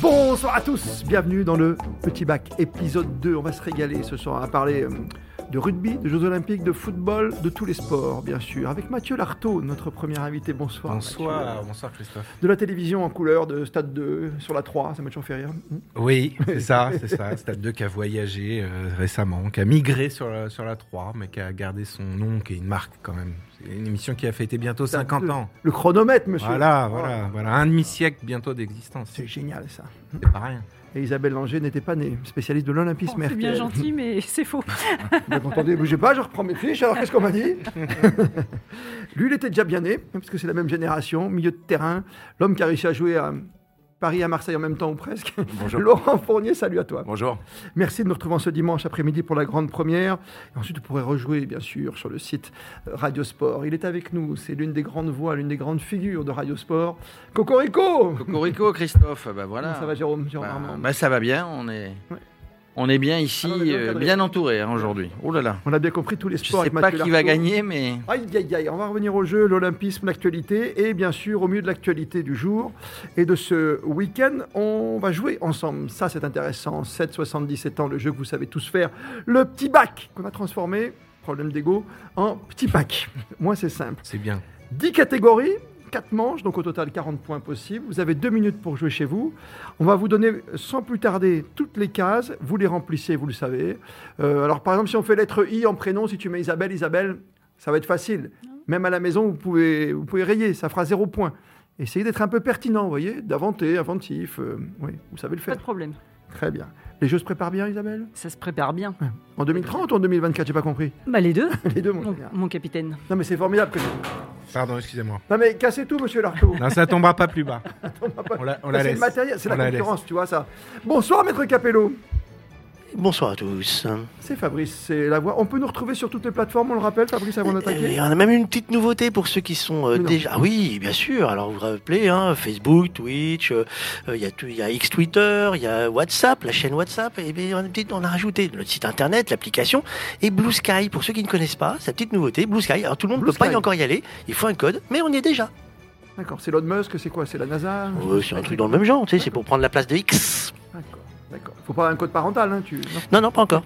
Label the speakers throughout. Speaker 1: Bonsoir à tous, bienvenue dans le Petit Bac épisode 2. On va se régaler ce soir à parler euh, de rugby, de Jeux Olympiques, de football, de tous les sports, bien sûr. Avec Mathieu Lartaud, notre premier invité. Bonsoir. Mathieu.
Speaker 2: Bonsoir, bonsoir Christophe.
Speaker 1: De la télévision en couleur, de Stade 2, sur la 3, ça m'a toujours fait rire. Hmm.
Speaker 2: Oui, c'est ça, c'est ça. Stade 2 qui a voyagé euh, récemment, qui a migré sur la, sur la 3, mais qui a gardé son nom, qui est une marque quand même. C'est une émission qui a fêté bientôt 50 ans.
Speaker 1: Le chronomètre, monsieur. Oh.
Speaker 2: Voilà, voilà, voilà. Un demi-siècle bientôt d'existence.
Speaker 1: C'est génial, ça.
Speaker 2: C'est pas rien.
Speaker 1: Et Isabelle Langer n'était pas née, spécialiste de l'Olympisme.
Speaker 3: Oh, C'est bien
Speaker 1: RTL.
Speaker 3: gentil, mais c'est faux.
Speaker 1: Vous attendez, bougez pas, je reprends mes fiches, alors qu'est-ce qu'on m'a dit Lui, il était déjà bien né, parce que c'est la même génération, milieu de terrain, l'homme qui a réussi à jouer à Paris et à Marseille en même temps ou presque.
Speaker 4: Bonjour.
Speaker 1: Laurent Fournier, salut à toi.
Speaker 4: Bonjour.
Speaker 1: Merci de nous retrouver ce dimanche après-midi pour la grande première. Et ensuite, vous pourrez rejouer, bien sûr, sur le site euh, Radio Sport. Il est avec nous, c'est l'une des grandes voix, l'une des grandes figures de Radio Sport. Cocorico
Speaker 5: Cocorico, Christophe, bah voilà.
Speaker 1: Comment ça va, Jérôme, Jérôme
Speaker 5: Bah,
Speaker 1: Armand
Speaker 5: bah, ça va bien, on est,
Speaker 1: Ouais.
Speaker 5: on est bien ici,
Speaker 1: Ah non, mais bien
Speaker 5: euh,
Speaker 1: encadré.
Speaker 5: bien entouré hein, aujourd'hui. Oh là là,
Speaker 1: On a bien compris tous les
Speaker 5: je
Speaker 1: sports.
Speaker 5: sais
Speaker 1: avec
Speaker 5: pas
Speaker 1: Mathieu
Speaker 5: qui va
Speaker 1: Lartaud.
Speaker 5: gagner, mais
Speaker 1: Aïe, aïe, aïe. On va revenir au jeu, l'Olympisme, l'actualité. Et bien sûr, au milieu de l'actualité du jour et de ce week-end, on va jouer ensemble. Ça, c'est intéressant. 7, 77 ans, le jeu que vous savez tous faire. Le petit bac qu'on a transformé, problème d'ego, en petit bac. Moi, c'est simple.
Speaker 2: C'est bien.
Speaker 1: 10 catégories, 4 manches, donc au total 40 points possibles. Vous avez 2 minutes pour jouer chez vous. On va vous donner sans plus tarder toutes les cases. Vous les remplissez, vous le savez. Euh, alors par exemple, si on fait lettre I en prénom, si tu mets Isabelle, Isabelle, ça va être facile. Même à la maison, vous pouvez, vous pouvez rayer, ça fera 0 point. Essayez d'être un peu pertinent, vous voyez, d'inventer, inventif. euh, oui, vous savez le
Speaker 3: Pas
Speaker 1: faire.
Speaker 3: de problème.
Speaker 1: Très bien. Les jeux se préparent bien, Isabelle
Speaker 3: Ça se prépare bien.
Speaker 1: En 2030 ou en 2024, j'ai pas compris.
Speaker 3: Bah les deux,
Speaker 1: Les deux, mon
Speaker 3: mon,
Speaker 1: cher.
Speaker 3: mon capitaine.
Speaker 1: Non, mais c'est formidable. que-
Speaker 2: Pardon, excusez-moi.
Speaker 1: Non, mais cassez tout, monsieur Lartaud.
Speaker 2: Non, ça tombera pas plus bas. On la, on la
Speaker 1: Ça, C'est
Speaker 2: laisse.
Speaker 1: le matériel, c'est la
Speaker 2: On la
Speaker 1: concurrence, tu vois ça. Bonsoir, maître Capello.
Speaker 6: Bonsoir à tous.
Speaker 1: C'est Fabrice, c'est la voix. On peut nous retrouver sur toutes les plateformes, on le rappelle, Fabrice, avant
Speaker 6: Et
Speaker 1: d'attaquer.
Speaker 6: on a même une petite nouveauté pour ceux qui sont euh,
Speaker 1: Mais non.
Speaker 6: déjà. Ah oui, bien sûr. Alors vous vous rappelez, hein, Facebook, Twitch, euh, euh, il y a tout, il y a X Twitter, il y a WhatsApp, la chaîne WhatsApp. Et bien on a, une petite- on a rajouté notre site internet, l'application et Blue Sky pour ceux qui ne connaissent pas sa petite nouveauté. Blue Sky. Alors tout le monde ne
Speaker 1: Blue
Speaker 6: peut pas
Speaker 1: Sky.
Speaker 6: y encore y aller. Il faut un code, mais on y est déjà.
Speaker 1: D'accord, c'est Elon Musk, c'est quoi C'est la NASA
Speaker 6: Euh, c'est un truc dans le même genre. Tu sais, c'est pour prendre la place de X.
Speaker 1: D'accord, d'accord. Faut pas un code parental, hein, tu. non
Speaker 6: Non, non, pas encore.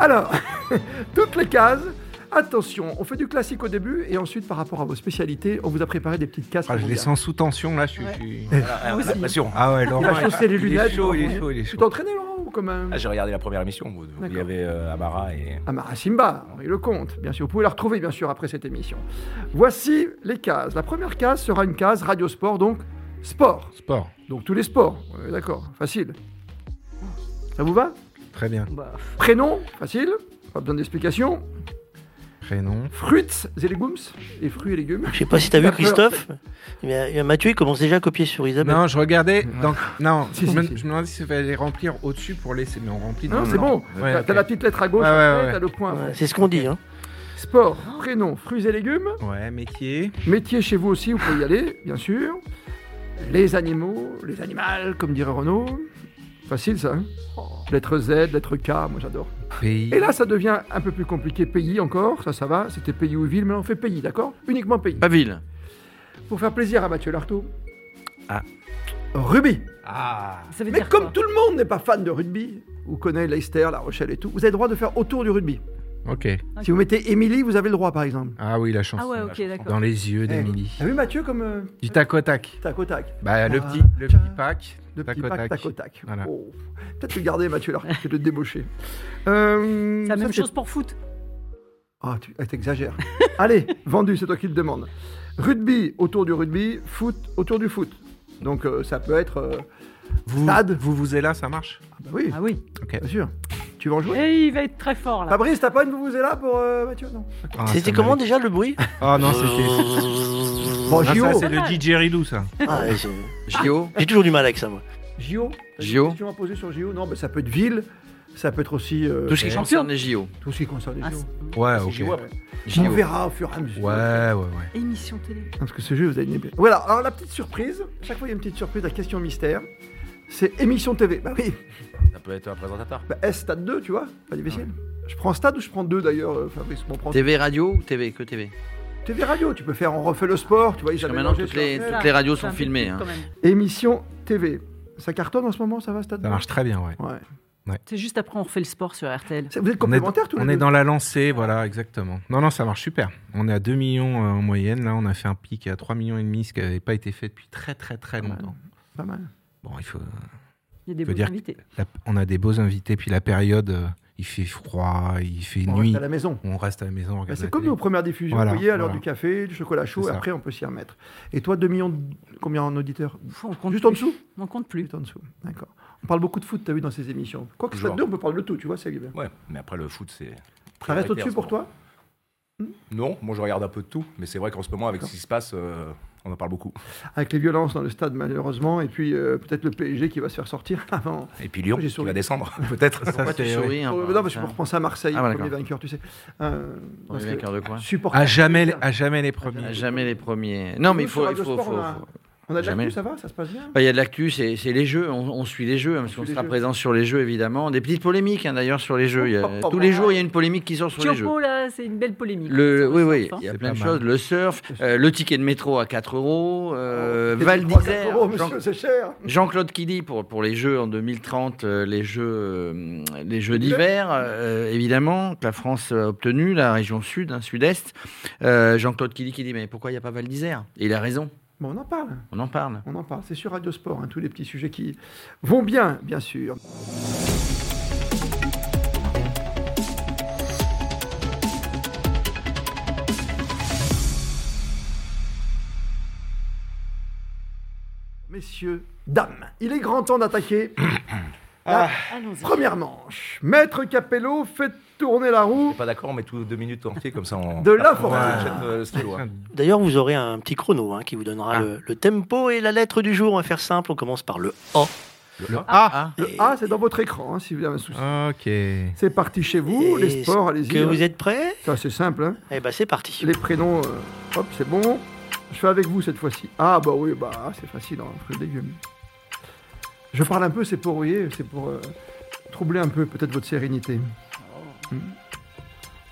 Speaker 1: Alors, toutes les cases. Attention, on fait du classique au début et ensuite, par rapport à vos spécialités, on vous a préparé des petites cases.
Speaker 2: Ah, je les sens sous tension là. Je suis. je suis-
Speaker 3: Moi aussi.
Speaker 1: bah,
Speaker 4: Bien sûr.
Speaker 2: Ah ouais,
Speaker 1: Il a
Speaker 2: Laurent.
Speaker 1: chaussé les
Speaker 2: il est
Speaker 1: lunettes.
Speaker 2: chaud, il est chaud, il est
Speaker 1: Tu
Speaker 2: chaud.
Speaker 1: t'entraînais, Laurent, ou comme un.
Speaker 4: Ah, J'ai regardé la première émission. Vous, vous
Speaker 1: D'accord.
Speaker 4: y avez euh, Amara et.
Speaker 1: Amara Simba, Henri Lecomte, bien sûr. Vous pouvez la retrouver, bien sûr, après cette émission. Voici les cases. La première case sera une case Radio Sport, donc sport.
Speaker 2: Sport.
Speaker 1: Donc tous les sports, on est d'accord, facile. Ça vous va
Speaker 2: Très bien.
Speaker 3: Bah,
Speaker 1: Prénom, facile, pas besoin d'explication.
Speaker 2: Prénom.
Speaker 1: Fruits et légumes, et fruits et légumes. Hein,
Speaker 6: Je sais pas si t'as vu
Speaker 1: T'as peur,
Speaker 6: Christophe. Mais euh, Mathieu il commence déjà à copier sur Isabelle.
Speaker 2: Non, je regardais. Donc, non,
Speaker 1: Si,
Speaker 2: je,
Speaker 1: si,
Speaker 2: me,
Speaker 1: si.
Speaker 2: je me demandais si il fallait remplir au-dessus pour laisser. Mais on remplit.
Speaker 1: Non,
Speaker 2: dans
Speaker 1: c'est bon,
Speaker 2: Ouais,
Speaker 1: t'as
Speaker 2: ok.
Speaker 1: t'as la petite lettre à gauche,
Speaker 2: Ouais, ouais,
Speaker 1: après,
Speaker 2: ouais.
Speaker 1: t'as le point.
Speaker 6: Ouais, C'est ce qu'on dit. Hein.
Speaker 1: Sport, prénom, fruits et légumes.
Speaker 2: Ouais, métier.
Speaker 1: Métier chez vous aussi, vous pouvez y aller, bien sûr. Les animaux, les animaux, comme dirait Renaud. Facile ça. hein lettre Z, lettre K, moi j'adore.
Speaker 2: Pays.
Speaker 1: Et là, ça devient un peu plus compliqué. Pays encore, ça, ça va. C'était pays ou ville, mais on fait pays, d'accord Uniquement pays.
Speaker 5: pas ville.
Speaker 1: Pour faire plaisir à Mathieu Lartaud.
Speaker 2: Ah.
Speaker 1: Rugby.
Speaker 2: Ah.
Speaker 3: ça veut
Speaker 1: Mais
Speaker 3: dire
Speaker 1: comme
Speaker 3: quoi
Speaker 1: tout le monde n'est pas fan de rugby, ou connaît Leicester, La Rochelle et tout, vous avez le droit de faire autour du rugby.
Speaker 2: Ok.
Speaker 3: Ok.
Speaker 1: Si vous mettez Émilie, vous avez le droit, par exemple.
Speaker 2: Ah oui, la chance.
Speaker 3: Ah ouais, ok, d'accord.
Speaker 2: Dans les
Speaker 1: Eh.
Speaker 2: yeux d'Emilie.
Speaker 1: T'as vu Mathieu comme euh,
Speaker 2: Du tac au tac.
Speaker 1: tac au tac
Speaker 2: Bah, le
Speaker 1: Ah,
Speaker 2: petit, le
Speaker 1: tiens.
Speaker 2: petit pack.
Speaker 1: Le
Speaker 2: Tac
Speaker 1: petit
Speaker 2: au
Speaker 1: pack,
Speaker 2: tac.
Speaker 1: tac au tac.
Speaker 2: Voilà.
Speaker 1: Oh. Peut-être le garder, Mathieu Lartaud, que de le débaucher. Euh,
Speaker 3: C'est la même
Speaker 1: ça, c'est-
Speaker 3: chose pour foot.
Speaker 1: Ah, tu ah, t'exagères. Allez, vendu, c'est toi qui le demande. Rugby autour du rugby, foot autour du foot. Donc euh, ça peut être. euh,
Speaker 2: Vous,
Speaker 1: Stade.
Speaker 2: vous vous êtes là, ça marche
Speaker 1: Ah bah oui,
Speaker 3: Ah oui.
Speaker 1: bien sûr. Tu vas en jouer
Speaker 3: Et il va être très fort là.
Speaker 1: Fabrice, t'as pas une vous là pour euh, Mathieu Non.
Speaker 2: Ah,
Speaker 6: C'était
Speaker 2: ça
Speaker 6: comment
Speaker 2: m'avait-
Speaker 6: déjà le bruit
Speaker 2: Ah
Speaker 1: Euh,
Speaker 2: non, c'était.
Speaker 1: Bon,
Speaker 2: Ah,
Speaker 1: JO.
Speaker 2: ça, c'est le didgeridoo, ça.
Speaker 6: Ah, ouais, c'est-
Speaker 1: Ah,
Speaker 5: JO,
Speaker 6: J'ai toujours du mal avec ça, moi.
Speaker 1: JO
Speaker 5: JO.
Speaker 1: Tu m'as posé sur JO Non, mais ça peut être ville, ça peut être aussi. euh,
Speaker 5: tout ce qui
Speaker 1: eh,
Speaker 5: concerne les JO.
Speaker 1: tout ce qui concerne les
Speaker 3: Ah,
Speaker 1: JO.
Speaker 3: c'est-
Speaker 2: Ouais,
Speaker 1: C'est
Speaker 2: ok.
Speaker 1: JO, après.
Speaker 5: JO.
Speaker 1: On verra au fur et à mesure.
Speaker 2: Ouais, ouais, ouais.
Speaker 3: Émission télé.
Speaker 1: Parce que ce jeu, vous allez aimer. Voilà, alors la petite surprise, chaque fois il y a une petite surprise, la question mystère, c'est émission TV. Bah oui,
Speaker 4: Ça peut être un présentateur. Ah.
Speaker 1: Bah, S, stade 2, tu vois, pas difficile. Je prends stade ou je prends 2 d'ailleurs, euh, Fabrice on prend
Speaker 5: TV radio ou TV que TV
Speaker 1: TV radio, tu peux faire On refait le sport, tu vois, ils
Speaker 5: Parce que
Speaker 1: avaient
Speaker 5: maintenant
Speaker 1: mélangé
Speaker 5: toutes
Speaker 1: sur
Speaker 5: les,
Speaker 1: Internet.
Speaker 5: toutes les radios
Speaker 3: C'est un
Speaker 5: sont
Speaker 3: peu
Speaker 5: filmées.
Speaker 3: plus,
Speaker 5: hein.
Speaker 3: quand même.
Speaker 1: Émission TV. Ça cartonne en ce moment, ça va, Stade
Speaker 2: Ça marche très bien, ouais.
Speaker 1: Ouais.
Speaker 3: C'est juste après, on refait le sport sur RTL.
Speaker 1: C'est- Vous êtes complémentaires tous les
Speaker 2: On
Speaker 1: deux
Speaker 2: est dans la lancée, voilà, exactement. Non, non, ça marche super. On est à 2 millions euh, en moyenne. Là, on a fait un pic à 3 millions et demi, ce qui n'avait pas été fait depuis très, très, très
Speaker 1: mal.
Speaker 2: longtemps.
Speaker 1: Pas mal.
Speaker 2: Bon, il faut.
Speaker 3: Il y a des
Speaker 2: Peut
Speaker 3: beaux
Speaker 2: dire-
Speaker 3: invités.
Speaker 2: la- on a des beaux invités, puis la période, euh, il fait froid, il fait
Speaker 1: On
Speaker 2: nuit.
Speaker 1: reste à la maison.
Speaker 2: On reste à la maison, on
Speaker 1: Bah,
Speaker 2: regarde.
Speaker 1: c'est
Speaker 2: la
Speaker 1: comme
Speaker 2: télé.
Speaker 1: nos premières diffusions.
Speaker 2: Voilà,
Speaker 1: vous voyez, à l'heure
Speaker 2: voilà.
Speaker 1: du café, du chocolat chaud,
Speaker 2: C'est ça.
Speaker 1: après, on peut s'y remettre. Et toi, 2 millions, de... combien en auditeurs
Speaker 3: Pff, on compte
Speaker 1: Juste en
Speaker 3: plus.
Speaker 1: dessous
Speaker 3: On compte plus.
Speaker 1: Juste en dessous, d'accord. On parle beaucoup de foot, t'as vu, dans ces émissions. Quoi que ce soit dedans,
Speaker 4: Toujours.
Speaker 1: on peut parler de tout, tu vois, c'est bien.
Speaker 4: Ouais, mais après le foot, c'est.
Speaker 1: Ça reste
Speaker 4: prioritaire,
Speaker 1: au-dessus
Speaker 4: c'est
Speaker 1: pour
Speaker 4: bon.
Speaker 1: toi
Speaker 4: Non, moi je regarde un peu de tout, mais c'est vrai qu'en ce moment, avec ce qui se passe, euh, on en parle beaucoup.
Speaker 1: Avec les violences dans le stade, malheureusement, et puis euh, peut-être le PSG qui va se faire sortir avant.
Speaker 4: Et puis Lyon,
Speaker 1: J'ai
Speaker 4: qui
Speaker 1: souri.
Speaker 4: va descendre, peut-être.
Speaker 2: Ça,
Speaker 5: Pourquoi
Speaker 2: c'est- euh,
Speaker 5: tu souris hein,
Speaker 1: Oh,
Speaker 5: par-
Speaker 1: non, parce que
Speaker 5: ça
Speaker 1: je repense à Marseille,
Speaker 5: Ah, ouais,
Speaker 1: premier
Speaker 5: d'accord.
Speaker 1: vainqueur, tu sais. Euh,
Speaker 5: On est
Speaker 1: parce
Speaker 5: bien
Speaker 1: que-
Speaker 5: cœur de quoi
Speaker 1: supporter-
Speaker 2: À jamais, les- à jamais les premiers.
Speaker 5: À Jamais les premiers. Non, mais il
Speaker 1: Nous,
Speaker 5: faut.
Speaker 1: sur
Speaker 5: Il
Speaker 1: Radio
Speaker 5: faut,
Speaker 1: Sport,
Speaker 5: faut-
Speaker 1: on a-
Speaker 5: faut-
Speaker 1: On a déjà
Speaker 5: Jamais.
Speaker 1: vu, ça va Ça se passe bien
Speaker 5: Bah, Il y a de l'actu, c'est c'est les jeux, on, on suit les jeux, même si
Speaker 1: suit
Speaker 5: on
Speaker 1: les
Speaker 5: sera
Speaker 1: jeux. Oh,
Speaker 5: présent sur les jeux évidemment. Des petites polémiques hein, d'ailleurs sur les jeux. Il y a-
Speaker 1: Hop, hop, hop,
Speaker 5: tous les
Speaker 1: hop.
Speaker 5: jours, il y a une polémique qui sort sur les jeux.
Speaker 1: oh,
Speaker 3: Tiopo, là, c'est une belle polémique.
Speaker 5: Le,
Speaker 3: Sur
Speaker 5: oui, oui,
Speaker 3: surf, hein.
Speaker 5: il y a
Speaker 2: C'est
Speaker 5: plein de
Speaker 2: pas
Speaker 5: choses. Le surf, euh, le ticket de métro à 4 euros,
Speaker 1: Oh,
Speaker 5: euh, Val
Speaker 1: Trois, quatre
Speaker 5: d'Isère.
Speaker 1: euros,
Speaker 5: Jean-
Speaker 1: monsieur, c'est cher
Speaker 5: Jean-Claude Killy pour, pour les jeux en 2030, euh, les jeux, euh, les jeux d'hiver, euh, évidemment, que la France a obtenu, la région sud, hein, sud-est. Euh, Jean-Claude Killy qui dit Mais pourquoi il n'y a pas Val d'Isère Et il a raison,
Speaker 1: Bon, on en parle.
Speaker 5: on en parle.
Speaker 1: On en parle, c'est sur Radio Sport, hein, tous les petits sujets qui vont bien, bien sûr. Messieurs, dames, il est grand temps d'attaquer
Speaker 3: Allons-y.
Speaker 1: première manche. Maître Capello fait tourner la roue.
Speaker 4: Pas d'accord, mais tous deux minutes entier, comme ça on.
Speaker 1: De la
Speaker 4: on
Speaker 1: force.
Speaker 4: achète, euh, le stylo, hein.
Speaker 6: D'ailleurs, vous aurez un petit chrono hein, qui vous donnera le, le tempo et la lettre du jour. On va faire simple. On commence par le A.
Speaker 2: Le A.
Speaker 1: Le A, c'est dans votre écran, hein, si vous avez un souci.
Speaker 2: Ok. Ouais,
Speaker 1: C'est parti chez vous,
Speaker 6: Et
Speaker 1: les sports,
Speaker 6: est-ce
Speaker 1: allez-y.
Speaker 6: Que
Speaker 1: hein.
Speaker 6: vous êtes prêts
Speaker 1: Ça, c'est simple. Hein.
Speaker 6: Eh ben, c'est parti.
Speaker 1: Les prénoms, euh, hop, c'est bon. Je fais avec vous cette fois-ci. Ah bah oui, bah c'est facile, hein, fruits et légumes. Je parle un peu, c'est pour, vous voyez, c'est pour euh, troubler un peu peut-être votre sérénité.
Speaker 6: Oh.
Speaker 1: Hmm.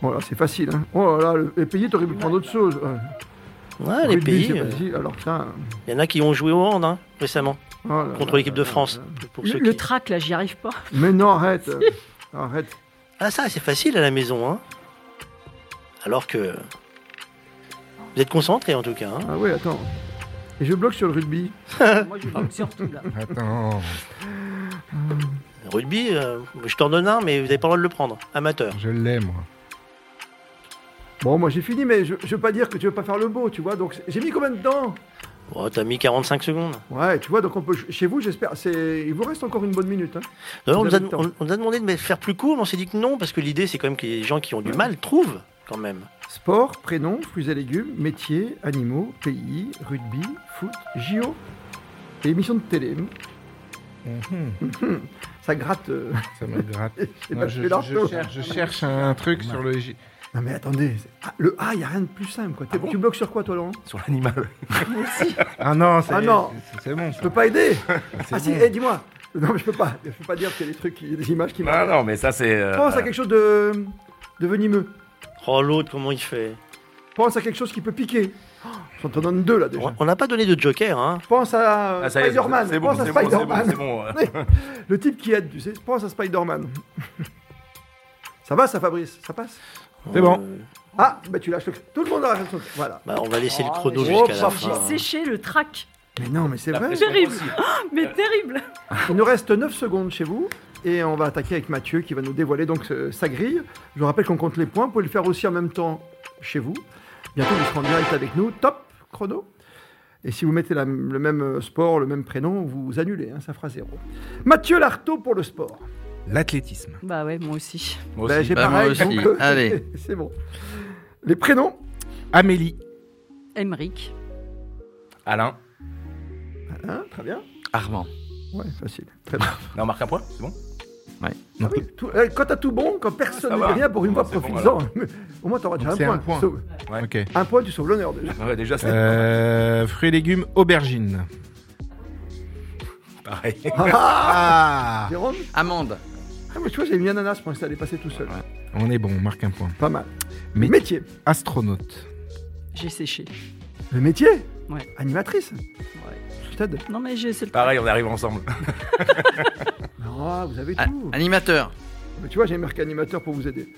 Speaker 1: Voilà, c'est facile. Hein. Oh là là, le- les pays, t'aurais pu prendre autre chose. Euh,
Speaker 6: Ouais, les
Speaker 1: rugby,
Speaker 6: pays.
Speaker 1: c'est
Speaker 6: euh,
Speaker 1: facile. Alors ça, euh,
Speaker 6: Il y en a qui ont joué au hand hein, récemment
Speaker 1: oh là
Speaker 6: contre
Speaker 1: là
Speaker 6: l'équipe
Speaker 1: là
Speaker 6: de
Speaker 1: là
Speaker 6: France.
Speaker 1: là
Speaker 6: Pour
Speaker 3: Le,
Speaker 6: ceux
Speaker 3: le
Speaker 6: qui-
Speaker 3: track, là, j'y arrive pas.
Speaker 1: là. Mais non, arrête. euh, arrête.
Speaker 6: Ah ça, c'est facile à la maison. Hein. Alors que... Vous êtes concentrés en tout cas. hein.
Speaker 1: Ah oui, attends. Et je bloque sur le rugby.
Speaker 3: Moi, je bloque surtout, là.
Speaker 2: Attends,
Speaker 6: Rugby, euh, je t'en donne un, mais vous n'avez pas le droit de le prendre. Amateur.
Speaker 2: je l'ai, moi.
Speaker 1: Bon, moi j'ai fini, mais je, je veux pas dire que tu veux pas faire le beau, tu vois. Donc c'est- j'ai mis combien de temps
Speaker 6: Oh, t'as mis 45 secondes.
Speaker 1: Ouais, tu vois, donc on peut. Chez vous, j'espère. c'est- Il vous reste encore une bonne minute. hein.
Speaker 6: D'ailleurs, on,
Speaker 1: Vous
Speaker 6: nous a-
Speaker 1: avez le temps.
Speaker 6: on- on nous a demandé de me- faire plus court, mais on s'est dit que non, parce que l'idée, c'est quand même que les gens qui ont du mal trouvent quand même.
Speaker 1: Sport, prénom, fruits et légumes, métier, animaux, pays, rugby, foot, JO et émissions de télé.
Speaker 2: Mhm,
Speaker 1: Ça gratte. euh,
Speaker 2: ça me gratte.
Speaker 1: c'est
Speaker 2: Non,
Speaker 1: pas
Speaker 2: je,
Speaker 1: fait leur
Speaker 2: je
Speaker 1: tour.
Speaker 2: cherche, je cherche un truc sur le. J-
Speaker 1: Non, mais attendez. c'est- Ah, le A, il a rien de plus simple. Quoi. T'es-
Speaker 4: bon
Speaker 1: tu bloques sur quoi, toi, Laurent
Speaker 4: Sur l'animal.
Speaker 2: Ah non, c'est
Speaker 1: Ah non.
Speaker 2: c'est- c'est bon.
Speaker 1: Je
Speaker 2: ça.
Speaker 1: peux pas aider Ah, si,
Speaker 2: bon.
Speaker 1: eh, dis-moi Non, mais je peux pas. Je peux pas dire qu'il y a des trucs, qui- des images qui
Speaker 4: Non,
Speaker 1: m'arrivent.
Speaker 4: non, mais ça c'est.
Speaker 2: Ah
Speaker 4: euh,
Speaker 1: Pense à quelque chose de, de venimeux.
Speaker 6: Oh, l'autre, comment il fait
Speaker 1: Pense à quelque chose qui peut piquer. Oh, J'en te donne deux, là, déjà.
Speaker 6: On on n'a pas donné de joker, hein
Speaker 1: Pense à euh,
Speaker 4: Ah, ça y est,
Speaker 1: Spider-Man.
Speaker 4: C'est bon,
Speaker 1: Pense à
Speaker 4: c'est bon, c'est bon,
Speaker 1: Spider-Man.
Speaker 4: c'est bon. euh.
Speaker 1: Le type qui aide, tu sais, pense à Spider-Man. ça va, ça, Fabrice Ça passe
Speaker 2: C'est bon.
Speaker 6: Euh,
Speaker 1: Ah, bah tu lâches le... Tout le monde a lâché le truc, voilà.
Speaker 6: bah, on va laisser le
Speaker 3: Oh,
Speaker 6: chrono
Speaker 3: mais
Speaker 1: j'ai-
Speaker 6: jusqu'à la
Speaker 1: Oh,
Speaker 6: fin.
Speaker 5: Ah.
Speaker 3: J'ai séché le track.
Speaker 1: Mais non, mais c'est
Speaker 4: La
Speaker 1: vrai. Bah,
Speaker 4: pression
Speaker 3: Terrible.
Speaker 4: aussi.
Speaker 3: Mais terrible.
Speaker 1: Il nous reste 9 secondes chez vous. Et on va attaquer avec Mathieu qui va nous dévoiler donc ce- sa grille. Je vous rappelle qu'on compte les points. Vous pouvez le faire aussi en même temps chez vous. Bientôt, vous serez en direct avec nous. Top chrono. Et si vous mettez la- le même euh, sport, le même prénom, vous annulez. hein, ça fera zéro. Mathieu Lartaud pour le sport.
Speaker 2: L'athlétisme.
Speaker 3: Bah ouais, moi aussi.
Speaker 4: Moi
Speaker 1: Bah,
Speaker 4: aussi.
Speaker 1: j'ai
Speaker 5: Bah, moi
Speaker 1: pareil.
Speaker 5: aussi.
Speaker 1: donc, euh,
Speaker 5: Allez.
Speaker 1: C'est bon. Les prénoms.
Speaker 2: Amélie.
Speaker 3: Emmerich.
Speaker 4: Alain.
Speaker 1: Hein, très bien.
Speaker 5: Ah, Armand.
Speaker 1: Ouais, facile. Très bien.
Speaker 4: Là, on marque un point, c'est bon
Speaker 1: Ah oui, tout- euh, quand t'as tout bon, quand personne
Speaker 4: Ça
Speaker 1: ne
Speaker 4: va.
Speaker 1: dit rien, pour une
Speaker 4: Bon,
Speaker 1: fois,
Speaker 4: c'est bon,
Speaker 1: profites-en. Au moins, t'auras déjà un
Speaker 2: Donc, c'est
Speaker 1: point.
Speaker 2: un point.
Speaker 1: Sauve-
Speaker 4: Ouais.
Speaker 2: Ok.
Speaker 1: un point, tu sauves l'honneur déjà.
Speaker 4: Ouais, déjà, c'est
Speaker 2: Euh, fruits et légumes, aubergine.
Speaker 4: pareil.
Speaker 2: Ah
Speaker 1: Jérôme
Speaker 5: Amande.
Speaker 1: ah, mais Tu vois, j'ai mis un ananas, je pensais que ça allait passer tout seul.
Speaker 2: On est bon, on marque un point.
Speaker 1: Pas mal.
Speaker 2: Mét-
Speaker 1: métier.
Speaker 2: Astronaute.
Speaker 3: J'ai séché.
Speaker 1: Le métier
Speaker 3: Ouais.
Speaker 1: Animatrice Ted
Speaker 3: Non, mais j'ai essayé le
Speaker 4: Pareil, on arrive ensemble.
Speaker 1: Non, vous avez
Speaker 5: Ah,
Speaker 1: tout.
Speaker 5: Animateur.
Speaker 1: Mais tu vois, j'ai un marqué animateur pour vous aider.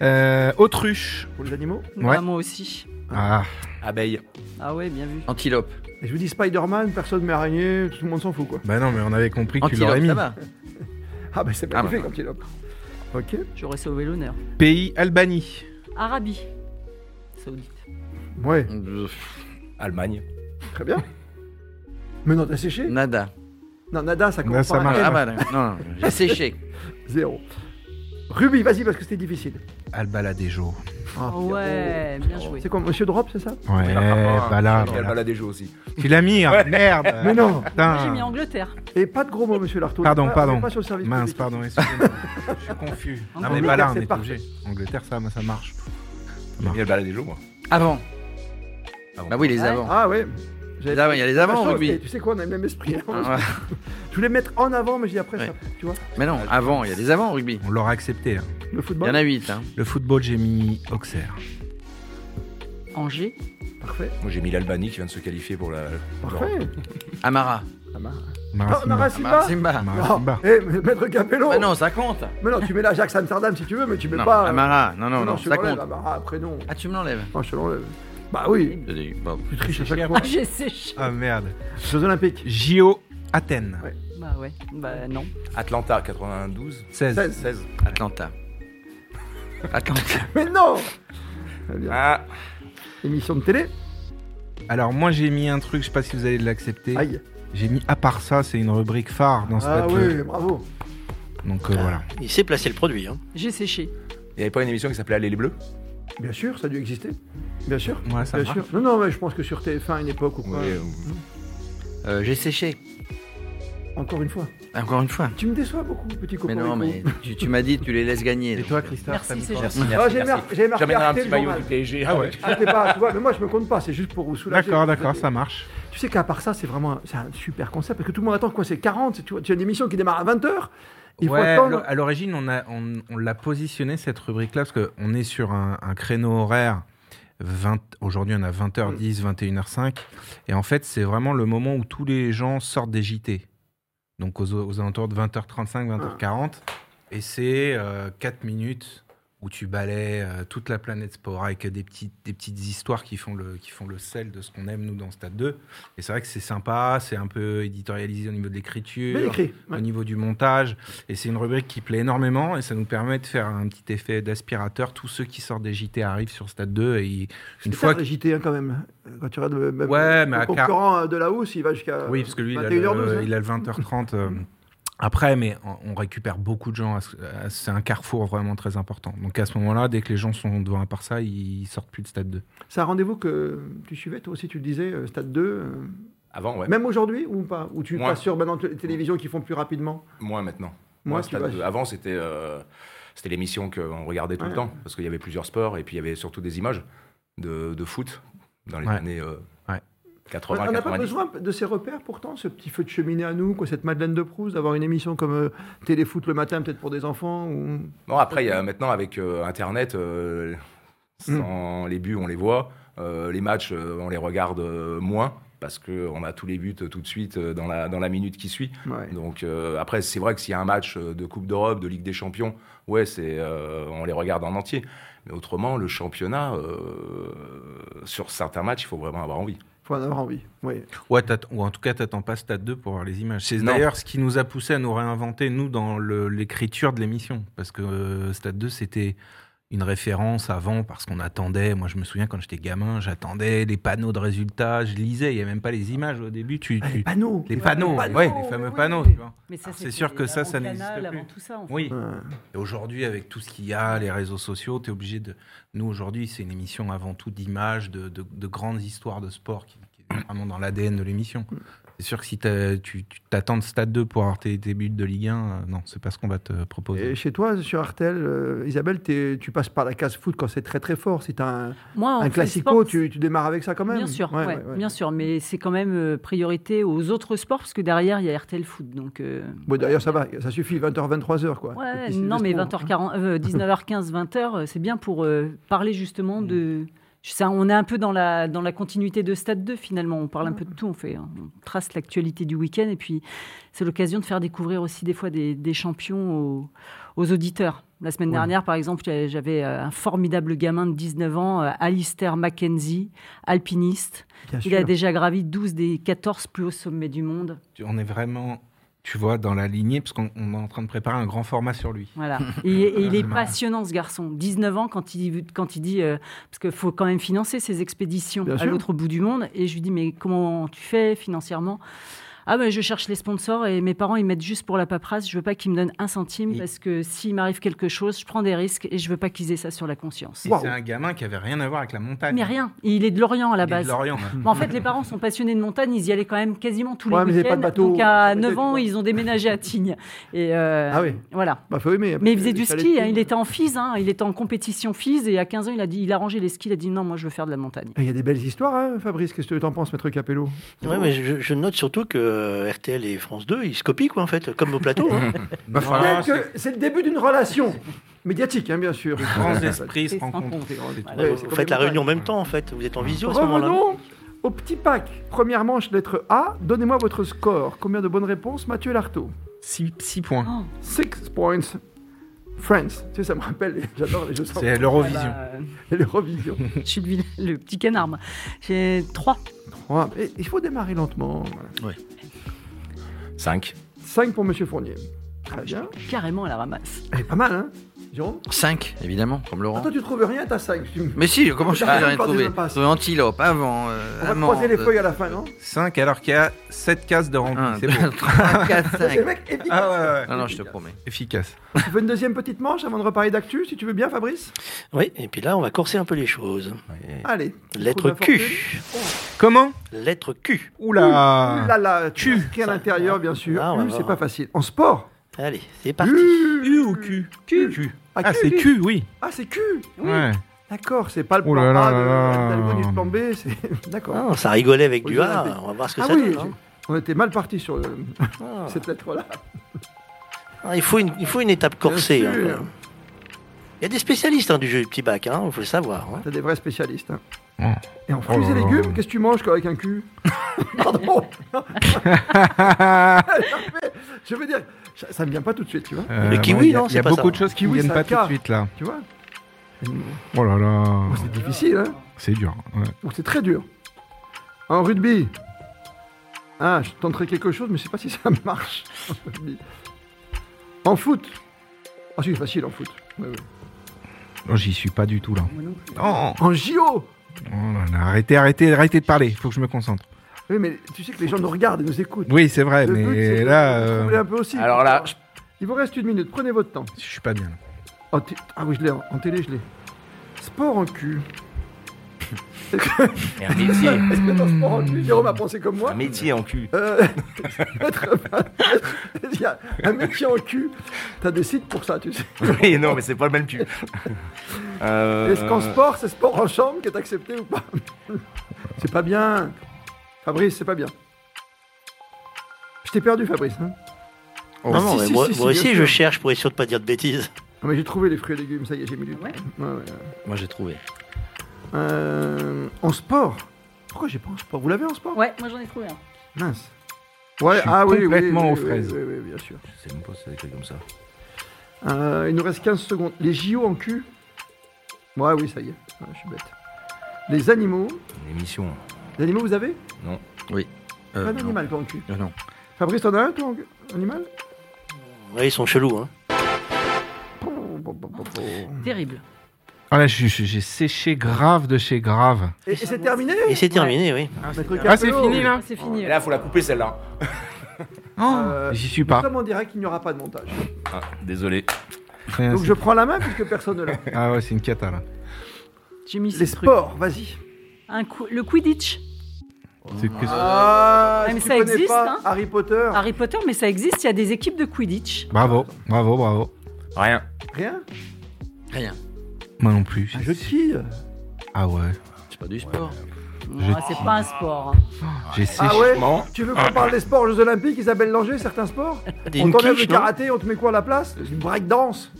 Speaker 2: Euh, autruche.
Speaker 1: Pour les animaux.
Speaker 2: Ouais.
Speaker 3: Ah, moi aussi.
Speaker 2: Ah,
Speaker 4: Abeille.
Speaker 3: Ah ouais, bien vu.
Speaker 5: Antilope.
Speaker 1: Et je vous dis Spider-Man, personne mais araignée, tout le monde s'en fout quoi.
Speaker 2: bah non, mais on avait compris que tu l'aurais
Speaker 5: Antilope,
Speaker 2: mis.
Speaker 5: ça va.
Speaker 1: Ah bah c'est
Speaker 5: Ah
Speaker 1: pas
Speaker 5: bah.
Speaker 1: fait comme antilope. Ok.
Speaker 3: J'aurais sauvé l'honneur.
Speaker 2: Pays Albanie.
Speaker 3: Arabie. Saoudite.
Speaker 1: Ouais,
Speaker 4: Allemagne.
Speaker 1: très bien. Mais non, t'as séché
Speaker 5: Nada.
Speaker 1: Non, nada, ça
Speaker 2: Nada,
Speaker 1: commence
Speaker 2: ça
Speaker 1: par un
Speaker 2: marche.
Speaker 5: Ah
Speaker 1: M.
Speaker 5: bah non, non, j'ai séché.
Speaker 1: Zéro. Ruby, vas-y parce que c'était difficile.
Speaker 2: Albaladejo.
Speaker 1: Ah,
Speaker 3: Ah ouais, bien joué.
Speaker 1: C'est quoi, Monsieur Drop, c'est ça
Speaker 2: Ouais, bah là.
Speaker 4: Il y a le balade des jeux aussi.
Speaker 2: Tu l'as mis, hein. merde.
Speaker 1: Mais non
Speaker 3: Moi, j'ai mis
Speaker 2: Putain.
Speaker 3: Angleterre.
Speaker 1: Et pas de gros mots, Monsieur Lartaud.
Speaker 2: Pardon,
Speaker 1: On est
Speaker 2: pardon.
Speaker 1: Pas sur le service
Speaker 2: Mince,
Speaker 1: public.
Speaker 2: pardon, excusez-moi. Je suis confus.
Speaker 4: Ah,
Speaker 2: Non, mais
Speaker 1: Angleterre,
Speaker 2: pas là, on
Speaker 1: c'est
Speaker 2: est
Speaker 1: parfait.
Speaker 2: obligé. Angleterre, ça, ça marche.
Speaker 4: Il y a le balade des jeux, moi.
Speaker 5: Avant.
Speaker 4: Ah bon.
Speaker 5: Bah oui, les
Speaker 3: Ouais.
Speaker 5: avant.
Speaker 1: Ah ouais.
Speaker 5: Les avant, il y a les avant,
Speaker 1: Attention,
Speaker 5: rugby.
Speaker 1: et Tu sais quoi, on a le même esprit. hein.
Speaker 5: Ah, ouais.
Speaker 1: Je voulais mettre en avant, mais j'ai dit après
Speaker 5: Ouais.
Speaker 1: ça. Tu vois,
Speaker 5: Mais non, avant, il y a des avant au rugby.
Speaker 2: On l'aura accepté. hein.
Speaker 1: le
Speaker 5: Il
Speaker 1: football.
Speaker 5: y en a 8. Hein.
Speaker 2: Le football, j'ai mis Auxerre.
Speaker 3: Angers.
Speaker 1: Parfait,
Speaker 4: Moi, j'ai mis l'Albanie qui vient de se qualifier pour la.
Speaker 1: parfait.
Speaker 5: Amara.
Speaker 1: Ah,
Speaker 2: Marasimba.
Speaker 5: Amara
Speaker 1: Marasimba.
Speaker 5: Simba.
Speaker 2: Marasimba.
Speaker 1: Eh, mais maître Capello.
Speaker 5: Bah non, ça compte.
Speaker 1: Mais non, tu mets là Jacques Amsterdam si tu veux, mais tu mets
Speaker 5: Non,
Speaker 1: pas. euh,
Speaker 5: Amara. Non, non, non,
Speaker 1: je te
Speaker 5: ça
Speaker 1: l'enlève,
Speaker 5: compte.
Speaker 1: Amara, après non.
Speaker 5: Ah, tu me l'enlèves.
Speaker 1: Non, je te l'enlève. Bah oui,
Speaker 5: Je dis, bon.
Speaker 1: tu triches à chaque fois.
Speaker 3: Ah, j'ai séché.
Speaker 2: Ah merde.
Speaker 1: Jeux Olympiques.
Speaker 2: JO Athènes.
Speaker 1: Ouais.
Speaker 3: Bah ouais. Bah non.
Speaker 4: Atlanta, 92.
Speaker 2: 16.
Speaker 1: 16.
Speaker 4: 16.
Speaker 5: Atlanta. Atlanta.
Speaker 1: Mais non Très bien.
Speaker 4: Ah,
Speaker 1: Émission de télé
Speaker 2: Alors moi j'ai mis un truc, je sais pas si vous allez l'accepter.
Speaker 1: Aïe.
Speaker 2: J'ai mis à part ça, c'est une rubrique phare dans ce
Speaker 1: Ah
Speaker 2: plateau.
Speaker 1: oui, bravo.
Speaker 2: Donc euh, voilà.
Speaker 6: Il sait placer le produit. Hein.
Speaker 3: J'ai séché.
Speaker 4: il n'y avait pas une émission qui s'appelait Aller les Bleus
Speaker 1: Bien sûr, ça a dû exister. Bien sûr.
Speaker 2: Ouais, ça
Speaker 1: Bien
Speaker 2: marche.
Speaker 1: sûr. Non, non, mais je pense que sur TF1 à une époque ou quoi.
Speaker 4: Ouais,
Speaker 5: Euh, j'ai séché.
Speaker 1: Encore une fois.
Speaker 5: Encore une fois.
Speaker 1: Tu me déçois beaucoup, petit copain.
Speaker 5: Mais non, mais tu, tu m'as dit, tu les laisses gagner. donc.
Speaker 2: Christophe
Speaker 3: Merci, séché.
Speaker 4: Merci,
Speaker 1: Ah,
Speaker 4: merci.
Speaker 1: j'ai mar- j'ai marqué
Speaker 4: J'amènerai un
Speaker 1: Arte
Speaker 4: petit
Speaker 1: le
Speaker 4: maillot
Speaker 1: journal.
Speaker 4: du PSG.
Speaker 2: Ah ouais.
Speaker 1: Ah, c'est pas, tu vois, mais moi je me compte pas, c'est juste pour vous soulager.
Speaker 2: D'accord, d'accord, ça marche.
Speaker 1: Tu sais qu'à part ça, c'est vraiment un, c'est un super concept parce que tout le monde attend quoi, c'est 40, tu vois, tu as une émission qui démarre à 20h, il faut
Speaker 2: Ouais,
Speaker 1: attendre.
Speaker 2: à l'origine, on, a- on, on l'a positionné cette rubrique-là parce qu'on est sur un, un créneau horaire. 20 Aujourd'hui, on a 20h10, 21h05. Et en fait, c'est vraiment le moment où tous les gens sortent des JT. Donc aux, aux alentours de 20h35, 20h40. Et c'est 4 minutes où tu balais euh, toute la planète sport avec des petites, des petites histoires qui font, le, qui font le sel de ce qu'on aime, nous, dans Stade 2. Et c'est vrai que c'est sympa, c'est un peu éditorialisé au niveau de l'écriture
Speaker 1: Bien écrit. ouais.
Speaker 2: au niveau du montage. Et c'est une rubrique qui plaît énormément et ça nous permet de faire un petit effet d'aspirateur. Tous ceux qui sortent des JT arrivent sur Stade 2 et ils- une
Speaker 1: C'est tard,
Speaker 2: fois que...
Speaker 1: les JT hein, quand même. Quand tu regardes le, même
Speaker 2: Ouais,
Speaker 1: le
Speaker 2: mais à car-
Speaker 1: concurrent euh, de la hausse, il va jusqu'à
Speaker 2: Oui, parce que lui, il a,
Speaker 1: 21h12,
Speaker 2: le,
Speaker 1: hein.
Speaker 2: il a le 20h30 euh, après, mais on, on récupère beaucoup de gens. à ce- à- C'est un carrefour vraiment très important. Donc à ce moment-là, dès que les gens sont devant un par ça, ils sortent plus de Stade 2.
Speaker 1: C'est un rendez-vous que tu suivais, toi aussi, tu le disais, euh, Stade 2, euh,
Speaker 4: Avant, ouais.
Speaker 1: même aujourd'hui ou pas Ou tu
Speaker 4: Moins.
Speaker 1: passes sur maintenant les télévisions qui font plus rapidement
Speaker 4: Moins maintenant.
Speaker 1: Moi,
Speaker 4: Moi,
Speaker 1: tu vas-
Speaker 4: Avant, c'était euh, c'était l'émission qu'on regardait tout
Speaker 1: Ouais.
Speaker 4: le temps, parce qu'il y avait plusieurs sports, et puis il y avait surtout des images de, de foot dans les
Speaker 2: Ouais.
Speaker 4: années euh,
Speaker 2: Ouais.
Speaker 1: On
Speaker 4: 80,
Speaker 1: on n'a pas
Speaker 4: 90.
Speaker 1: besoin de ces repères pourtant, ce petit feu de cheminée à nous, quoi, cette Madeleine de Proust, d'avoir une émission comme euh, Téléfoot le matin, peut-être pour des enfants ou...
Speaker 4: Non, après, il y a maintenant, avec euh, Internet, euh, sans les buts, on les voit. Euh, les matchs, euh, on les regarde euh, moins, parce qu'on a tous les buts euh, tout de suite euh, dans la, dans la minute qui suit.
Speaker 1: Ouais.
Speaker 4: Donc euh, après, c'est vrai que s'il y a un match euh, de Coupe d'Europe, de Ligue des Champions, ouais, c'est euh, on les regarde en entier. Mais autrement, le championnat, euh, sur certains matchs, il faut vraiment avoir envie.
Speaker 1: Faut en avoir envie. Oui.
Speaker 2: Ouais, t'att- ou en tout cas, t'attends pas Stade 2 pour voir les images. C'est
Speaker 4: Non.
Speaker 2: d'ailleurs ce qui nous a poussé à nous réinventer, nous, dans le- l'écriture de l'émission. Parce que euh, Stade 2, c'était une référence avant, parce qu'on attendait. Moi, je me souviens, quand j'étais gamin, j'attendais les panneaux de résultats, je lisais. Il n'y avait même pas les images au début. Tu,
Speaker 1: Ah,
Speaker 2: tu-
Speaker 1: les panneaux.
Speaker 2: les panneaux,
Speaker 1: panneaux,
Speaker 2: ouais, les
Speaker 3: mais
Speaker 2: fameux
Speaker 3: oui.
Speaker 2: panneaux. tu vois.
Speaker 3: Mais ça,
Speaker 2: Alors, Ah, c'est
Speaker 3: c'était
Speaker 2: sûr que ça,
Speaker 3: avant
Speaker 2: ça n'existe
Speaker 3: Canal,
Speaker 2: plus.
Speaker 3: Avant tout ça, en fait.
Speaker 2: Oui.
Speaker 1: Ouais.
Speaker 2: Et aujourd'hui, avec tout ce qu'il y a, les réseaux sociaux, tu es obligé de. Nous, aujourd'hui, c'est une émission avant tout d'images, de, de- de grandes histoires de sport qui, qui est vraiment dans l'ADN de l'émission. C'est sûr que si t'as- tu tu t'attends de Stade 2 pour avoir tes, tes buts de Ligue 1, euh, non, c'est pas ce qu'on va te
Speaker 1: Et
Speaker 2: proposer.
Speaker 1: chez toi, sur Artel, euh, Isabelle, t'es- tu passes par la case foot quand c'est très très fort. Si t'as un,
Speaker 3: Moi, en
Speaker 1: un
Speaker 3: fait,
Speaker 1: classico,
Speaker 3: sport,
Speaker 1: tu, tu démarres avec ça quand même.
Speaker 3: Bien sûr,
Speaker 1: Ouais,
Speaker 3: ouais,
Speaker 1: ouais, ouais.
Speaker 3: bien sûr, mais c'est quand même euh, priorité aux autres sports parce que derrière il y a RTL Foot, donc. euh,
Speaker 1: Bon, d'ailleurs, ça va, ça suffit, 20h, 23h, quoi.
Speaker 3: Ouais,
Speaker 1: Et puis, c'est
Speaker 3: non,
Speaker 1: le
Speaker 3: mais
Speaker 1: sport. Mm.
Speaker 3: 20h40, euh, 19h15, 20h, euh, c'est bien pour euh, parler justement de Ça, on est un peu dans la, dans la continuité de Stade 2 finalement. On parle un peu de tout, on, fait, on trace l'actualité du week-end et puis c'est l'occasion de faire découvrir aussi des fois des, des champions aux, aux auditeurs. La semaine dernière, par exemple, j'avais- j'avais euh, un formidable gamin de 19 ans, euh, Alistair Mackenzie, alpiniste.
Speaker 1: Bien
Speaker 3: Il a déjà gravi 12 des 14 plus hauts sommets du monde.
Speaker 2: Tu- On est vraiment, tu vois, dans la lignée, parce qu'on on est en train de préparer un grand format sur lui.
Speaker 3: Voilà. Et, et il est passionnant, ce garçon. 19 ans, quand il, quand il dit. euh, parce qu'il faut quand même financer ses expéditions
Speaker 1: Bien
Speaker 3: à
Speaker 1: sûr.
Speaker 3: l'autre bout du monde. Et je lui dis Mais comment tu fais financièrement ah ben je cherche les sponsors et mes parents ils mettent juste pour la paperasse. Je veux pas qu'ils me donnent un centime
Speaker 2: Et-
Speaker 3: parce que s'il m'arrive quelque chose, je prends des risques et je veux pas qu'ils aient ça sur la conscience.
Speaker 2: Et
Speaker 1: Waouh.
Speaker 2: C'est un gamin qui avait rien à voir avec la montagne.
Speaker 3: Mais rien. Il est de l'Orient à
Speaker 2: Il
Speaker 3: la
Speaker 2: est de
Speaker 3: base.
Speaker 2: l'Orient.
Speaker 3: Mais en fait, les parents sont passionnés de montagne, ils y allaient quand même quasiment tous
Speaker 1: Ouais, mais
Speaker 3: les
Speaker 1: il y avait
Speaker 3: week-ends.
Speaker 1: pas de bateau,
Speaker 3: Donc à
Speaker 1: sur la côté,
Speaker 3: 9
Speaker 1: tu
Speaker 3: ans,
Speaker 1: vois.
Speaker 3: ils ont déménagé à Tignes. Et euh,
Speaker 1: Ah oui.
Speaker 3: Voilà.
Speaker 1: Bah, faut aimer.
Speaker 3: Mais il faisait du
Speaker 1: Les chalets
Speaker 3: ski,
Speaker 1: de
Speaker 3: hein,
Speaker 1: ski.
Speaker 3: il était en FIS, hein, il était en compétition FIS et à 15 ans, il a, dit, il a rangé les skis, il a dit non, moi je veux faire de la montagne.
Speaker 1: Et Eh, Il y a des belles histoires, hein, Fabrice. Qu'est-ce que tu en penses, Maître Capello
Speaker 6: Ouais, mais je, je note surtout que euh, RTL et France 2, ils se copient, quoi, en fait, comme au plateau. hein.
Speaker 2: Bah, voilà,
Speaker 1: Peut-être Ah, que c'est le début d'une relation médiatique, hein, bien sûr.
Speaker 2: Grands esprits se
Speaker 3: Et sans
Speaker 2: rencontrent.
Speaker 3: compter.
Speaker 2: C'est tout.
Speaker 1: Ouais,
Speaker 6: Ouais,
Speaker 1: c'est
Speaker 6: vous faites
Speaker 1: complètement
Speaker 6: la réunion en même temps, en fait. Vous êtes en visio à ce moment-là.
Speaker 1: Revenons au petit pack. Première manche, lettre A. Donnez-moi votre score. Combien de bonnes réponses, Mathieu Lartaud
Speaker 2: Six, six points.
Speaker 3: Oh,
Speaker 1: 6 points. France. Tu sais, ça me rappelle, j'adore les jeux sans
Speaker 2: C'est l'Eurovision.
Speaker 3: bah, euh,
Speaker 1: et les revisions.
Speaker 3: je suis le, vil- le petit canard. moi. J'ai 3.
Speaker 1: Trois. Et Il faut démarrer lentement. Voilà.
Speaker 4: 5.
Speaker 1: 5 pour Monsieur Fournier. Très bien.
Speaker 3: Carrément à la ramasse.
Speaker 1: Elle est pas mal, hein Jérôme
Speaker 5: 5, évidemment, comme
Speaker 1: Ah,
Speaker 5: Laurent.
Speaker 1: Toi, tu trouves rien, t'as 5.
Speaker 5: Mais si, comment je fais
Speaker 1: J'arrive
Speaker 5: J'en ai
Speaker 1: pas à
Speaker 5: trouvé.
Speaker 1: des impasses.
Speaker 5: Trouvé antilope, avant, euh,
Speaker 1: On va croiser les feuilles à la fin, non
Speaker 2: 5 alors qu'il y a 7 cases de rempli.
Speaker 5: Ah,
Speaker 2: C'est bon.
Speaker 5: 3, 4,
Speaker 1: C'est
Speaker 5: 5.
Speaker 1: mec efficace.
Speaker 2: Ah ouais, ouais, ouais.
Speaker 5: Non, non, je te promets.
Speaker 2: Efficace.
Speaker 1: Tu veux une deuxième petite manche avant de reparler d'actu, si tu veux bien, Fabrice
Speaker 6: Oui, et puis là, on va corser un peu les choses.
Speaker 1: Allez.
Speaker 6: Lettre
Speaker 1: Trou de la
Speaker 6: Q.
Speaker 2: Comment
Speaker 6: Lettre Q.
Speaker 2: Oula
Speaker 1: Là, là,
Speaker 2: Cul.
Speaker 1: tu. Qui à l'intérieur, bien sûr.
Speaker 6: Ah, on va
Speaker 1: Cul, c'est
Speaker 6: voir.
Speaker 1: pas facile. En sport
Speaker 6: Allez, c'est parti.
Speaker 2: U ou Q Q.
Speaker 1: Ah,
Speaker 2: Ah,
Speaker 1: cul,
Speaker 2: c'est
Speaker 1: lui.
Speaker 2: Q, oui.
Speaker 1: Ah, c'est Q
Speaker 2: Ouais.
Speaker 1: D'accord, c'est pas le
Speaker 2: Oh
Speaker 1: plan
Speaker 2: là là
Speaker 1: A de-
Speaker 2: là là.
Speaker 1: d'Albon et le plan B. c'est- D'accord.
Speaker 6: Ah, ça rigolait avec
Speaker 1: Oui,
Speaker 6: du A.
Speaker 1: Olympique.
Speaker 6: On va voir ce que
Speaker 1: Ah
Speaker 6: ça
Speaker 1: oui,
Speaker 6: donne. hein.
Speaker 1: on était mal parti sur euh,
Speaker 6: Ah.
Speaker 1: cette lettre-là.
Speaker 6: Ah, il, faut une, il faut une étape corsée.
Speaker 1: Bien sûr.
Speaker 6: hein, quoi. Il y a des spécialistes hein, du jeu du petit bac, il faut le savoir. hein.
Speaker 1: T'as des vrais spécialistes. hein.
Speaker 2: Oh.
Speaker 1: Et en
Speaker 2: Oh
Speaker 1: fruits
Speaker 2: là
Speaker 1: et
Speaker 2: là.
Speaker 1: légumes, qu'est-ce que tu manges avec un cul Pardon Je veux dire, ça, ça me vient pas tout de suite, tu vois.
Speaker 2: Euh,
Speaker 6: Le kiwi,
Speaker 2: bon, il y a- Il y
Speaker 6: non,
Speaker 2: a
Speaker 6: c'est pas
Speaker 2: beaucoup
Speaker 6: ça.
Speaker 2: de choses qui ne
Speaker 1: Kiwi,
Speaker 2: viennent
Speaker 1: c'est un
Speaker 2: pas tout
Speaker 1: cas.
Speaker 2: de suite là.
Speaker 1: Tu vois
Speaker 2: Oh là là.
Speaker 1: Bon, C'est difficile, hein
Speaker 2: C'est dur. ouais.
Speaker 1: Bon, C'est très dur. En rugby. Ah, je tenterai quelque chose, mais je sais pas si ça marche. En, rugby. En foot. Ah, si, c'est facile en foot. Ouais, ouais.
Speaker 2: Oh, J'y suis pas du tout là. Oh,
Speaker 1: En JO.
Speaker 2: oh là là. Arrêtez, arrêtez, arrêtez de parler. Il faut que je me concentre.
Speaker 1: Oui, mais tu sais que les gens nous regardent et nous écoutent.
Speaker 2: Oui, c'est vrai,
Speaker 1: Le but, c'est
Speaker 2: mais
Speaker 1: de
Speaker 2: là,
Speaker 1: nous troubler
Speaker 2: euh,
Speaker 1: un peu aussi.
Speaker 4: Alors là, je-
Speaker 1: Il vous reste une minute, prenez votre temps.
Speaker 2: je suis pas bien. là.
Speaker 1: En té- ah oui, je l'ai en, en télé, je l'ai. Sport en cul.
Speaker 4: un métier.
Speaker 1: Est-ce que dans sport en cul, Jérôme a pensé comme moi
Speaker 4: Un métier en cul.
Speaker 1: Euh, Il y a un métier en cul. T'as des sites pour ça, tu sais.
Speaker 4: Oui, non, mais c'est pas le même cul. Euh,
Speaker 1: Est-ce qu'en sport, c'est sport en chambre qui est accepté ou pas C'est pas bien. Fabrice, c'est pas bien. Je t'ai perdu, Fabrice. hein
Speaker 6: non, non,
Speaker 1: si,
Speaker 6: mais
Speaker 1: si,
Speaker 6: moi,
Speaker 1: si,
Speaker 6: moi
Speaker 1: si,
Speaker 6: aussi,
Speaker 1: bien
Speaker 6: je
Speaker 1: sûr.
Speaker 6: cherche pour être sûr de pas dire de bêtises.
Speaker 1: non, mais j'ai trouvé les fruits et légumes, ça y est, j'ai mis du temps.
Speaker 3: Ouais.
Speaker 1: Ouais, ouais.
Speaker 5: Moi, j'ai trouvé.
Speaker 1: Euh, en sport Pourquoi j'ai pas en sport Vous l'avez en sport
Speaker 3: Ouais, moi j'en ai trouvé un.
Speaker 1: Mince. Ouais,
Speaker 2: Je suis
Speaker 1: ah oui, oui,
Speaker 2: complètement
Speaker 1: oui,
Speaker 2: aux
Speaker 1: oui,
Speaker 2: fraises.
Speaker 1: Oui, oui, oui, bien sûr.
Speaker 4: Je sais même pas si c'est comme ça.
Speaker 1: Euh, il nous reste 15 secondes. Les JO en cul Ouais, oui, ça y est. Ouais, je suis bête. Les animaux
Speaker 4: Une émission.
Speaker 1: Les animaux, vous avez Pas
Speaker 5: Euh, non.
Speaker 1: d'animal, toi, en cul.
Speaker 5: Non, non.
Speaker 1: Fabrice, t'en as un, toi, en cul Animal
Speaker 6: Ouais, ils sont chelous. Hein.
Speaker 1: Oh,
Speaker 3: Terrible.
Speaker 2: Ah là, je- je- j'ai séché grave de chez grave.
Speaker 1: Et, et c'est terminé
Speaker 6: Et c'est terminé, oui.
Speaker 1: Maître
Speaker 2: Ah, c'est
Speaker 1: Capello,
Speaker 2: fini,
Speaker 1: oui.
Speaker 2: là
Speaker 3: C'est fini.
Speaker 4: Et là, faut la couper celle-là.
Speaker 2: Oh,
Speaker 1: Euh,
Speaker 2: J'y suis
Speaker 1: Nous
Speaker 2: pas.
Speaker 1: sommes en direct, il n'y aura pas de montage.
Speaker 4: Ah, désolé.
Speaker 2: Ouais,
Speaker 1: Donc
Speaker 2: Ah, c'est-
Speaker 1: je prends la main puisque personne ne l'a.
Speaker 2: Ah ouais, c'est une cata là.
Speaker 3: J'ai mis ce
Speaker 1: Les
Speaker 3: truc.
Speaker 1: sports, vas-y.
Speaker 3: Un coup- le Quidditch.
Speaker 2: C'est que ça.
Speaker 1: Ah,
Speaker 3: Ouais, mais
Speaker 1: si
Speaker 3: ça
Speaker 1: tu connais
Speaker 3: existe,
Speaker 1: pas
Speaker 3: hein.
Speaker 1: Harry Potter.
Speaker 3: Harry Potter, mais ça existe, il y a des équipes de Quidditch.
Speaker 2: Bravo, bravo, bravo.
Speaker 4: Rien.
Speaker 1: Rien
Speaker 5: Rien.
Speaker 2: Moi non plus.
Speaker 1: Ah, Un jeu de quilles
Speaker 2: Ah ouais.
Speaker 5: C'est pas du sport.
Speaker 3: Non, c'est pas un sport. hein.
Speaker 2: J'ai séché.
Speaker 1: Ah ouais
Speaker 4: Bon.
Speaker 1: Tu veux qu'on parle des sports aux Jeux Olympiques, Isabelle Langer, certains sports
Speaker 6: Des
Speaker 1: On t'enlève le
Speaker 6: quiches, non
Speaker 1: karaté, on te met quoi à la place Du breakdance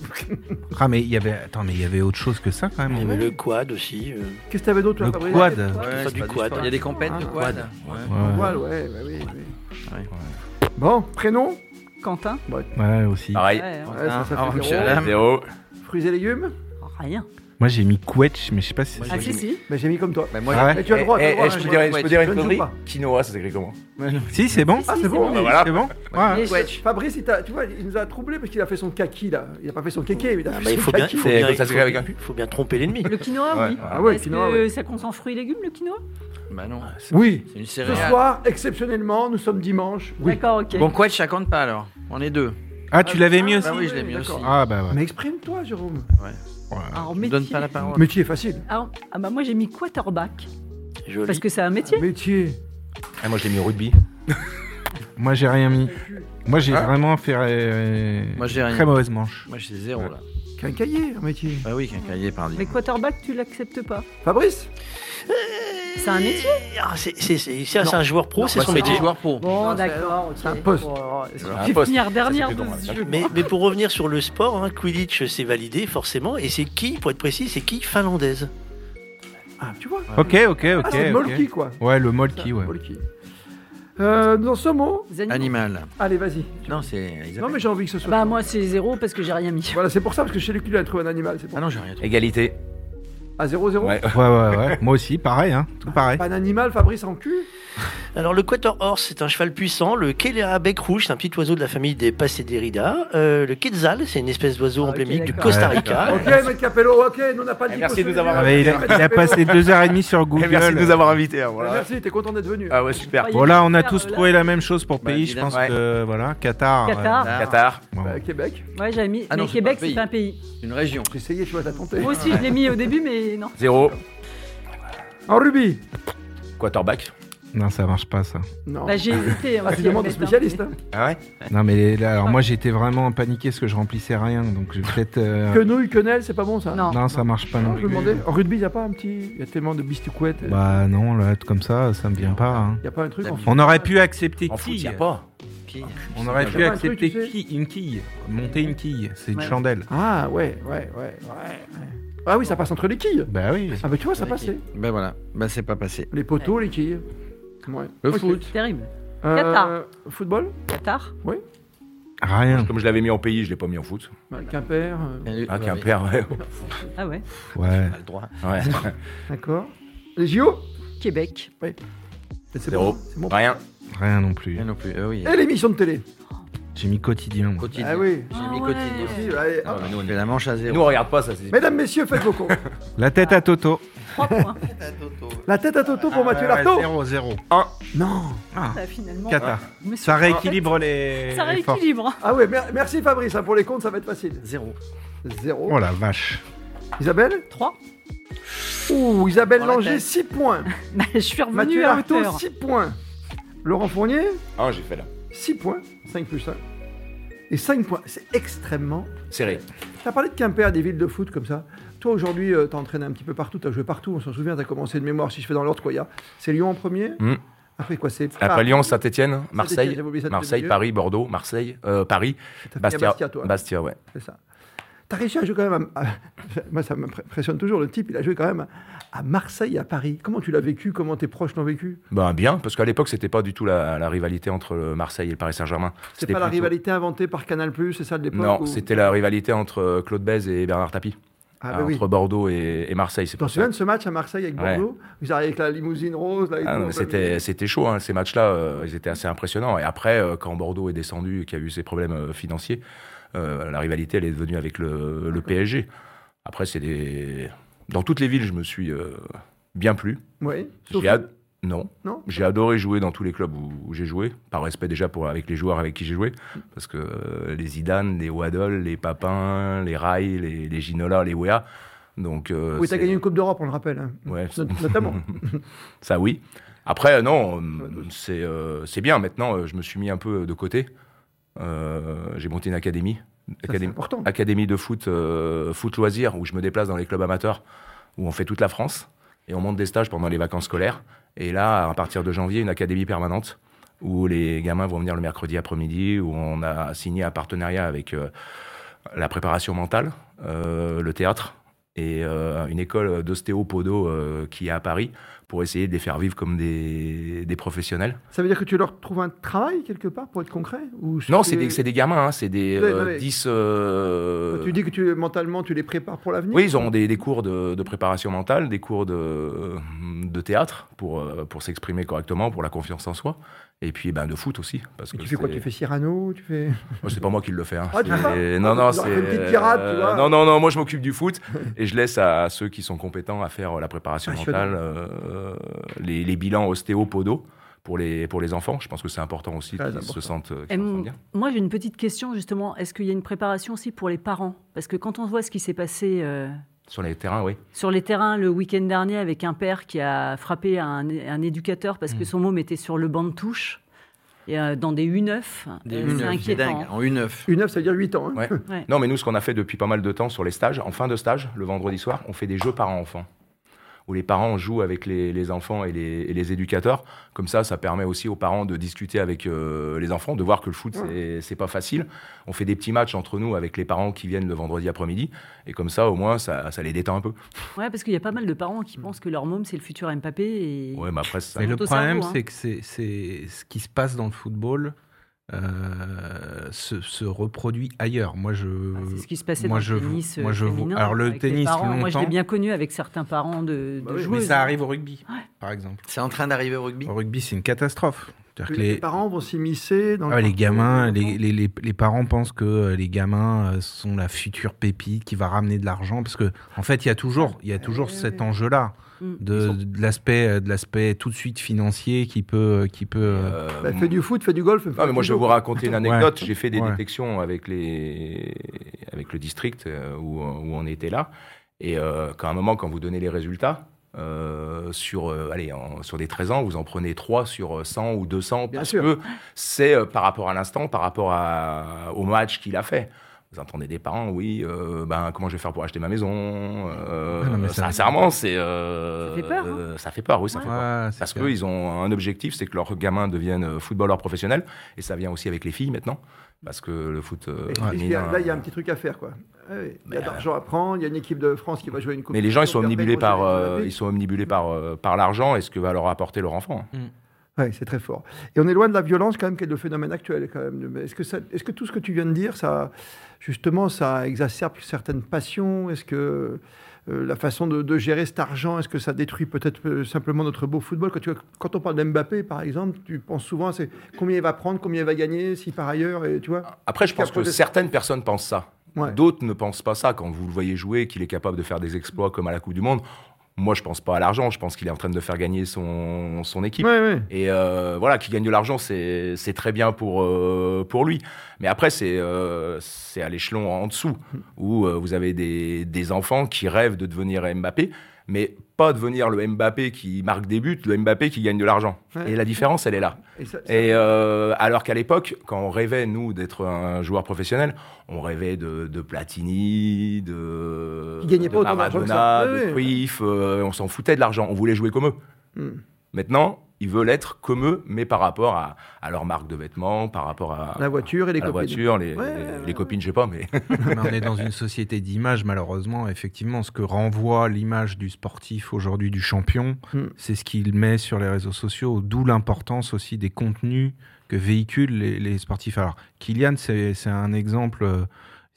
Speaker 2: Ah, mais il y avait. Attends, mais il y avait autre chose que ça quand
Speaker 6: Il y
Speaker 2: même.
Speaker 6: avait le quad aussi. euh.
Speaker 1: Qu'est-ce que t'avais d'autre toi,
Speaker 2: Le
Speaker 1: Fabrice
Speaker 2: quad.
Speaker 1: Ouais,
Speaker 6: Ah Ouais,
Speaker 5: Ouais,
Speaker 6: c'est
Speaker 5: c'est
Speaker 6: du
Speaker 5: pas du
Speaker 6: quad.
Speaker 5: sport. Il y a des compètes de quad.
Speaker 2: Ouais,
Speaker 1: Ouais, ouais, bah oui, oui.
Speaker 5: Ouais.
Speaker 1: Bon, prénom
Speaker 3: Quentin
Speaker 2: ouais, aussi.
Speaker 4: Pareil.
Speaker 3: Ouais, hein.
Speaker 1: Ouais, ça, ça
Speaker 5: Ah,
Speaker 1: fait
Speaker 5: oh,
Speaker 1: zéro.
Speaker 5: là.
Speaker 4: Zéro.
Speaker 1: Fruits et légumes
Speaker 3: oh, Rien.
Speaker 2: Moi, j'ai mis Quetch, mais je sais pas si.
Speaker 3: Ah si, si.
Speaker 1: Mais Ben, j'ai mis comme toi.
Speaker 5: Mais moi,
Speaker 2: Ah ouais
Speaker 1: Mais tu as le droit, tu as
Speaker 4: Eh,
Speaker 1: le droit.
Speaker 4: eh, je peux
Speaker 5: je
Speaker 4: dire, je
Speaker 5: vois,
Speaker 4: peux dire
Speaker 1: je
Speaker 4: une
Speaker 1: ne joue
Speaker 4: connerie
Speaker 1: pas.
Speaker 4: Quinoa, ça s'écrit comment
Speaker 2: Si, c'est bon.
Speaker 1: Ah, c'est bon,
Speaker 4: bah
Speaker 1: oui.
Speaker 4: voilà.
Speaker 2: C'est bon. Ah. Ouais.
Speaker 1: Mais
Speaker 5: Wedge.
Speaker 1: Fabrice, il, t'a- tu vois, il nous a troublé parce qu'il a fait son kaki là. Il a pas fait son kéké, mais il a
Speaker 6: Ah
Speaker 1: fait
Speaker 6: bah, il
Speaker 1: son
Speaker 6: faut bien,
Speaker 1: kaki.
Speaker 6: il faut
Speaker 4: C'est-
Speaker 6: bien,
Speaker 4: ça
Speaker 6: il
Speaker 4: s'écrit avec un
Speaker 6: faut, il faut bien tromper l'ennemi.
Speaker 3: Le quinoa,
Speaker 4: Ouais.
Speaker 3: oui.
Speaker 1: Ah ouais,
Speaker 3: Est-ce
Speaker 1: quinoa,
Speaker 3: que
Speaker 1: ouais.
Speaker 3: ça concentre fruits et légumes, le quinoa
Speaker 5: Bah non.
Speaker 1: Oui.
Speaker 5: C'est une
Speaker 1: Ce
Speaker 5: céréale.
Speaker 1: soir, exceptionnellement, nous sommes dimanche. Oui.
Speaker 3: D'accord, ok.
Speaker 5: Bon, quetch, ça compte pas alors. On est deux.
Speaker 2: Ah, tu l'avais mis aussi
Speaker 5: bah oui, je l'ai mis
Speaker 1: d'accord.
Speaker 5: aussi.
Speaker 2: Ah, bah ouais.
Speaker 1: Mais exprime-toi, Jérôme.
Speaker 3: Alors,
Speaker 5: Je
Speaker 3: métier.
Speaker 5: donne pas la parole.
Speaker 1: Métier facile.
Speaker 3: Ah, ah, bah moi j'ai mis quarterback
Speaker 6: Joli.
Speaker 3: parce que c'est un métier.
Speaker 1: Métier.
Speaker 4: Ah, Moi, je l'ai mis au rugby.
Speaker 2: Moi, j'ai rien mis. Moi, j'ai vraiment fait. euh,
Speaker 5: Moi, j'ai rien
Speaker 2: Très
Speaker 5: mis.
Speaker 2: mauvaise manche.
Speaker 5: Moi, j'ai zéro là.
Speaker 1: Qu'un cahier, un métier.
Speaker 5: Bah oui, qu'un cahier par
Speaker 3: Mais quarterback, tu l'acceptes pas.
Speaker 1: Fabrice
Speaker 3: C'est un métier
Speaker 6: Ah, c'est- c'est- c'est- C'est c'est un joueur pro,
Speaker 1: bah,
Speaker 6: c'est son métier.
Speaker 5: joueur pro.
Speaker 3: Bon,
Speaker 1: Non, c'est-
Speaker 3: d'accord. ok. Oh,
Speaker 1: c'est un poste.
Speaker 3: Bon, est-ce que
Speaker 4: Un
Speaker 3: je vais
Speaker 4: poste.
Speaker 3: finir
Speaker 4: Ça,
Speaker 3: dernière
Speaker 4: c'est
Speaker 3: de
Speaker 4: plus
Speaker 3: ce
Speaker 4: normal,
Speaker 3: jeu.
Speaker 6: Mais, mais pour revenir sur le sport, hein, Quidditch c'est validé forcément, et c'est qui, pour être précis, c'est qui finlandaise
Speaker 1: Ah, tu vois
Speaker 2: Ok, ok,
Speaker 1: Ah,
Speaker 2: ok.
Speaker 1: c'est
Speaker 2: ok.
Speaker 1: Molki, quoi.
Speaker 2: Ouais, le Molki, ouais.
Speaker 1: Molki. Euh, nous en sommes au-
Speaker 3: Les animaux.
Speaker 5: Animal.
Speaker 1: Allez, vas-y.
Speaker 5: Non, c'est.
Speaker 1: Non, mais j'ai envie que ce soit.
Speaker 3: Bah
Speaker 1: toi.
Speaker 3: moi c'est zéro parce que j'ai rien mis.
Speaker 1: Voilà, c'est pour ça, parce que chez les culs, il a trouvé un animal. C'est pour
Speaker 5: Ah non, j'ai rien trouvé.
Speaker 4: Égalité.
Speaker 1: À 0-0
Speaker 4: Ouais.
Speaker 2: Ouais, ouais, ouais. Moi aussi, pareil, hein. Tout pareil.
Speaker 1: Pas un animal, Fabrice, en cul
Speaker 6: Alors le Quater Horse c'est un cheval puissant, le Kelea bec rouge c'est un petit oiseau de la famille des Passederidae, euh, le Quetzal c'est une espèce d'oiseau
Speaker 3: Ah, ok,
Speaker 6: emblémique du
Speaker 3: d'accord.
Speaker 6: Costa Rica,
Speaker 1: Ok, mec Capello, ok, nous on n'a pas
Speaker 4: Eh,
Speaker 1: dit.
Speaker 4: merci
Speaker 1: qu'on
Speaker 4: de nous
Speaker 1: se-
Speaker 4: avoir
Speaker 2: Ah, mais il, a, il a passé deux heures et demie sur Google.
Speaker 4: Merci de nous avoir invités. hein, voilà.
Speaker 1: Merci, t'es content d'être venu.
Speaker 4: Ah ouais, super.
Speaker 2: Bon, là, on a tous trouvé la même chose pour
Speaker 5: Bah,
Speaker 2: pays, je pense
Speaker 5: évidemment.
Speaker 2: que. Voilà, Qatar.
Speaker 3: Qatar.
Speaker 2: ouais.
Speaker 5: Ah,
Speaker 4: Qatar.
Speaker 2: Bon.
Speaker 1: Bah, Québec,
Speaker 3: Ouais j'avais mis.
Speaker 5: Ah non,
Speaker 3: mais
Speaker 5: c'est
Speaker 3: Québec
Speaker 5: pas un
Speaker 3: c'est pas un pays.
Speaker 5: Une région.
Speaker 1: j'ai essayé, tu vois, t'as tenté.
Speaker 3: Moi aussi je l'ai mis au début mais non.
Speaker 4: Zéro.
Speaker 1: En rubis
Speaker 4: Quarterback.
Speaker 2: Non, ça marche pas, ça.
Speaker 1: Non.
Speaker 3: Bah j'ai hésité.
Speaker 1: Ah, tu demandes aux spécialistes. hein.
Speaker 4: Ah ouais
Speaker 2: Non, mais là, alors moi, j'étais vraiment paniqué parce que je remplissais rien. Donc, je vais peut-être. euh,
Speaker 1: Quenouille, quenelle, c'est pas bon ça
Speaker 3: Non.
Speaker 2: Non, ça marche pas non
Speaker 1: Non, je me
Speaker 2: plus.
Speaker 1: demandais. En rugby, y a pas un petit. Y a tellement de bistouquettes. euh,
Speaker 2: Bah, non, là, comme ça, ça me vient pas. hein.
Speaker 1: Y a pas un truc en
Speaker 2: On aurait pu accepter
Speaker 4: En foot,
Speaker 2: qui
Speaker 4: il a pas.
Speaker 2: On aurait
Speaker 1: Il
Speaker 2: pu
Speaker 1: y a pas un truc,
Speaker 2: accepter
Speaker 1: tu sais.
Speaker 2: qui Une quille. Monter une quille, c'est une
Speaker 3: Ouais.
Speaker 2: chandelle.
Speaker 1: Ah ouais, ouais, ouais, ouais. Ah oui, ça passe entre les quilles.
Speaker 2: Bah oui.
Speaker 1: Ah bah tu vois, ça passait.
Speaker 5: Ben voilà. Ben c'est pas passé.
Speaker 1: Les poteaux, les quilles. Ouais.
Speaker 5: Le
Speaker 1: Ok.
Speaker 5: foot.
Speaker 3: Terrible.
Speaker 1: Euh,
Speaker 3: Qatar.
Speaker 1: Football
Speaker 3: Qatar.
Speaker 2: Rien.
Speaker 4: Comme je l'avais mis en pays, je l'ai pas mis en foot.
Speaker 1: Bah, Quimper. euh,
Speaker 4: Ah,
Speaker 5: bah
Speaker 4: qu'un père, ouais.
Speaker 3: Ah ouais.
Speaker 2: Ouais.
Speaker 5: Pas le droit.
Speaker 4: Ouais.
Speaker 1: D'accord. Les JO
Speaker 3: Québec.
Speaker 1: C'est
Speaker 4: Zéro.
Speaker 1: bon, c'est bon.
Speaker 4: Rien.
Speaker 2: Rien non plus.
Speaker 5: Rien non plus. Euh, oui.
Speaker 1: Et l'émission de télé
Speaker 2: J'ai mis quotidien. moi.
Speaker 5: Quotidien.
Speaker 1: Ah oui.
Speaker 5: J'ai mis
Speaker 3: Ah ouais.
Speaker 5: quotidien.
Speaker 1: Si, bah, allez,
Speaker 5: Ah,
Speaker 1: hop.
Speaker 5: mais nous, on fait la manche à
Speaker 4: Nous, on
Speaker 5: zéro.
Speaker 4: regarde pas ça. c'est-
Speaker 1: Mesdames, messieurs, faites vos comptes.
Speaker 2: La tête à Toto.
Speaker 3: Trois points.
Speaker 1: La tête à Toto
Speaker 2: Ah
Speaker 1: pour Mathieu Lartaud.
Speaker 2: 0-0
Speaker 1: Non.
Speaker 3: Ça, finalement.
Speaker 2: Qatar.
Speaker 3: je me suis-
Speaker 2: Ça rééquilibre les.
Speaker 3: Ça
Speaker 2: les forces.
Speaker 3: rééquilibre.
Speaker 1: Ah ouais, mer- merci Fabrice, hein, pour les comptes, ça va être facile.
Speaker 5: Zéro.
Speaker 1: Zéro.
Speaker 2: Oh la vache.
Speaker 1: Isabelle
Speaker 3: 3.
Speaker 1: Ouh, Isabelle
Speaker 5: Dans la
Speaker 1: Langer,
Speaker 5: tête.
Speaker 1: 6 points.
Speaker 3: Bah, je suis
Speaker 1: Mathieu
Speaker 3: revenu à
Speaker 1: Lartaud,
Speaker 3: hauteur.
Speaker 1: 6 points. Laurent Fournier,
Speaker 4: Ah, j'ai fait là.
Speaker 1: 6 points. 5 plus 1. Et 5 points. C'est extrêmement.
Speaker 4: Serré.
Speaker 1: T'as parlé de Quimper, des villes de foot comme ça. Toi, aujourd'hui, euh, t'as entraîné un petit peu partout, t'as joué partout, on s'en souvient, t'as commencé de mémoire, si je fais dans l'ordre, quoi. y a- C'est Lyon en premier
Speaker 4: Mm.
Speaker 1: Après quoi, c'est.
Speaker 4: Après
Speaker 1: Ah,
Speaker 4: Lyon, Saint-Etienne,
Speaker 1: Saint-Étienne,
Speaker 4: Marseille.
Speaker 1: j'avais oublié ça depuis le
Speaker 4: Marseille,
Speaker 1: milieu.
Speaker 4: Paris, Bordeaux, Marseille, euh, Paris,
Speaker 1: t'as fini à
Speaker 4: Bastia.
Speaker 1: Bastia, toi.
Speaker 4: Bastia, ouais.
Speaker 1: C'est ça. T'as réussi à jouer quand même à... à- Moi, ça m'impressionne toujours. Le type, il a joué quand même à Marseille, à Paris. Comment tu l'as vécu Comment tes proches l'ont vécu
Speaker 4: Ben bien, parce qu'à l'époque, c'était pas du tout la, la rivalité entre le Marseille et le Paris Saint-Germain.
Speaker 1: C'est
Speaker 4: C'était
Speaker 1: pas la
Speaker 4: plutôt-
Speaker 1: rivalité inventée par Canal+, c'est ça de l'époque
Speaker 4: Non,
Speaker 1: où-
Speaker 4: c'était la rivalité entre euh, Claude Bèze et Bernard Tapie,
Speaker 1: Ah
Speaker 4: Euh,
Speaker 1: bah oui.
Speaker 4: entre Bordeaux et, et Marseille. C'est
Speaker 1: Tu t'en
Speaker 4: pour ça.
Speaker 1: souviens de ce match à Marseille avec
Speaker 4: Ouais.
Speaker 1: Bordeaux Ils arrivaient avec la limousine rose. Là, et
Speaker 4: Ah
Speaker 1: tout,
Speaker 4: non,
Speaker 1: on
Speaker 4: c'était c'était chaud, hein, ces matchs-là, euh, ils étaient assez impressionnants. Et après, euh, quand Bordeaux est descendu et qu'il y a eu ses problèmes euh, financiers, euh, la rivalité, elle est devenue avec le, le PSG. Après, c'est des... Dans toutes les villes, je me suis euh, bien plu.
Speaker 1: Oui. Sauf-
Speaker 4: J'ai ad- Non.
Speaker 1: Non
Speaker 4: J'ai adoré jouer dans tous les clubs où, où j'ai joué, par respect déjà pour, avec les joueurs avec qui j'ai joué, parce que euh, les Zidane, les Waddle, les Papin, les Rai, les, les Ginola, les Wea. Donc, euh,
Speaker 1: Oui, t'as
Speaker 4: c'est-
Speaker 1: gagné une Coupe d'Europe, on le rappelle. hein.
Speaker 4: Ouais,
Speaker 1: Not- Notamment.
Speaker 4: ça oui. Après, euh, non, euh, c'est euh, c'est bien. Maintenant, euh, je me suis mis un peu de côté. Euh, J'ai monté une académie,
Speaker 1: Ça, C'est
Speaker 4: académie,
Speaker 1: important.
Speaker 4: académie de foot, euh, foot loisir, où je me déplace dans les clubs amateurs, où on fait toute la France. et on monte des stages pendant les vacances scolaires. Et là, à partir de janvier, une académie permanente où les gamins vont venir le mercredi après-midi, où on a signé un partenariat avec euh, la préparation mentale, euh, le théâtre et euh, une école d'ostéopodo euh, qui est à Paris pour essayer de les faire vivre comme des, des professionnels.
Speaker 1: Ça veut dire que tu leur trouves un travail quelque part pour être concret ou
Speaker 4: Non, c'est des, c'est des gamins, hein, c'est des
Speaker 1: Euh, Ouais,
Speaker 4: euh,
Speaker 1: ouais.
Speaker 4: 10... euh,
Speaker 1: Tu dis que tu, mentalement, tu les prépares pour l'avenir
Speaker 4: Oui, ils auront des, des cours de, de préparation mentale, des cours de, euh, de théâtre pour, euh, pour s'exprimer correctement, pour la confiance en soi, et puis ben, de foot aussi. Parce
Speaker 1: Mais
Speaker 4: que
Speaker 1: tu fais quoi
Speaker 4: c'est-
Speaker 1: Tu fais Cyrano tu fais...
Speaker 4: Oh, C'est pas moi qui le fais. hein.
Speaker 1: Ah, tu fais pas
Speaker 4: C'est- non, non,
Speaker 1: Tu leur
Speaker 4: c'est.
Speaker 1: fais une petite tirade, tu vois.
Speaker 4: non, non, non, moi je m'occupe du foot et je laisse à ceux qui sont compétents à faire euh, la préparation
Speaker 1: Passionnant.
Speaker 4: mentale, euh, les, les bilans ostéopodo pour les, pour les enfants. Je pense que c'est important aussi
Speaker 1: Très
Speaker 4: qu'ils
Speaker 1: important.
Speaker 4: se sentent, euh,
Speaker 3: Et
Speaker 4: qu'ils se sentent bien.
Speaker 3: Moi, j'ai une petite question justement. Est-ce qu'il y a une préparation aussi pour les parents Parce que quand on voit ce qui s'est passé euh,
Speaker 4: Sur les terrains, oui.
Speaker 3: sur les terrains le week-end dernier avec un père qui a frappé un, un éducateur parce que
Speaker 2: Hmm.
Speaker 3: son môme était sur le banc de touche et euh, dans des U9,
Speaker 5: Des
Speaker 3: euh,
Speaker 5: une
Speaker 3: c'est
Speaker 5: œuf, c'est
Speaker 3: inquiétant.
Speaker 5: dingue, en une œuf.
Speaker 1: Une 9, ça veut dire 8 ans. hein.
Speaker 4: Ouais.
Speaker 3: Ouais.
Speaker 4: Non, mais nous, ce qu'on a fait depuis pas mal de temps sur les stages, en fin de stage, le vendredi soir, on fait des jeux parents-enfants. Où les parents jouent avec les, les enfants et les, et les éducateurs. Comme ça, ça permet aussi aux parents de discuter avec euh, les enfants, de voir que le foot, c'est- c'est pas facile. On fait des petits matchs entre nous avec les parents qui viennent le vendredi après-midi. Et comme ça, au moins, ça, ça les détend un peu.
Speaker 3: Ouais, parce qu'il y a pas mal de parents
Speaker 2: Hmm.
Speaker 3: qui pensent que leur môme c'est le futur Mbappé. Et...
Speaker 4: Ouais, mais après, ça.
Speaker 2: Mais
Speaker 3: monte
Speaker 2: le
Speaker 3: au
Speaker 2: problème,
Speaker 3: cerveau, hein.
Speaker 2: c'est que c'est, c'est ce qui se passe dans le football euh, se, se reproduit ailleurs. Moi, je.
Speaker 3: Ah, C'est ce qui se passait
Speaker 2: moi,
Speaker 3: dans
Speaker 2: je
Speaker 3: le
Speaker 2: vous-
Speaker 3: tennis. euh,
Speaker 2: moi, je vous-
Speaker 3: féminin,
Speaker 2: alors, le
Speaker 3: avec les
Speaker 2: tennis,
Speaker 3: parents. Moi, je l'ai
Speaker 2: longtemps-
Speaker 3: bien connu avec certains parents de, de
Speaker 1: Bah oui, mais
Speaker 2: mais
Speaker 3: joueuses.
Speaker 2: ça arrive au rugby,
Speaker 3: hein. Ouais.
Speaker 2: par exemple.
Speaker 5: C'est en train d'arriver au rugby.
Speaker 2: Au rugby, c'est une catastrophe. C'est-à-dire
Speaker 1: Les,
Speaker 2: que les,
Speaker 1: parents vont s'immiscer dans le
Speaker 2: Ah ouais, les
Speaker 1: parcours
Speaker 2: gamins,
Speaker 1: des
Speaker 2: les,
Speaker 1: enfants.
Speaker 2: les- les- les parents pensent que euh, les gamins euh, sont la future pépite qui va ramener de l'argent parce que en fait il y a toujours il y a toujours cet enjeu là
Speaker 3: Mm.
Speaker 2: de, de l'aspect euh, de l'aspect tout de suite financier qui peut qui peut euh,
Speaker 4: Euh,
Speaker 1: Bah, fais du foot, fais du golf. fais
Speaker 4: Non, Ah, mais moi,
Speaker 1: du
Speaker 4: je vais
Speaker 1: dos.
Speaker 4: vous raconter une anecdote. J'ai fait des
Speaker 2: Ouais.
Speaker 4: détections avec, les... avec le district euh, où, où on était là. Et euh, qu'à un moment, quand vous donnez les résultats, euh, sur, euh, allez, en- sur des 13 ans, vous en prenez 3 sur euh, 100 ou 200
Speaker 1: Bien
Speaker 4: parce
Speaker 1: sûr.
Speaker 4: que c'est euh, par rapport à l'instant, par rapport à- au match qu'il a fait. Vous entendez des parents, oui, euh, ben, comment je vais faire pour acheter ma maison euh,
Speaker 2: Ah non, mais ça-
Speaker 4: Sincèrement, c'est. euh,
Speaker 3: Ça fait peur, hein.
Speaker 4: euh, Ça fait peur, oui, ça fait peur.
Speaker 2: ouais, c'est
Speaker 4: Parce
Speaker 2: clair.
Speaker 4: qu'ils ont un objectif, c'est que leurs gamins deviennent euh, footballeurs professionnels. Et ça vient aussi avec les filles maintenant. Parce que le foot. euh,
Speaker 1: Et puis,
Speaker 4: féminin,
Speaker 1: il y a- Là, il y a un
Speaker 4: euh,
Speaker 1: petit truc à faire. Quoi. Ah oui, Il y a
Speaker 4: Mais, euh,
Speaker 1: de l'argent à prendre, il y a une équipe de France qui va jouer une coupe.
Speaker 4: Mais
Speaker 1: du
Speaker 4: les gens, ils
Speaker 1: Monde,
Speaker 4: sont
Speaker 1: Perpignan,
Speaker 4: omnibulés par,
Speaker 1: Jeux
Speaker 4: euh, ils
Speaker 1: Olympiques.
Speaker 4: sont omnibulés par, euh, par l'argent et ce que va leur apporter leur enfant. hein.
Speaker 1: Ouais, c'est très fort. Et on est loin de la violence quand même qui est le phénomène actuel quand même. Mais Est-ce que, ça- est-ce que tout ce que tu viens de dire, ça, justement, ça exacerbe certaines passions Est-ce que euh, la façon de, de gérer cet argent, est-ce que ça détruit peut-être euh, simplement notre beau football quand, tu, quand on parle d'Mbappé, par exemple, tu penses souvent à c'est combien il va prendre, combien il va gagner, si par ailleurs, et tu vois
Speaker 4: Après, je pense
Speaker 1: Après,
Speaker 4: que
Speaker 1: Ah. c'est-
Speaker 4: certaines personnes pensent ça.
Speaker 1: Ouais.
Speaker 4: D'autres ne pensent pas ça. Quand vous le voyez jouer, qu'il est capable de faire des exploits comme à la Coupe du Monde, moi, je pense pas à l'argent. Je pense qu'il est en train de faire gagner son, son équipe.
Speaker 1: Ouais, ouais.
Speaker 4: Et euh, voilà, qui gagne de l'argent, c'est c'est très bien pour, euh, pour lui. Mais après, c'est euh, c'est à l'échelon en dessous, où euh, vous avez des, des enfants qui rêvent de devenir Mbappé, mais pas devenir le Mbappé qui marque des buts, le Mbappé qui gagne de l'argent.
Speaker 1: Ouais.
Speaker 4: Et la différence, elle est là.
Speaker 1: Et ça- ça-
Speaker 4: Et euh, alors qu'à l'époque, quand on rêvait, nous, d'être un joueur professionnel, on rêvait de, de Platini, de,
Speaker 1: Qui gagnait
Speaker 4: de
Speaker 1: pas autant d'argent que ça.
Speaker 4: Maradona,
Speaker 1: Ouais,
Speaker 4: de
Speaker 1: ouais.
Speaker 4: Cruyff, euh, on s'en foutait de l'argent, on voulait jouer comme eux.
Speaker 1: Hmm.
Speaker 4: Maintenant, ils veulent être comme eux, mais par rapport à, à leur marque de vêtements, par rapport à
Speaker 1: La voiture et les
Speaker 4: à la
Speaker 1: copines.
Speaker 4: voiture,
Speaker 1: Ouais,
Speaker 4: les, les-
Speaker 1: ouais,
Speaker 4: les
Speaker 1: ouais.
Speaker 4: copines, je sais pas, mais
Speaker 2: Non, mais on est dans une société d'image, malheureusement. Effectivement, ce que renvoie l'image du sportif aujourd'hui, du champion,
Speaker 1: Mm.
Speaker 2: c'est ce qu'il met sur les réseaux sociaux, d'où l'importance aussi des contenus que véhiculent les, les sportifs. Alors, Kylian, c'est c'est un exemple. euh,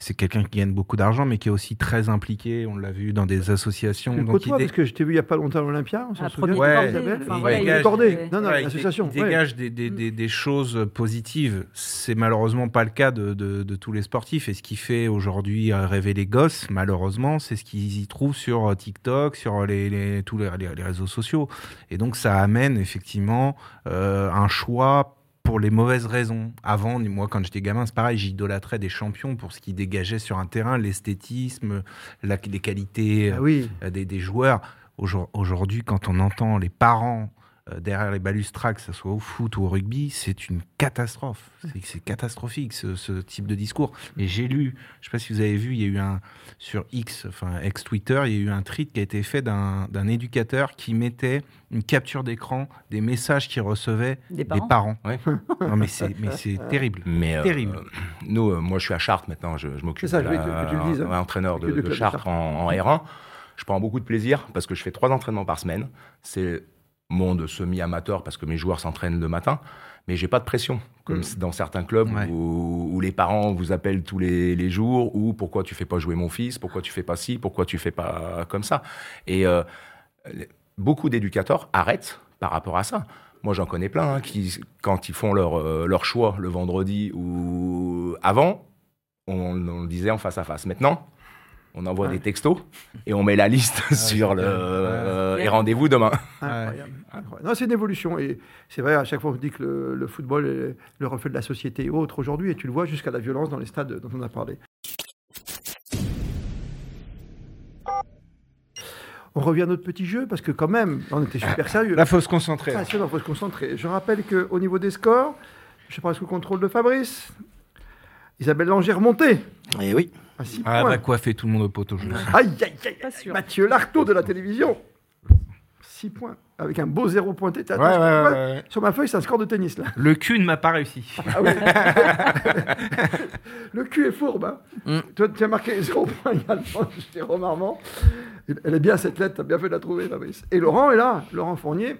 Speaker 2: C'est quelqu'un qui gagne beaucoup d'argent, mais qui est aussi très impliqué. On l'a vu dans des associations.
Speaker 1: Tu le
Speaker 2: donc
Speaker 1: côtoies,
Speaker 2: il dé-
Speaker 1: parce que je t'ai vu il n'y a pas longtemps à l'Olympia, on s'en
Speaker 3: Ah,
Speaker 1: souvient.
Speaker 2: premier Ouais.
Speaker 1: Isabelle.
Speaker 3: cordée, enfin,
Speaker 1: Il
Speaker 2: voilà,
Speaker 1: est
Speaker 2: il est-
Speaker 1: cordé.
Speaker 3: ouais.
Speaker 1: Non, non,
Speaker 2: Ouais, il dé-
Speaker 1: l'association.
Speaker 2: il
Speaker 1: ouais.
Speaker 2: dégage des, des- des- des choses positives. C'est malheureusement pas le cas de, de- de tous les sportifs. Et ce qui fait aujourd'hui euh, rêver les gosses, malheureusement, c'est ce qu'ils y trouvent sur euh, TikTok, sur les, les- tous les, les- les réseaux sociaux. Et donc ça amène effectivement euh, un choix pour les mauvaises raisons. Avant, moi, quand j'étais gamin, c'est pareil, j'idolâtrais des champions pour ce qu'ils dégageaient sur un terrain, l'esthétisme, la- les qualités
Speaker 1: Ah oui.
Speaker 2: euh, des, des joueurs. Aujour- Aujourd'hui, quand on entend les parents euh, derrière les balustrades, que ce soit au foot ou au rugby, c'est une catastrophe. C'est- C'est catastrophique ce, ce type de discours. Et j'ai lu, je ne sais pas si vous avez vu, il y a eu un sur X, enfin ex Twitter, il y a eu un tweet qui a été fait d'un d'un éducateur qui mettait une capture d'écran des messages qu'il recevait
Speaker 3: Des
Speaker 2: des
Speaker 3: parents.
Speaker 2: parents.
Speaker 4: Ouais.
Speaker 2: non mais c'est mais c'est terrible.
Speaker 4: Mais euh,
Speaker 2: Terrible.
Speaker 4: nous, euh, moi, je suis à Chartres maintenant. Je, je
Speaker 1: C'est
Speaker 4: m'occupe
Speaker 1: ça,
Speaker 4: de
Speaker 1: je voulais que- que tu le dises, hein.
Speaker 4: ouais, entraîneur de,
Speaker 1: Que de
Speaker 4: de
Speaker 1: club de
Speaker 4: Chartres en, en R1. Je prends beaucoup de plaisir parce que je fais trois entraînements par semaine. C'est monde semi-amateur parce que mes joueurs s'entraînent le matin. Mais j'ai pas de pression,
Speaker 1: Mm.
Speaker 4: comme c- dans certains clubs
Speaker 2: Ouais.
Speaker 4: où, où les parents vous appellent tous les, les jours, ou pourquoi tu fais pas jouer mon fils, pourquoi tu fais pas ci, pourquoi tu fais pas comme ça. Et euh, les- beaucoup d'éducateurs arrêtent par rapport à ça. Moi, j'en connais plein hein, qui, quand ils font leur, euh, leur choix le vendredi ou avant, on, on le disait en face à face. Maintenant, on envoie des textos et on met la
Speaker 1: Ah
Speaker 4: liste sur le.
Speaker 2: ouais.
Speaker 4: euh,
Speaker 3: Ouais.
Speaker 4: et rendez-vous demain.
Speaker 1: Incroyable. Incroyable. Non, c'est une évolution. Et c'est vrai, à chaque fois, on dit que le, le football est le reflet de la société et autres aujourd'hui. Et tu le vois jusqu'à la violence dans les stades dont on a parlé. On revient à notre petit jeu parce que, quand même, on était super sérieux.
Speaker 2: Là, faut se concentrer.
Speaker 1: Ah, c'est bon, faut se concentrer. Je rappelle qu'au niveau des scores, je passe sous le contrôle de Fabrice. Isabelle Langer montée
Speaker 6: Et oui.
Speaker 1: à 6
Speaker 2: Ah,
Speaker 1: points.
Speaker 2: va coiffer tout le monde au poteau, je le sens.
Speaker 1: Aïe, aïe, aïe,
Speaker 3: Pas sûr.
Speaker 1: Mathieu Lartaud de la télévision. 6 points. Avec un beau zéro pointé. T'as-
Speaker 2: Ouais, ouais,
Speaker 1: t'as-
Speaker 2: ouais, ouais.
Speaker 1: Sur ma feuille, c'est un score de tennis, là.
Speaker 2: Le cul ne m'a pas réussi.
Speaker 1: Ah ouais. le cul est fourbe. hein.
Speaker 5: Mm.
Speaker 1: Toi, tu as marqué 0 points également, Jérôme Armand. Il- Elle est bien cette lettre, tu as bien fait de la trouver, Fabrice. Et Laurent est là, Laurent Fournier,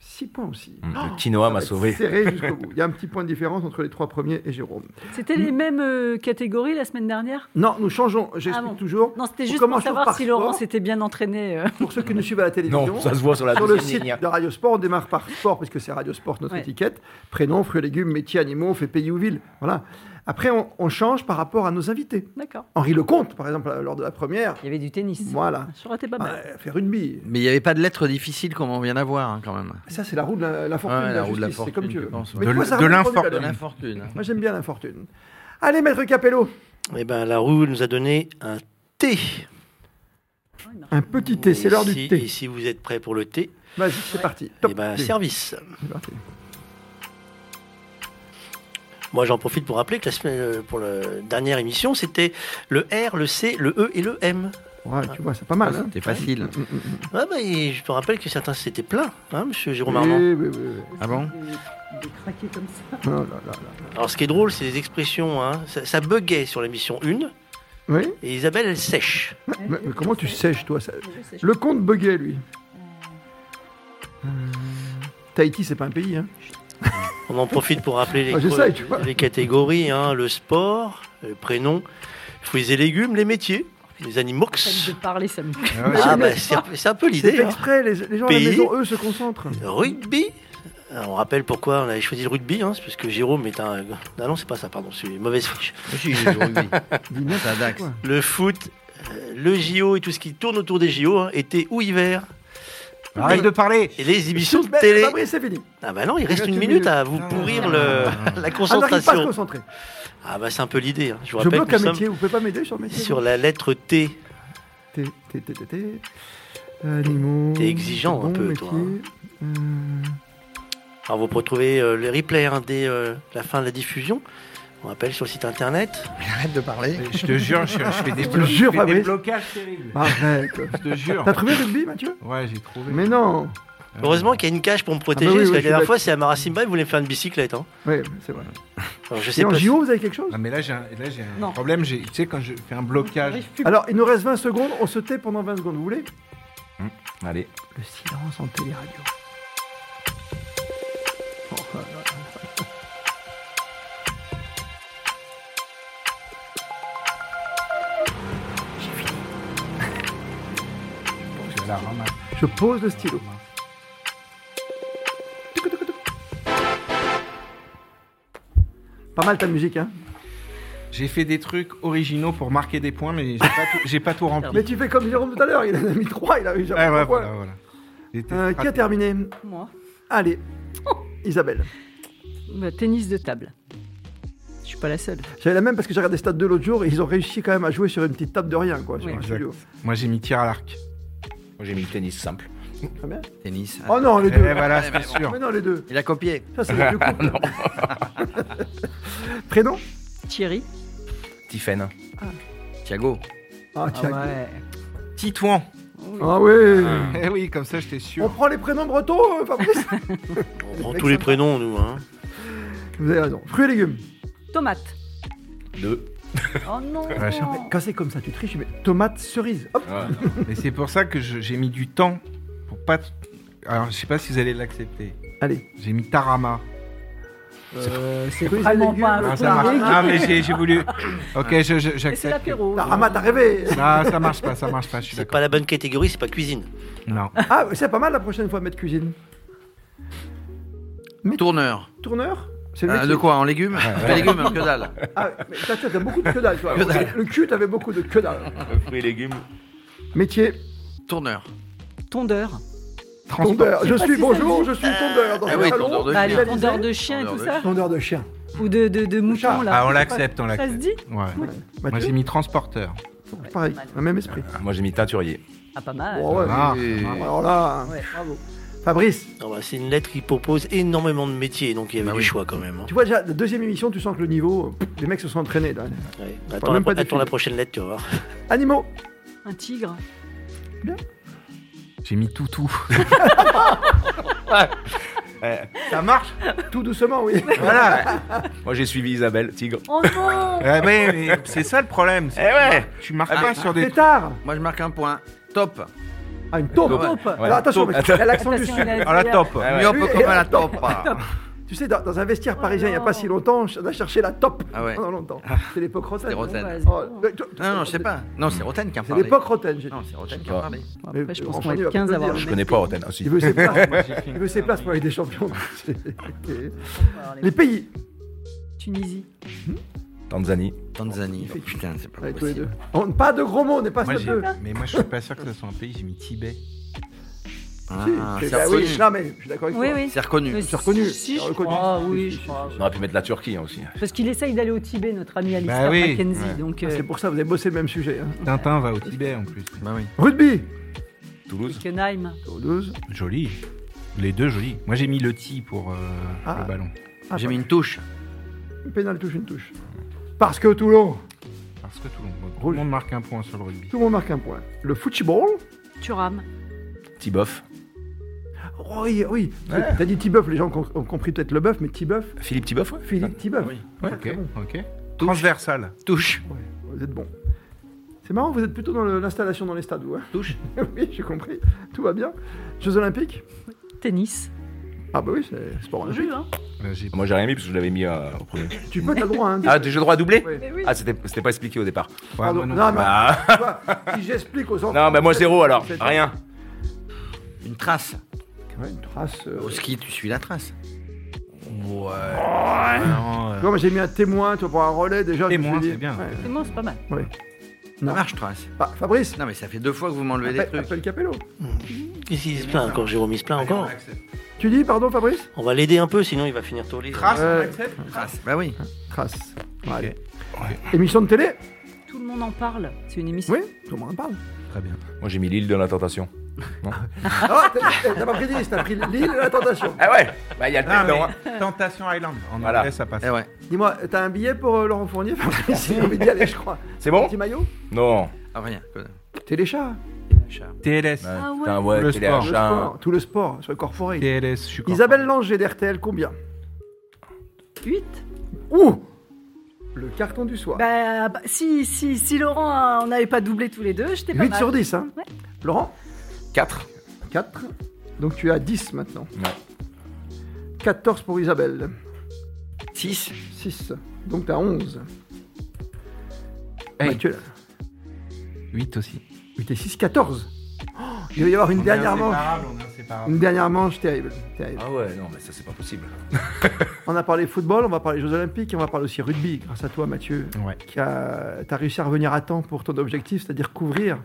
Speaker 1: 6 points aussi.
Speaker 4: Mm.
Speaker 1: Ah,
Speaker 4: Le quinoa euh, m'a
Speaker 1: Ça va
Speaker 4: sauvé.
Speaker 1: être serré jusqu'au bout. Il y a un petit point de différence entre les trois premiers et Jérôme.
Speaker 3: C'était
Speaker 2: Hmm.
Speaker 3: les mêmes euh, catégories la semaine dernière
Speaker 1: Non, nous changeons, j'explique
Speaker 3: Ah bon.
Speaker 1: toujours.
Speaker 3: Non, c'était
Speaker 1: On
Speaker 3: juste pour
Speaker 1: commence toujours
Speaker 3: savoir
Speaker 1: par
Speaker 3: si Laurent
Speaker 1: sport.
Speaker 3: s'était bien entraîné. euh.
Speaker 1: Pour ceux qui nous suivent à la télévision,
Speaker 4: Non, ça se voit sur la
Speaker 1: Sur le
Speaker 4: deuxième
Speaker 1: site
Speaker 4: ligne.
Speaker 1: de Radio Sport, on démarre par sport, puisque c'est Radio Sport notre
Speaker 3: Ouais.
Speaker 1: étiquette. Prénom, fruits, légumes, métiers, animaux, on fait pays ou ville. Voilà. Après, on, on change par rapport à nos invités.
Speaker 3: D'accord.
Speaker 1: Henri Lecomte, par exemple, lors de la première.
Speaker 3: Il y avait du tennis.
Speaker 1: Voilà.
Speaker 3: Ça aurait été pas mal.
Speaker 1: Ah, faire une bille.
Speaker 5: Mais il n'y avait pas de lettres difficiles comme on vient d'avoir, hein, quand même.
Speaker 1: Ça, c'est la roue de la, la fortune.
Speaker 5: Ouais,
Speaker 1: de
Speaker 5: la
Speaker 1: la
Speaker 5: roue de la
Speaker 1: justice, c'est
Speaker 5: fortune,
Speaker 1: comme tu
Speaker 5: je
Speaker 1: veux.
Speaker 5: pense,
Speaker 1: Mais
Speaker 2: ouais.
Speaker 1: toi,
Speaker 2: De-
Speaker 1: ça
Speaker 2: de
Speaker 1: reprend
Speaker 2: l'infor-
Speaker 1: du
Speaker 5: De
Speaker 1: galop.
Speaker 5: l'infortune. hein.
Speaker 1: Moi, j'aime bien l'infortune. Allez, maître Capello.
Speaker 6: Et ben la roue nous a donné un thé.
Speaker 3: Ah
Speaker 1: Un petit thé, c'est l'heure
Speaker 6: Et
Speaker 1: du
Speaker 6: si-
Speaker 5: Ah,
Speaker 6: Et
Speaker 1: thé.
Speaker 6: si vous êtes prêt pour le thé,
Speaker 1: Vas-y, c'est parti.
Speaker 6: et
Speaker 5: Eh
Speaker 1: Top.
Speaker 6: ben
Speaker 1: Thé.
Speaker 6: service.
Speaker 1: C'est parti.
Speaker 6: Moi, j'en profite pour rappeler que la semaine, euh, pour la dernière émission, c'était le R, le C, le E et le M.
Speaker 1: Ouais, tu vois, c'est pas mal. hein.
Speaker 5: C'était facile.
Speaker 6: Ah bah, et je te rappelle que certains c'était plein, hein, monsieur Jérôme Armand.
Speaker 1: Eh, Oui, oui, oui, oui.
Speaker 5: Ah bon
Speaker 3: De craquer comme ça.
Speaker 1: Oh là là là.
Speaker 6: Alors, ce qui est drôle, c'est les expressions. Hein. Ça, ça buguait sur l'émission 1
Speaker 1: Oui
Speaker 6: et Isabelle, elle sèche.
Speaker 1: mais, mais comment tu sèches, toi ça- Le comte buguait, lui.
Speaker 5: Euh.
Speaker 1: Hum. Tahiti, c'est pas un pays. Hein.
Speaker 6: On en profite pour rappeler les,
Speaker 1: Ah, j'essaye, tu vois.
Speaker 6: les catégories hein, le sport, le prénom, fruits et légumes, les métiers, les animaux.
Speaker 3: de parler, ça me plaît.
Speaker 6: Ah, bah, c'est c'est un peu
Speaker 1: C'est
Speaker 6: l'idée.
Speaker 1: fait
Speaker 6: hein.
Speaker 1: exprès, les, les gens à
Speaker 6: Pays.
Speaker 1: la maison, eux, se concentrent.
Speaker 6: Rugby. Alors, on rappelle pourquoi on avait choisi le rugby, hein, c'est parce que Jérôme est un. Ah non, c'est pas ça, pardon, c'est une mauvaise fiche.
Speaker 5: J'ai eu le rugby.
Speaker 1: Dis-moi,
Speaker 5: C'est un Dax.
Speaker 1: quoi.
Speaker 6: Le foot, euh, le JO et tout ce qui tourne autour des JO, hein, été ou hiver.
Speaker 2: Arrête de parler.
Speaker 6: Et les émissions de
Speaker 1: Ben,
Speaker 6: télé.
Speaker 1: Fabrice, c'est fini.
Speaker 6: Ah bah non, il reste
Speaker 1: reste
Speaker 6: une
Speaker 1: une
Speaker 6: minute,
Speaker 1: minute. Ah
Speaker 6: à vous pourrir le, la
Speaker 1: On n'arrive pas à se
Speaker 6: concentration.
Speaker 1: concentrer.
Speaker 6: Ah bah c'est un peu l'idée. hein. Je vous
Speaker 1: Je
Speaker 6: rappelle
Speaker 1: bloque
Speaker 6: que
Speaker 1: un
Speaker 6: nous sommes
Speaker 1: métier, vous pouvez pas m'aider sur le métier
Speaker 6: sur la lettre T.
Speaker 1: T, T, T, T, T. Animaux.
Speaker 6: T'es exigeant un
Speaker 1: bon,
Speaker 6: peu,
Speaker 1: métier.
Speaker 6: toi, hein.
Speaker 1: Hum.
Speaker 6: Alors vous pouvez retrouver euh, les replays hein, dès euh, la fin de la diffusion. On rappelle sur le site internet.
Speaker 5: Arrête de parler.
Speaker 2: Je te jure, je, je fais des,
Speaker 1: te jure,
Speaker 2: je fais des
Speaker 1: Fabrice.
Speaker 2: blocages terribles.
Speaker 1: Arrête.
Speaker 2: Je te jure.
Speaker 1: T'as trouvé rugby, Mathieu
Speaker 2: Ouais, j'ai trouvé.
Speaker 1: Mais non.
Speaker 6: Heureusement qu'il y a une cage pour me protéger,
Speaker 1: Ah bah oui,
Speaker 6: parce
Speaker 1: oui,
Speaker 6: que la
Speaker 1: je suis
Speaker 6: dernière
Speaker 1: d'accord.
Speaker 6: fois c'est à Marasimba, il voulait me faire une bicyclette. Hein.
Speaker 1: Oui, c'est vrai.
Speaker 6: Alors, je sais
Speaker 1: Et en
Speaker 6: pas si- Ah,
Speaker 1: JO, vous avez quelque chose
Speaker 2: Non, Ah, mais là, j'ai un, là, j'ai un
Speaker 3: Non.
Speaker 2: problème. j'ai- Tu sais, quand je fais un blocage.
Speaker 1: Alors, il nous reste 20 secondes. On se tait pendant 20 secondes. Vous voulez
Speaker 4: Allez.
Speaker 1: Le silence en téléradio. Oh, là, là.
Speaker 2: Je la ramasse.
Speaker 1: Je pose le stylo. Pas mal ta musique, hein
Speaker 2: J'ai fait des trucs originaux pour marquer des points, mais j'ai pas tout, j'ai pas tout rempli.
Speaker 1: Mais tu fais comme Jérôme tout à l'heure, il en a mis 3, il a eu jamais
Speaker 2: Ah, ouais,
Speaker 1: trois
Speaker 2: voilà,
Speaker 1: points.
Speaker 2: voilà. J'étais
Speaker 1: Euh, Qui a
Speaker 2: strat-
Speaker 1: terminé
Speaker 3: Moi.
Speaker 1: Allez,
Speaker 2: Oh.
Speaker 1: Isabelle.
Speaker 3: Bah, tennis de table. Je suis pas la seule.
Speaker 1: J'avais la même parce que j'ai regardé Stade de l'autre jour et ils ont réussi quand même à jouer sur une petite table de rien, quoi, sur
Speaker 3: Oui.
Speaker 1: un
Speaker 2: Exact.
Speaker 1: studio.
Speaker 2: Moi, j'ai mis tir à l'arc.
Speaker 4: Moi, J'ai mis le tennis simple.
Speaker 1: Très bien.
Speaker 5: Tennis.
Speaker 1: Oh non, les
Speaker 2: Et
Speaker 1: deux.
Speaker 2: Eh, voilà, c'est sûr.
Speaker 1: Mais non, les deux.
Speaker 5: Il a copié.
Speaker 1: Ça, c'est les deux couples. Prénom
Speaker 3: Thierry.
Speaker 4: Tiffen.
Speaker 5: Thiago.
Speaker 1: Ah, tiens.
Speaker 2: Titouan.
Speaker 1: Ah oui.
Speaker 2: Eh oui, comme ça, j'étais
Speaker 1: On
Speaker 2: sûr.
Speaker 1: prend les prénoms bretons, euh, Fabrice
Speaker 6: On prend tous les prénoms, nous. Hein.
Speaker 1: Vous avez raison. Fruits et légumes.
Speaker 3: Tomate.
Speaker 4: Deux.
Speaker 3: Oh non.
Speaker 2: Ouais, j'ai-
Speaker 1: Quand c'est comme ça, tu triches, mais tomate cerise. Hop.
Speaker 4: Ouais.
Speaker 2: Mais c'est pour ça que je- j'ai mis du temps pour pas. t- Alors, je sais pas si vous allez l'accepter.
Speaker 1: Allez.
Speaker 2: J'ai mis Tarama.
Speaker 3: Euh, c'est
Speaker 1: Fruits et
Speaker 3: vraiment
Speaker 1: légumes.
Speaker 3: pas un
Speaker 2: Ah,
Speaker 3: fruit
Speaker 2: ça
Speaker 3: et
Speaker 2: marche.
Speaker 3: légumes.
Speaker 2: Ah, mais j'ai j'ai voulu. Ok, je- je-
Speaker 3: Et c'est
Speaker 2: j'accepte.
Speaker 3: l'apéro.
Speaker 1: Tarama, t'as rêvé.
Speaker 2: Ah, ça marche pas, ça marche pas, je suis
Speaker 6: C'est
Speaker 2: d'accord.
Speaker 6: pas la bonne catégorie, c'est pas cuisine.
Speaker 2: Non.
Speaker 1: Ah, c'est pas mal la prochaine fois de mettre cuisine.
Speaker 5: Tourneur.
Speaker 1: Tourneur c'est le
Speaker 5: Euh,
Speaker 1: mec
Speaker 5: de
Speaker 1: qui-
Speaker 5: quoi En légumes Pas légumes, hein, que dalle.
Speaker 1: Ah, mais t'as- t'as beaucoup de que dalle, toi.
Speaker 5: Que dalle.
Speaker 1: Le cul, t'avais beaucoup de que dalle.
Speaker 4: Fruits et légumes.
Speaker 1: Métier,
Speaker 5: Tourneur.
Speaker 3: Tondeur.
Speaker 1: tondeur. Je
Speaker 3: pas
Speaker 1: suis,
Speaker 3: si ça
Speaker 1: bonjour, je suis tondeur. Dans
Speaker 5: Ah
Speaker 1: un
Speaker 5: oui,
Speaker 1: salon,
Speaker 5: tondeur de
Speaker 3: Bah,
Speaker 5: chien.
Speaker 3: les tondeurs de chiens et
Speaker 5: Tondeur
Speaker 3: tout
Speaker 5: de
Speaker 3: ça.
Speaker 1: Tondeur de chien.
Speaker 3: Ou de, de, de moutons, là.
Speaker 2: Ah, on l'accepte, on
Speaker 3: Ça se
Speaker 2: l'accepte.
Speaker 3: dit
Speaker 2: Ouais.
Speaker 1: Mathieu,
Speaker 2: Moi, j'ai mis transporteur.
Speaker 1: pareil, le même esprit.
Speaker 4: Moi j'ai mis teinturier.
Speaker 3: Ah, pas mal.
Speaker 1: Oh, ouais.
Speaker 2: Ah,
Speaker 1: Alors là,
Speaker 3: Ouais, bravo.
Speaker 1: Fabrice,
Speaker 6: Non, bah, c'est une lettre qui propose énormément de métiers, donc il y avait
Speaker 5: Bah
Speaker 6: du
Speaker 5: oui.
Speaker 6: choix quand même. hein.
Speaker 1: tu vois déjà, la deuxième émission, tu sens que le niveau, pff, les mecs se sont entraînés. là.
Speaker 6: Ouais.
Speaker 1: Faut
Speaker 6: Attends,
Speaker 1: même
Speaker 6: la,
Speaker 1: pas
Speaker 6: attends
Speaker 1: défiler.
Speaker 6: la prochaine lettre, tu vas voir.
Speaker 1: Animaux,
Speaker 3: Un tigre.
Speaker 2: J'ai mis toutou.
Speaker 4: Eh,
Speaker 2: Ça marche
Speaker 1: tout doucement, oui.
Speaker 2: Voilà.
Speaker 4: Moi j'ai suivi Isabelle, tigre.
Speaker 3: Oh non
Speaker 2: Eh ben, mais c'est ça le problème. c'est-
Speaker 4: ouais
Speaker 2: Tu marques
Speaker 5: Ah,
Speaker 2: pas
Speaker 5: mais-
Speaker 2: sur des.
Speaker 1: Pétard,
Speaker 5: Moi, je marque un point. Top.
Speaker 1: ah, une taupe.
Speaker 3: Taupe.
Speaker 4: Ouais.
Speaker 1: Alors, attention,
Speaker 4: Taupe.
Speaker 1: mec, il y a l'accent du
Speaker 3: Attention,
Speaker 1: sud.
Speaker 3: il a-
Speaker 2: Ah, la top.
Speaker 4: Ah ouais.
Speaker 5: Mieux un peu
Speaker 1: Lui,
Speaker 5: comme
Speaker 1: et
Speaker 5: à la
Speaker 1: la
Speaker 5: top. Ah.
Speaker 1: Tu sais, dans, dans un vestiaire
Speaker 3: Oh
Speaker 1: parisien, il n'y a
Speaker 3: non.
Speaker 1: pas si longtemps, on a cherché la taupe
Speaker 5: Ah ouais.
Speaker 1: pendant longtemps. C'est l'époque Rotten.
Speaker 5: C'est Rotten.
Speaker 3: Bon, bah,
Speaker 1: Oh, mais tu-
Speaker 5: Non, non, je sais pas. Non, c'est Roten qui a
Speaker 1: C'est
Speaker 5: parlé.
Speaker 1: l'époque Rotten, j'ai dit.
Speaker 5: Non, c'est Roten qui
Speaker 4: Je
Speaker 5: a
Speaker 4: sais
Speaker 5: parlé.
Speaker 1: Mais
Speaker 3: Après, je pense
Speaker 1: on
Speaker 3: qu'on va
Speaker 1: va
Speaker 3: être 15 à avoir
Speaker 1: dire,
Speaker 3: le
Speaker 4: Je
Speaker 3: même
Speaker 4: connais pas Roten. Ah, si.
Speaker 1: Il veut ses places. Il veut ses places pour les des champions. Ok. Les pays.
Speaker 3: Tunisie.
Speaker 4: Tanzanie.
Speaker 5: Tanzanie. Oh, putain, c'est pas
Speaker 1: Ouais, tous les deux.
Speaker 5: possible.
Speaker 1: On- pas de gros mots, on n'est pas
Speaker 2: Moi,
Speaker 1: sur
Speaker 2: j'ai-
Speaker 1: deux.
Speaker 2: mais moi, je suis pas sûr que ce soit un pays. J'ai mis Tibet.
Speaker 5: Ah,
Speaker 1: Si,
Speaker 5: c'est
Speaker 1: c'est- bah oui,
Speaker 5: reconnu.
Speaker 1: non, mais je suis d'accord avec
Speaker 3: Oui,
Speaker 1: toi.
Speaker 3: oui.
Speaker 5: C'est reconnu.
Speaker 1: C'est reconnu.
Speaker 3: Si,
Speaker 1: C'est
Speaker 3: je
Speaker 1: reconnu.
Speaker 3: crois,
Speaker 1: Si,
Speaker 3: oui,
Speaker 1: si,
Speaker 3: je crois.
Speaker 4: On aurait pu mettre la Turquie hein, aussi.
Speaker 3: Parce qu'il essaye d'aller au Tibet, notre ami Alistair
Speaker 2: Bah oui,
Speaker 3: Mackenzie.
Speaker 2: ouais.
Speaker 3: Donc,
Speaker 1: Ah,
Speaker 3: euh,
Speaker 1: C'est pour ça que vous avez bossé le même sujet. hein.
Speaker 2: Tintin va au Tibet en plus.
Speaker 5: Bah oui.
Speaker 1: Rugby.
Speaker 4: Toulouse.
Speaker 3: Hockenheim.
Speaker 1: Toulouse.
Speaker 2: Joli. Les deux jolis. Moi, j'ai mis le T pour euh,
Speaker 1: Ah.
Speaker 2: le ballon.
Speaker 1: Ah,
Speaker 5: J'ai
Speaker 1: pas-
Speaker 5: mis une touche.
Speaker 1: une pénale touche, une touche. Parce que Toulon,
Speaker 2: Parce que tout le monde, tout
Speaker 1: Rouge.
Speaker 2: le monde marque un point sur le rugby.
Speaker 1: tout le monde marque un point. Le football.
Speaker 3: Turam.
Speaker 4: Tiboff.
Speaker 1: Oh, oui, oui.
Speaker 4: Ouais.
Speaker 1: T'as dit Tiboeuf, les gens com- ont compris peut-être le bœuf, mais Tiboeuf,
Speaker 4: Philippe Tiboff, ouais.
Speaker 1: Philippe Tiboeuf.
Speaker 5: oui.
Speaker 1: Ouais,
Speaker 2: Ok,
Speaker 1: c'est bon.
Speaker 2: ok. Transversal.
Speaker 5: Touche.
Speaker 1: Ouais, vous êtes bon. C'est marrant, vous êtes plutôt dans le- l'installation dans les stades, vous. hein
Speaker 5: Touche.
Speaker 1: oui, j'ai compris. Tout va bien. Jeux Olympiques
Speaker 3: Tennis.
Speaker 1: Ah, bah oui, c'est sport
Speaker 3: Bon
Speaker 1: olympique.
Speaker 3: jeu, hein.
Speaker 2: Là, Euh, j'ai-
Speaker 4: Moi j'ai rien mis parce que je l'avais mis euh, au premier.
Speaker 1: Tu peux, t'as le droit. Hein,
Speaker 4: Ah, j'ai le droit à doubler
Speaker 1: Ouais.
Speaker 3: Mais oui.
Speaker 4: Ah, c'était c'était pas expliqué au départ.
Speaker 1: Pardon.
Speaker 2: Ouais, moi non.
Speaker 1: Non, mais
Speaker 4: Bah,
Speaker 1: tu vois, si j'explique aux enfants.
Speaker 4: non, bah moi zéro alors.
Speaker 1: c'est-
Speaker 4: Rien.
Speaker 5: Une trace.
Speaker 1: Ouais, une trace. euh,
Speaker 5: Au ski, tu suis la trace.
Speaker 2: Ouais. Non, euh,
Speaker 1: Tu vois, moi j'ai mis un témoin, toi, pour un relais déjà. je me suis
Speaker 2: Témoin,
Speaker 1: dit-
Speaker 2: c'est bien.
Speaker 1: Ouais.
Speaker 3: C'est bon, c'est pas mal.
Speaker 1: Non.
Speaker 5: Ça marche, trace.
Speaker 1: Ah, Fabrice,
Speaker 5: Non, mais ça fait deux fois que vous m'enlevez des
Speaker 1: appelle,
Speaker 5: trucs.
Speaker 1: appelle Capello.
Speaker 6: Qu'est-ce qu'il se plaint encore Jérôme, il se plaint encore
Speaker 1: Tu dis, pardon, Fabrice
Speaker 6: On va l'aider un peu, sinon il va finir tôt libre.
Speaker 2: Trace,
Speaker 1: Ouais.
Speaker 2: on accepte
Speaker 5: Trace. Bah oui.
Speaker 1: Trace. Allez. Émission de télé
Speaker 3: Tout le monde en parle. C'est une émission.
Speaker 1: Oui, tout le monde en parle.
Speaker 2: Très bien.
Speaker 4: Moi j'ai mis l'île de la tentation.
Speaker 1: Ah, t'as t'as pas pris Nice, t'as pris l'île et la tentation.
Speaker 4: Ah ouais Bah il y a le
Speaker 2: Ah,
Speaker 4: thème,
Speaker 2: mais-
Speaker 4: non, hein.
Speaker 2: Tentation Island. En
Speaker 4: Voilà.
Speaker 2: anglais, ça passe.
Speaker 5: Eh ouais.
Speaker 1: Dis-moi, t'as un billet pour euh, Laurent Fournier Fabrice, il a envie d'y aller, je crois.
Speaker 4: C'est bon
Speaker 1: Petit maillot
Speaker 4: Non.
Speaker 5: Ah, rien.
Speaker 1: Téléchat,
Speaker 2: TLS.
Speaker 3: Ah ouais.
Speaker 4: Putain, ouais,
Speaker 2: Le
Speaker 1: tout le
Speaker 4: téléachat.
Speaker 1: sport, tout le sport, sur le corporate.
Speaker 2: TLS, je suis content.
Speaker 1: Isabelle Langer d'RTL, combien
Speaker 3: 8.
Speaker 1: Ouh Le carton du soir.
Speaker 3: Bah, bah, si, si, si Laurent, hein, on n'avait pas doublé tous les deux, j'étais pas
Speaker 1: 8
Speaker 3: mal.
Speaker 1: sur 10, hein
Speaker 3: Ouais.
Speaker 1: Laurent
Speaker 4: 4.
Speaker 1: 4. Donc tu as 10 maintenant.
Speaker 4: Ouais.
Speaker 1: 14 pour Isabelle.
Speaker 5: 6.
Speaker 1: 6. Donc t'as 11.
Speaker 2: Hey.
Speaker 1: Mathieu,
Speaker 2: 8 aussi.
Speaker 1: 8 et 6, 14. Oh, il va y avoir une dernière manche. Une dernière manche terrible. terrible.
Speaker 4: Ah ouais, non, mais ça c'est pas possible.
Speaker 1: On a parlé football, on va parler Jeux Olympiques, et on va parler aussi rugby, grâce à toi Mathieu,
Speaker 2: Ouais.
Speaker 1: qui a, t'as réussi à revenir à temps pour ton objectif, c'est-à-dire couvrir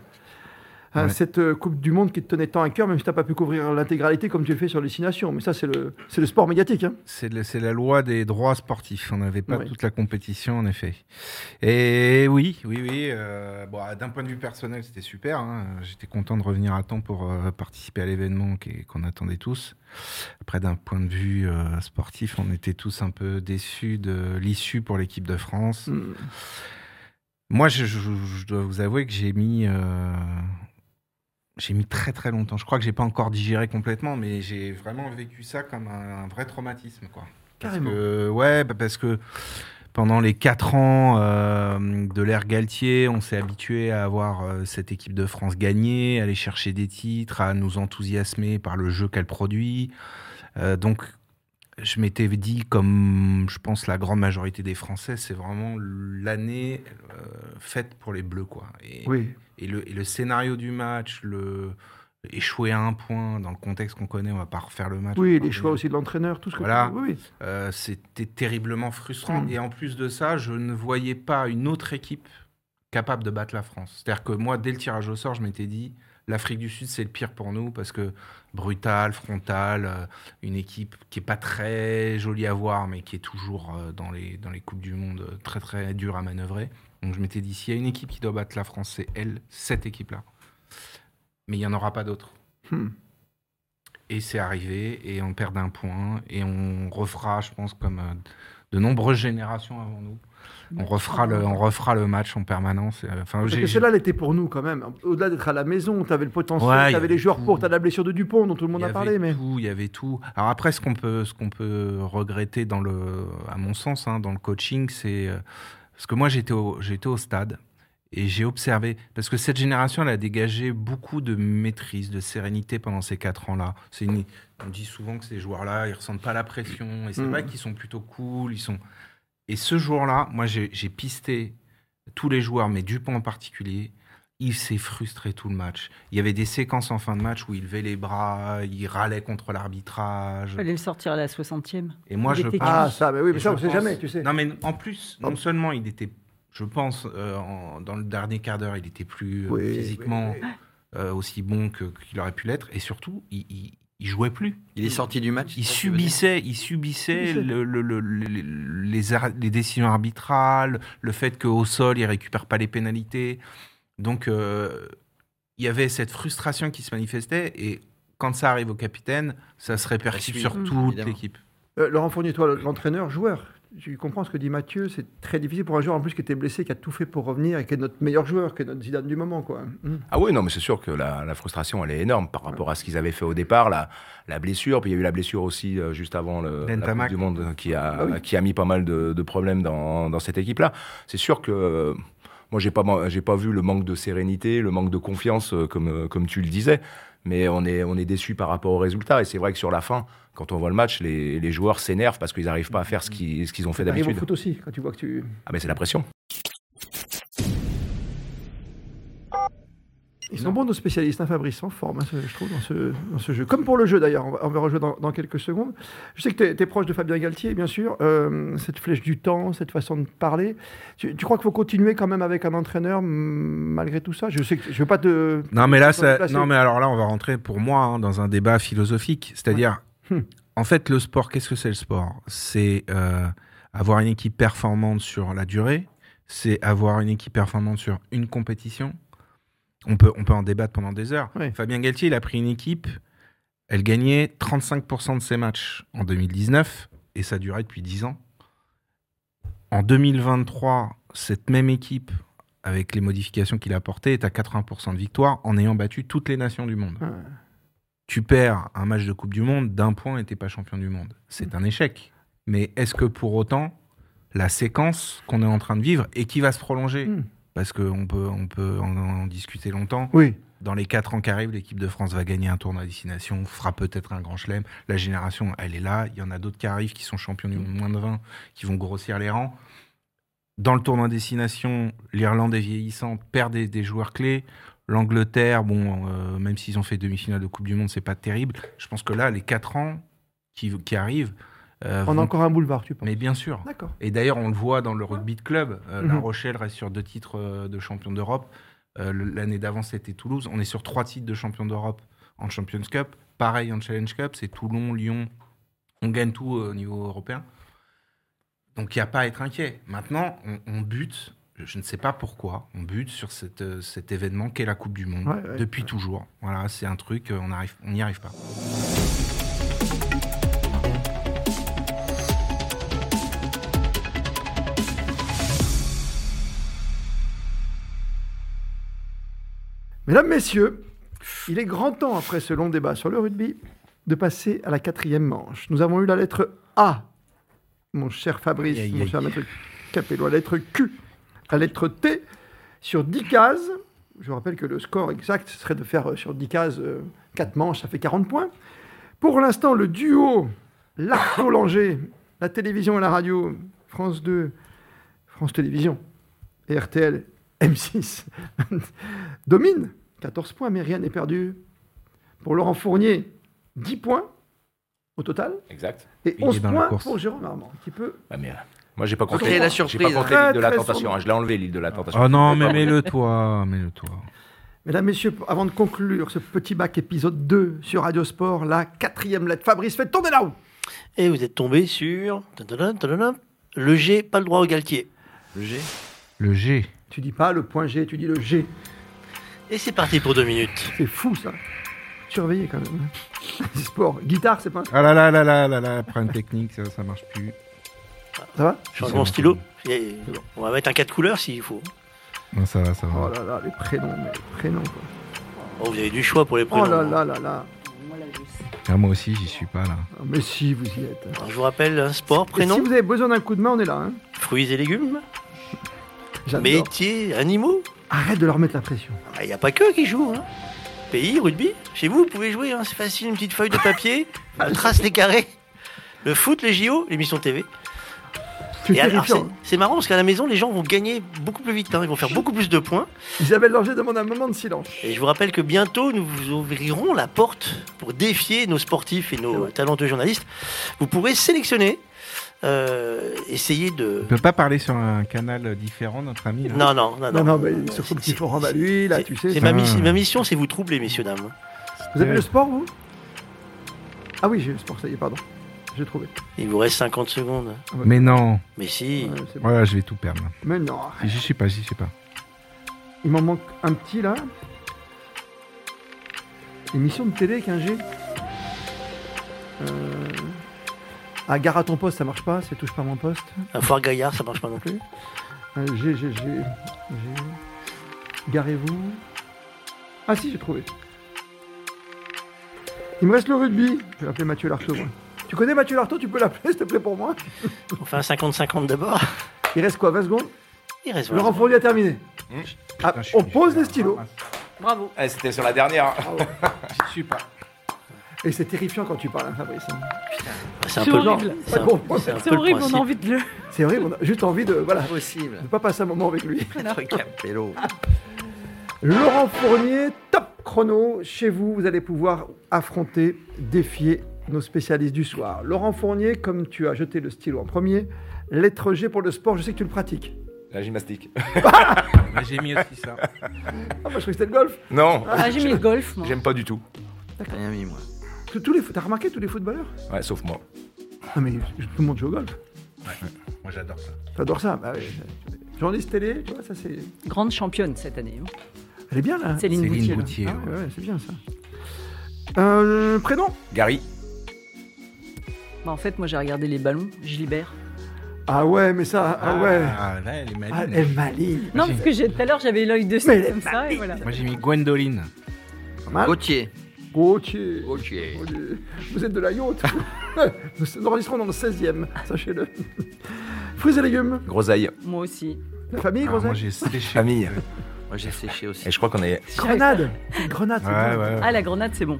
Speaker 1: hein,
Speaker 2: Ouais.
Speaker 1: cette euh, Coupe du Monde qui te tenait tant à cœur, même si tu n'as pas pu couvrir l'intégralité comme tu le fais sur les six nations. Mais ça, c'est le, c'est le sport médiatique. hein.
Speaker 2: C'est la, c'est la loi des droits sportifs. On n'avait pas
Speaker 1: Ouais.
Speaker 2: toute la compétition, en effet. Et oui, oui, oui. euh, bon, D'un point de vue personnel, c'était super. hein. J'étais content de revenir à temps pour euh, participer à l'événement qui- qu'on attendait tous. Après, d'un point de vue euh, sportif, on était tous un peu déçus de l'issue pour l'équipe de France.
Speaker 1: Mm.
Speaker 2: Moi, je, je- je dois vous avouer que j'ai mis, euh, j'ai mis très très longtemps. Je crois que j'ai pas encore digéré complètement, mais j'ai vraiment vécu ça comme un, un vrai traumatisme, quoi. Parce
Speaker 1: Carrément.
Speaker 2: que- ouais, bah, parce que pendant les quatre ans euh, de l'ère Galtier, on s'est habitué à avoir euh, cette équipe de France gagner, aller chercher des titres, à nous enthousiasmer par le jeu qu'elle produit. Euh, donc, je m'étais dit, comme je pense la grande majorité des Français, c'est vraiment l'année euh, faite pour les Bleus, quoi. Et,
Speaker 1: Oui,
Speaker 2: et le, et le scénario du match, le échouer à un point dans le contexte qu'on connaît, on va pas refaire le match. on
Speaker 1: oui
Speaker 2: va
Speaker 1: les
Speaker 2: pas-
Speaker 1: choix aussi de l'entraîneur, tout ce que
Speaker 2: Voilà.
Speaker 1: tu- oui, oui.
Speaker 2: euh, c'était terriblement frustrant.
Speaker 1: Mm.
Speaker 2: Et en plus de ça, je ne voyais pas une autre équipe capable de battre la France. C'est-à-dire que moi, dès le tirage au sort, je m'étais dit, l'Afrique du Sud, c'est le pire pour nous parce que brutale, frontale, euh, une équipe qui est pas très jolie à voir, mais qui est toujours euh, dans les, dans les Coupes du Monde euh, très très dure à manœuvrer. Donc je m'étais dit, s'il y a une équipe qui doit battre la France, c'est elle, cette équipe-là. Mais il n'y en aura pas d'autre.
Speaker 1: Hmm.
Speaker 2: Et c'est arrivé, et on perd un point, et on refera, je pense, comme euh, de nombreuses générations avant nous, on refera le, on refera le match en permanence. et, euh, Enfin,
Speaker 1: Parce
Speaker 2: j'ai-
Speaker 1: que celle-là, elle était pour nous quand même. Au-delà d'être à la maison, tu avais le potentiel, tu
Speaker 2: Ouais, il y
Speaker 1: avais
Speaker 2: avait
Speaker 1: les joueurs
Speaker 2: tout.
Speaker 1: pour, tu la blessure de Dupont dont tout le monde
Speaker 2: Il y
Speaker 1: a parlé.
Speaker 2: avait
Speaker 1: Mais...
Speaker 2: tout, il y avait tout. Alors après, ce qu'on peut, ce qu'on peut regretter dans le, à mon sens, hein, dans le coaching, c'est euh, parce que moi j'étais au, j'étais au stade et j'ai observé parce que cette génération, elle a dégagé beaucoup de maîtrise, de sérénité pendant ces quatre ans-là. C'est une- on dit souvent que ces joueurs-là, ils ressentent pas la pression et c'est
Speaker 1: Mhm.
Speaker 2: vrai qu'ils sont plutôt cool, ils sont. Et ce jour-là, moi j'ai j'ai pisté tous les joueurs, mais Dupont en particulier. Il s'est frustré tout le match. Il y avait des séquences en fin de match où il levait les bras, il râlait contre l'arbitrage.
Speaker 3: Il fallait le sortir à la 60e.
Speaker 2: Et moi,
Speaker 3: il
Speaker 2: je
Speaker 3: était
Speaker 2: pense-
Speaker 1: Ah, ça, mais oui, mais
Speaker 2: Et
Speaker 1: ça, on
Speaker 2: je
Speaker 1: ne sait
Speaker 2: pense-
Speaker 1: jamais, tu sais.
Speaker 2: Non, mais en plus, non
Speaker 1: Oh.
Speaker 2: seulement il était, je pense, euh, en- dans le dernier quart d'heure, il était plus euh,
Speaker 1: Oui,
Speaker 2: physiquement
Speaker 1: oui, oui.
Speaker 2: euh, aussi bon que- qu'il aurait pu l'être, et surtout, il, il, il jouait plus.
Speaker 5: Il est sorti du match.
Speaker 2: Il
Speaker 5: c'est ça que tu veux dire
Speaker 2: subissait, il subissait
Speaker 1: Subissait.
Speaker 2: le- le- le- le- les, ar- les décisions arbitrales, le fait qu'au sol, il récupère pas les pénalités. Donc, euh, il y avait cette frustration qui se manifestait, et quand ça arrive au capitaine, ça se répercute
Speaker 5: suit, Mmh.
Speaker 2: sur
Speaker 3: mm,
Speaker 2: toute
Speaker 5: évidemment.
Speaker 2: l'équipe.
Speaker 1: Euh, Laurent Fournier, toi, l'entraîneur, joueur, tu comprends ce que dit Mathieu, c'est très difficile pour un joueur en plus qui était blessé, qui a tout fait pour revenir et qui est notre meilleur joueur, qui est notre Zidane du moment. Quoi. Hmm.
Speaker 4: Ah oui, non, mais c'est sûr que la, la frustration, elle est énorme par rapport à ce qu'ils avaient fait au départ, la, la blessure. Puis il y a eu la blessure aussi euh, juste avant le, la
Speaker 2: Bentamac.
Speaker 4: Coupe du Monde euh, qui a,
Speaker 1: Ah oui.
Speaker 4: qui a mis pas mal de, de problèmes dans, dans cette équipe-là. C'est sûr que. euh, moi, j'ai pas, man- j'ai pas vu le manque de sérénité, le manque de confiance, euh, comme, euh, comme tu le disais. Mais on est, on est déçu par rapport aux résultats. Et c'est vrai que sur la fin, quand on voit le match, les, les joueurs s'énervent parce qu'ils n'arrivent pas à faire ce qu'ils ce qu'ils ont fait
Speaker 1: T'arrives au
Speaker 4: d'habitude.
Speaker 1: foot aussi, quand tu vois que tu.
Speaker 4: Ah, mais c'est la pression.
Speaker 1: Ils sont bons nos spécialistes, hein, Fabrice, en forme, hein, ce- je trouve, dans ce, dans ce jeu. Comme pour le jeu d'ailleurs, on va, on va rejouer dans, dans quelques secondes. Je sais que tu es, proche de Fabien Galtier, bien sûr. euh, cette flèche du temps, cette façon de parler. Tu, tu crois qu'il faut continuer quand même avec un entraîneur mm, malgré tout ça Je sais que je veux pas te.
Speaker 2: Non, mais là,
Speaker 1: Sur le
Speaker 2: ça-
Speaker 1: placé.
Speaker 2: non, mais alors là, on va rentrer pour moi hein, dans un débat philosophique. C'est-à-dire,
Speaker 1: Hmm.
Speaker 5: Hum.
Speaker 2: en fait, le sport, qu'est-ce que c'est le sport C'est euh, avoir une équipe performante sur la durée. C'est avoir une équipe performante sur une compétition. On peut, on peut en débattre pendant des heures.
Speaker 1: Oui.
Speaker 2: Fabien Galtier, il a pris une équipe. Elle gagnait 35% de ses matchs en 2019 et ça durait depuis 10 ans. En 2023, cette même équipe avec les modifications qu'il a apportées, est à 80% de victoire en ayant battu toutes les nations du monde.
Speaker 1: Ouais.
Speaker 2: Tu perds un match de Coupe du Monde d'un point et t'es pas champion du monde.
Speaker 1: Mm.
Speaker 2: C'est un échec. Mais est-ce que pour autant, la séquence qu'on est en train de vivre et qui va se prolonger,
Speaker 1: Mm.
Speaker 2: parce qu'on peut, on peut en, en discuter longtemps,
Speaker 1: Oui.
Speaker 2: dans les 4 ans qui arrivent, l'équipe de France va gagner un tournoi à destination, fera peut-être un grand chelem. La génération, elle est là. Il y en a d'autres qui arrivent, qui sont champions du monde moins de 20, qui vont grossir les rangs. Dans le tournoi à destination, l'Irlande est vieillissante, perd des, des joueurs clés. L'Angleterre, bon, euh, même s'ils ont fait demi-finale de Coupe du Monde, c'est pas terrible. Je pense que là, les 4 ans qui, qui arrivent. euh,
Speaker 1: On a
Speaker 2: vont-
Speaker 1: encore un boulevard, tu penses
Speaker 2: Mais bien sûr.
Speaker 1: D'accord.
Speaker 2: Et d'ailleurs, on le voit dans le rugby de club. Euh, La
Speaker 1: Mhm.
Speaker 2: Rochelle reste sur deux titres euh, de champion d'Europe. Euh, le- L'année d'avant, c'était Toulouse. On est sur trois titres de champion d'Europe en Champions Cup. Pareil en Challenge Cup, c'est Toulon, Lyon. On gagne tout euh, au niveau européen. Donc il n'y a pas à être inquiet. Maintenant, on, on bute, je, je ne sais pas pourquoi, on bute sur cette, euh, cet événement qu'est la Coupe du Monde
Speaker 1: Ouais, ouais,
Speaker 2: depuis toujours. Voilà, c'est un truc, euh, on arrive- on n'y arrive pas.
Speaker 1: Mesdames, Messieurs, il est grand temps, après ce long débat sur le rugby, de passer à la quatrième manche. Nous avons eu la lettre A, mon cher Fabrice,
Speaker 2: Aïe, aïe,
Speaker 1: mon
Speaker 2: aïe.
Speaker 1: cher maître Capello, la lettre Q, la lettre T, sur 10 cases. Je vous rappelle que le score exact serait de faire euh, sur 10 cases 4 manches, ça fait 40 points. Pour l'instant, le duo Larco-Langer, la télévision et la radio, France 2, France Télévisions et RTL, M6, domine 14 points, mais rien n'est perdu. Pour Laurent Fournier, 10 points au total
Speaker 4: Exact.
Speaker 1: et
Speaker 2: Il est
Speaker 1: 11
Speaker 2: dans la
Speaker 1: points
Speaker 2: course.
Speaker 1: pour Jérôme Armand. Un petit peu.
Speaker 4: Ah, mais euh, moi, j'ai pas compté.
Speaker 5: créer la
Speaker 4: J'ai
Speaker 5: surprise,
Speaker 4: pas compté
Speaker 1: hein.
Speaker 4: l'île de la
Speaker 1: Très, très
Speaker 4: tentation.
Speaker 1: sombre.
Speaker 4: hein. Je l'ai enlevé, l'île de la tentation.
Speaker 2: Oh non, mais mets-le toi, mets-le toi.
Speaker 1: Mesdames, Messieurs, avant de conclure ce petit bac épisode 2 sur Radio Sport, la quatrième lettre. Fabrice, faites tourner la roue.
Speaker 6: Et vous êtes tombé sur tadadam, tadadam, le G, pas le droit au galtier.
Speaker 5: Le G.
Speaker 2: Le G.
Speaker 1: Tu dis pas le point G, tu dis le G.
Speaker 6: Et c'est parti pour deux minutes.
Speaker 1: C'est fou ça. Surveillez quand même. hein. C'est Sport. Guitare, c'est pas.
Speaker 2: Ah là là là là là là, problème technique, ça, ça marche plus.
Speaker 1: Ça va
Speaker 6: Change mon stylo. Et- On va mettre un cas de couleur s'il faut.
Speaker 2: Non, ça va, ça va.
Speaker 1: Oh là là, les prénoms, mais les prénoms. quoi.
Speaker 6: Oh, vous avez du choix pour les prénoms.
Speaker 1: Oh
Speaker 2: hein.
Speaker 1: là là là là.
Speaker 2: Ah, moi aussi, j'y suis pas là.
Speaker 1: Ah, Mais si, vous y êtes.
Speaker 6: Alors, je vous rappelle, hein, sport,
Speaker 1: Et si
Speaker 6: prénom,
Speaker 1: vous avez besoin d'un coup de main, on est là. hein.
Speaker 6: fruits et légumes,
Speaker 1: J'adore.
Speaker 6: métiers, animaux. Ah,
Speaker 1: Arrête de leur mettre la pression.
Speaker 6: Il n'y a pas que qui joue. hein. Pays, rugby. Chez vous, vous pouvez jouer. hein, C'est facile, une petite feuille de papier.
Speaker 1: Ah,
Speaker 6: on trace les carrés. Le foot, les JO, l'émission TV.
Speaker 1: C'est
Speaker 6: Et alors,
Speaker 1: terrifiant.
Speaker 6: c'est- c'est marrant parce qu'à la maison, les gens vont gagner beaucoup plus vite. hein, Ils vont faire beaucoup plus de points.
Speaker 1: Isabelle Langer demande un moment de silence.
Speaker 6: Et je vous rappelle que bientôt, nous vous ouvrirons la porte pour défier nos sportifs et nos talentueux journalistes. Vous pourrez sélectionner, euh, essayer de...
Speaker 2: Tu peux pas parler sur un canal différent, notre ami là
Speaker 6: Non, non, non, Ah, non.
Speaker 1: Non, non, mais sur
Speaker 6: C'est-
Speaker 1: son petit
Speaker 6: c'est-
Speaker 1: forum à hein, bah, lui, là,
Speaker 6: c'est-
Speaker 1: tu sais. ça-
Speaker 6: c'est ma,
Speaker 2: ça.
Speaker 6: mission- ma mission, c'est vous troubler, messieurs, dames.
Speaker 1: Vous avez le sport, vous Ah oui, j'ai le sport, ça y est, pardon. J'ai trouvé.
Speaker 6: Il vous reste 50 secondes.
Speaker 2: Mais non,
Speaker 6: Mais si,
Speaker 1: Ouais, c'est bon.
Speaker 2: voilà, je vais tout perdre. là.
Speaker 1: Mais non,
Speaker 2: J'y suis pas, j'y suis pas.
Speaker 1: il m'en manque un petit, là. Émission de télé avec un G. Euh... Ah, gare à ton poste, ça marche pas, c'est touche pas mon poste.
Speaker 6: un foire gaillard, ça marche pas non plus.
Speaker 1: Euh, G, G, G, G. Garez-vous. Ah si, j'ai trouvé. Il me reste le rugby. Je vais l'appeler Mathieu Lartaud. moi. Tu connais Mathieu Lartaud Tu peux l'appeler, s'il te plaît, pour moi
Speaker 6: On fait un 50-50 d'abord.
Speaker 1: Il reste quoi 20 secondes
Speaker 6: Il reste
Speaker 1: Laurent
Speaker 6: vingt.
Speaker 1: Fournier a terminé. Ah,
Speaker 2: Mmh. Putain, je suis-
Speaker 1: on
Speaker 2: je suis
Speaker 1: pose
Speaker 2: là. Ah,
Speaker 1: les stylos.
Speaker 3: Bravo.
Speaker 4: Eh, C'était sur la dernière.
Speaker 2: J'y suis pas.
Speaker 1: Et c'est terrifiant quand tu parles, hein, Fabrice. hein.
Speaker 6: C'est un
Speaker 3: C'est
Speaker 6: peu le-
Speaker 3: horrible.
Speaker 6: c'est un-
Speaker 1: Ouais, bon,
Speaker 6: c'est un peu
Speaker 3: C'est
Speaker 6: le
Speaker 3: horrible, on
Speaker 6: principe.
Speaker 3: a envie de le.
Speaker 1: C'est vrai, on a juste envie de voilà,
Speaker 5: Impossible.
Speaker 1: de pas passer un moment avec lui.
Speaker 5: Maître Capello.
Speaker 1: Laurent Fournier, top chrono. Chez vous, vous allez pouvoir affronter, défier nos spécialistes du soir. Laurent Fournier, comme tu as jeté le stylo en premier, lettre G pour le sport, je sais que tu le pratiques.
Speaker 4: La gymnastique.
Speaker 2: Mais j'ai mis aussi ça.
Speaker 1: Ah, moi, je croyais que c'était le golf.
Speaker 4: Non,
Speaker 3: Ah, j'ai mis le golf, moi.
Speaker 4: j'aime pas du tout.
Speaker 5: Rien mis, moi.
Speaker 1: Tous- Tous les, fo- t'as remarqué tous les footballeurs
Speaker 4: Ouais, sauf moi.
Speaker 1: Non, mais tout le monde joue au golf.
Speaker 2: Moi j'adore ça.
Speaker 1: J'adore ça. Bah, oui. Journaliste télé, tu vois, ça c'est.
Speaker 3: Grande championne cette année. hein.
Speaker 1: Elle est bien là.
Speaker 3: Céline
Speaker 2: Céline
Speaker 3: Boutier.
Speaker 1: Ah,
Speaker 2: Boutier,
Speaker 1: ouais,
Speaker 2: ouais.
Speaker 1: ouais, c'est bien ça. Euh, prénom
Speaker 4: Gary,
Speaker 3: Bah, en fait, moi, j'ai regardé les ballons. Gilbert.
Speaker 1: Ah ouais, mais ça, ah, ouais.
Speaker 2: Ah là, elle est
Speaker 1: Ah,
Speaker 2: maligne.
Speaker 1: elle est maligne.
Speaker 3: Non, parce que j'ai- tout à l'heure, j'avais l'œil dessus
Speaker 1: Mais bah elle est
Speaker 3: comme ça, et voilà.
Speaker 2: Moi j'ai mis Gwendoline.
Speaker 1: Pas mal.
Speaker 5: Gauthier.
Speaker 1: Gauthier.
Speaker 5: Gauthier.
Speaker 1: Oh, Dieu. Vous êtes de la yacht. Nous enregistrons dans le 16e, sachez-le. Fruits et légumes.
Speaker 4: groseille,
Speaker 3: Moi aussi.
Speaker 1: La famille,
Speaker 2: Ah, moi
Speaker 1: Groseille.
Speaker 2: j'ai séché.
Speaker 4: famille.
Speaker 5: Moi, j'ai séché aussi.
Speaker 4: Et je crois qu'on est.
Speaker 1: Grenade. Grenade, c'est
Speaker 2: Ouais,
Speaker 1: bon.
Speaker 2: ouais.
Speaker 3: Ah, la grenade, c'est bon.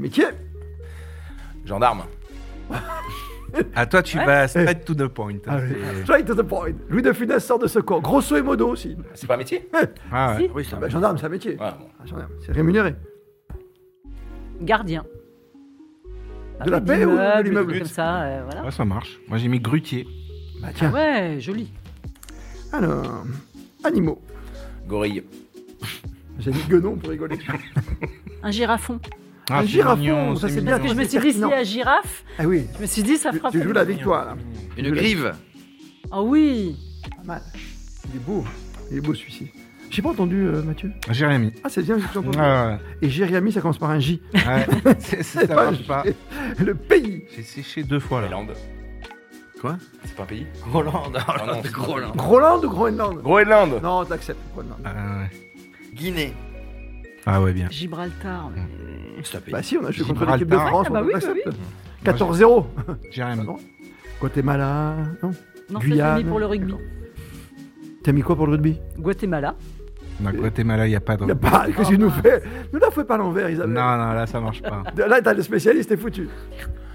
Speaker 1: Métier.
Speaker 4: Gendarme.
Speaker 2: Ah, toi tu
Speaker 3: Ouais.
Speaker 2: vas
Speaker 1: Eh.
Speaker 2: straight to the point.
Speaker 1: Ah,
Speaker 2: hein. C'est-
Speaker 1: Straight to the point. Louis de Funès sort de ce corps. Grosso et modo aussi.
Speaker 4: C'est pas un métier
Speaker 2: Ah ouais.
Speaker 3: Si.
Speaker 5: Oui, ça
Speaker 1: Ah
Speaker 5: va.
Speaker 1: bah, gendarme, c'est un métier.
Speaker 4: Ouais, bon.
Speaker 1: Ah, gendarme, c'est rémunéré.
Speaker 3: Gardien. Ah,
Speaker 1: la
Speaker 3: oui,
Speaker 1: paix ou de
Speaker 3: d'immeuble,
Speaker 1: l'immeuble
Speaker 3: des trucs Comme ça, euh, voilà.
Speaker 2: Ouais, ça marche. Moi j'ai mis Grutier.
Speaker 1: Bah tiens.
Speaker 3: Ouais, joli.
Speaker 1: Alors, animaux.
Speaker 4: Gorille,
Speaker 1: J'ai dit guenon pour rigoler.
Speaker 3: Un girafon.
Speaker 2: Ah,
Speaker 1: Un
Speaker 2: c'est
Speaker 1: girafon,
Speaker 2: mignon,
Speaker 1: ça, c'est
Speaker 2: mignon.
Speaker 1: bien.
Speaker 3: Parce que je me
Speaker 1: c'est
Speaker 3: suis dit,
Speaker 1: pertinent.
Speaker 3: s'il y a girafe,
Speaker 1: Ah oui,
Speaker 3: je me suis dit, ça
Speaker 1: tu,
Speaker 3: frappe.
Speaker 1: tu joues la victoire là.
Speaker 5: Une grive.
Speaker 3: Ah oui
Speaker 1: Pas mal. Il est beau. Il est beau celui-ci. J'ai pas entendu euh, Mathieu.
Speaker 2: Jérémy.
Speaker 1: Ah c'est bien, j'ai tout entendu.
Speaker 2: Ouais,
Speaker 1: Et Jérémy, ça commence par un J.
Speaker 2: ouais. C'est- c'est- ça
Speaker 1: pas
Speaker 2: marche pas.
Speaker 1: Le pays.
Speaker 2: J'ai séché deux fois là.
Speaker 4: Groenland.
Speaker 5: Quoi
Speaker 4: C'est pas un pays
Speaker 5: Hollande.
Speaker 4: Ah non, c'est pas un
Speaker 5: Groenland.
Speaker 4: pays.
Speaker 1: Groenland ou Groenland
Speaker 4: Groenland
Speaker 1: Non, t'acceptes Groenland.
Speaker 2: Ah ouais.
Speaker 5: Guinée.
Speaker 2: Ah ouais, bien.
Speaker 3: Gibraltar.
Speaker 1: Mm.
Speaker 3: mais-
Speaker 5: C'est un pays.
Speaker 1: Bah si, on a joué contre
Speaker 2: Gibraltar.
Speaker 1: l'équipe de France,
Speaker 3: Ah bah
Speaker 1: on
Speaker 3: oui, bah
Speaker 1: accepte.
Speaker 3: oui.
Speaker 1: 14-0. Ah
Speaker 2: Jérémy.
Speaker 1: non. Guatemala, non
Speaker 3: Non, ça,
Speaker 1: Guyane.
Speaker 3: j'ai mis pour le rugby.
Speaker 1: T'as mis quoi pour le rugby
Speaker 3: Guatemala.
Speaker 2: Dans le Guatemala, il n'y a pas de.
Speaker 1: Il y a pas, qu'est-ce qu'il nous fait Nous la fais pas à l'envers, Isabelle.
Speaker 2: Non, non, là, ça marche pas.
Speaker 1: Là, t'as le spécialiste, t'es foutu.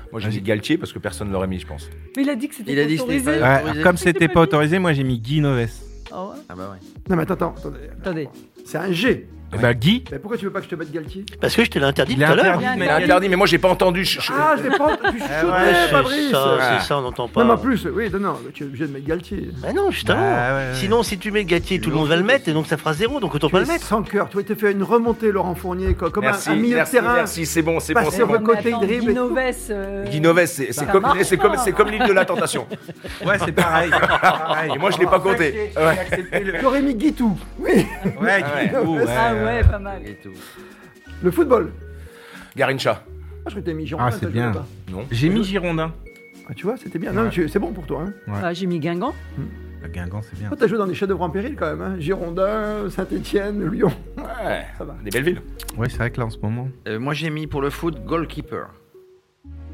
Speaker 4: Moi j'ai dit Galtier parce que personne ne l'aurait mis, je pense.
Speaker 3: Mais il a dit que c'était
Speaker 5: Il a dit que c'était
Speaker 3: autorisé.
Speaker 5: pas-
Speaker 2: Ouais,
Speaker 5: Autorisé.
Speaker 2: comme c'était pas autorisé, moi j'ai mis Guy Noves.
Speaker 3: Ah ouais.
Speaker 5: Ah bah ouais.
Speaker 1: Non, mais attends, attends, attendez.
Speaker 3: Attendez.
Speaker 1: C'est un G.
Speaker 2: Eh Bah Guy,
Speaker 1: Mais pourquoi tu veux pas que je te mette Galtier
Speaker 6: Parce que je te l'ai interdit
Speaker 2: il
Speaker 6: tout
Speaker 2: est
Speaker 6: à l'heure.
Speaker 2: interdit de
Speaker 3: Il est
Speaker 4: Il a
Speaker 2: mettre Guy.
Speaker 4: interdit, mais moi j'ai pas entendu. Je- je-
Speaker 1: Ah, je l'ai pas entendu. Tu
Speaker 6: Eh
Speaker 1: sautais,
Speaker 6: ouais,
Speaker 1: Fabrice.
Speaker 6: c'est ça,
Speaker 1: Ah.
Speaker 6: c'est ça, on n'entend pas.
Speaker 1: Non, mais en plus, oui, non, non, tu es obligé de mettre Galtier.
Speaker 6: Bah non, justement.
Speaker 2: Bah ouais, ouais.
Speaker 6: Sinon, si tu mets Gatier, tout le monde va le mettre, et donc ça fera zéro, donc autant pas le
Speaker 1: Tu es
Speaker 6: mettre.
Speaker 1: Sans cœur. Tu as été fait une remontée, Laurent Fournier, co- comme un-
Speaker 4: Merci,
Speaker 1: un milieu de
Speaker 4: merci,
Speaker 1: terrain.
Speaker 4: merci, c'est bon, c'est
Speaker 1: Bah,
Speaker 4: bon,
Speaker 1: c'est
Speaker 4: c'est bon.
Speaker 1: vrai. côté, il dribble et tout.
Speaker 3: Guinoves. euh,
Speaker 4: Guinoves, c'est c'est
Speaker 3: Ça
Speaker 4: comme
Speaker 3: marche
Speaker 4: c'est comme
Speaker 3: pas.
Speaker 4: c'est comme l'île de la tentation.
Speaker 2: Ouais, c'est pareil. pareil.
Speaker 4: Et moi je l'ai pas compté. Ouais.
Speaker 1: Tu aurais mis Guitou. Oui,
Speaker 2: Ouais, Guy
Speaker 4: Ouais.
Speaker 2: Noves, ouais,
Speaker 3: Ah
Speaker 2: ouais.
Speaker 3: ouais, pas mal.
Speaker 5: Et tout.
Speaker 1: le football.
Speaker 4: Garincha.
Speaker 1: Ah, je crois que t'as mis Jean.
Speaker 2: Ah, c'est bien.
Speaker 4: Non.
Speaker 2: J'ai mis Girondin.
Speaker 1: Ah, tu vois, c'était bien. Non, mais tu- c'est bon pour toi. Hein.
Speaker 2: Ouais.
Speaker 3: Ah, j'ai mis Guingamp.
Speaker 2: Bah, Guingamp, c'est bien.
Speaker 1: Toi, t'as joué dans des chefs-d'œuvre en péril quand même. Hein. Girondin, Saint-Etienne, Lyon.
Speaker 4: Ouais.
Speaker 1: Ça va.
Speaker 4: Des belles villes.
Speaker 2: Ouais, c'est vrai que là en ce moment.
Speaker 5: Euh, moi j'ai mis pour le foot goalkeeper.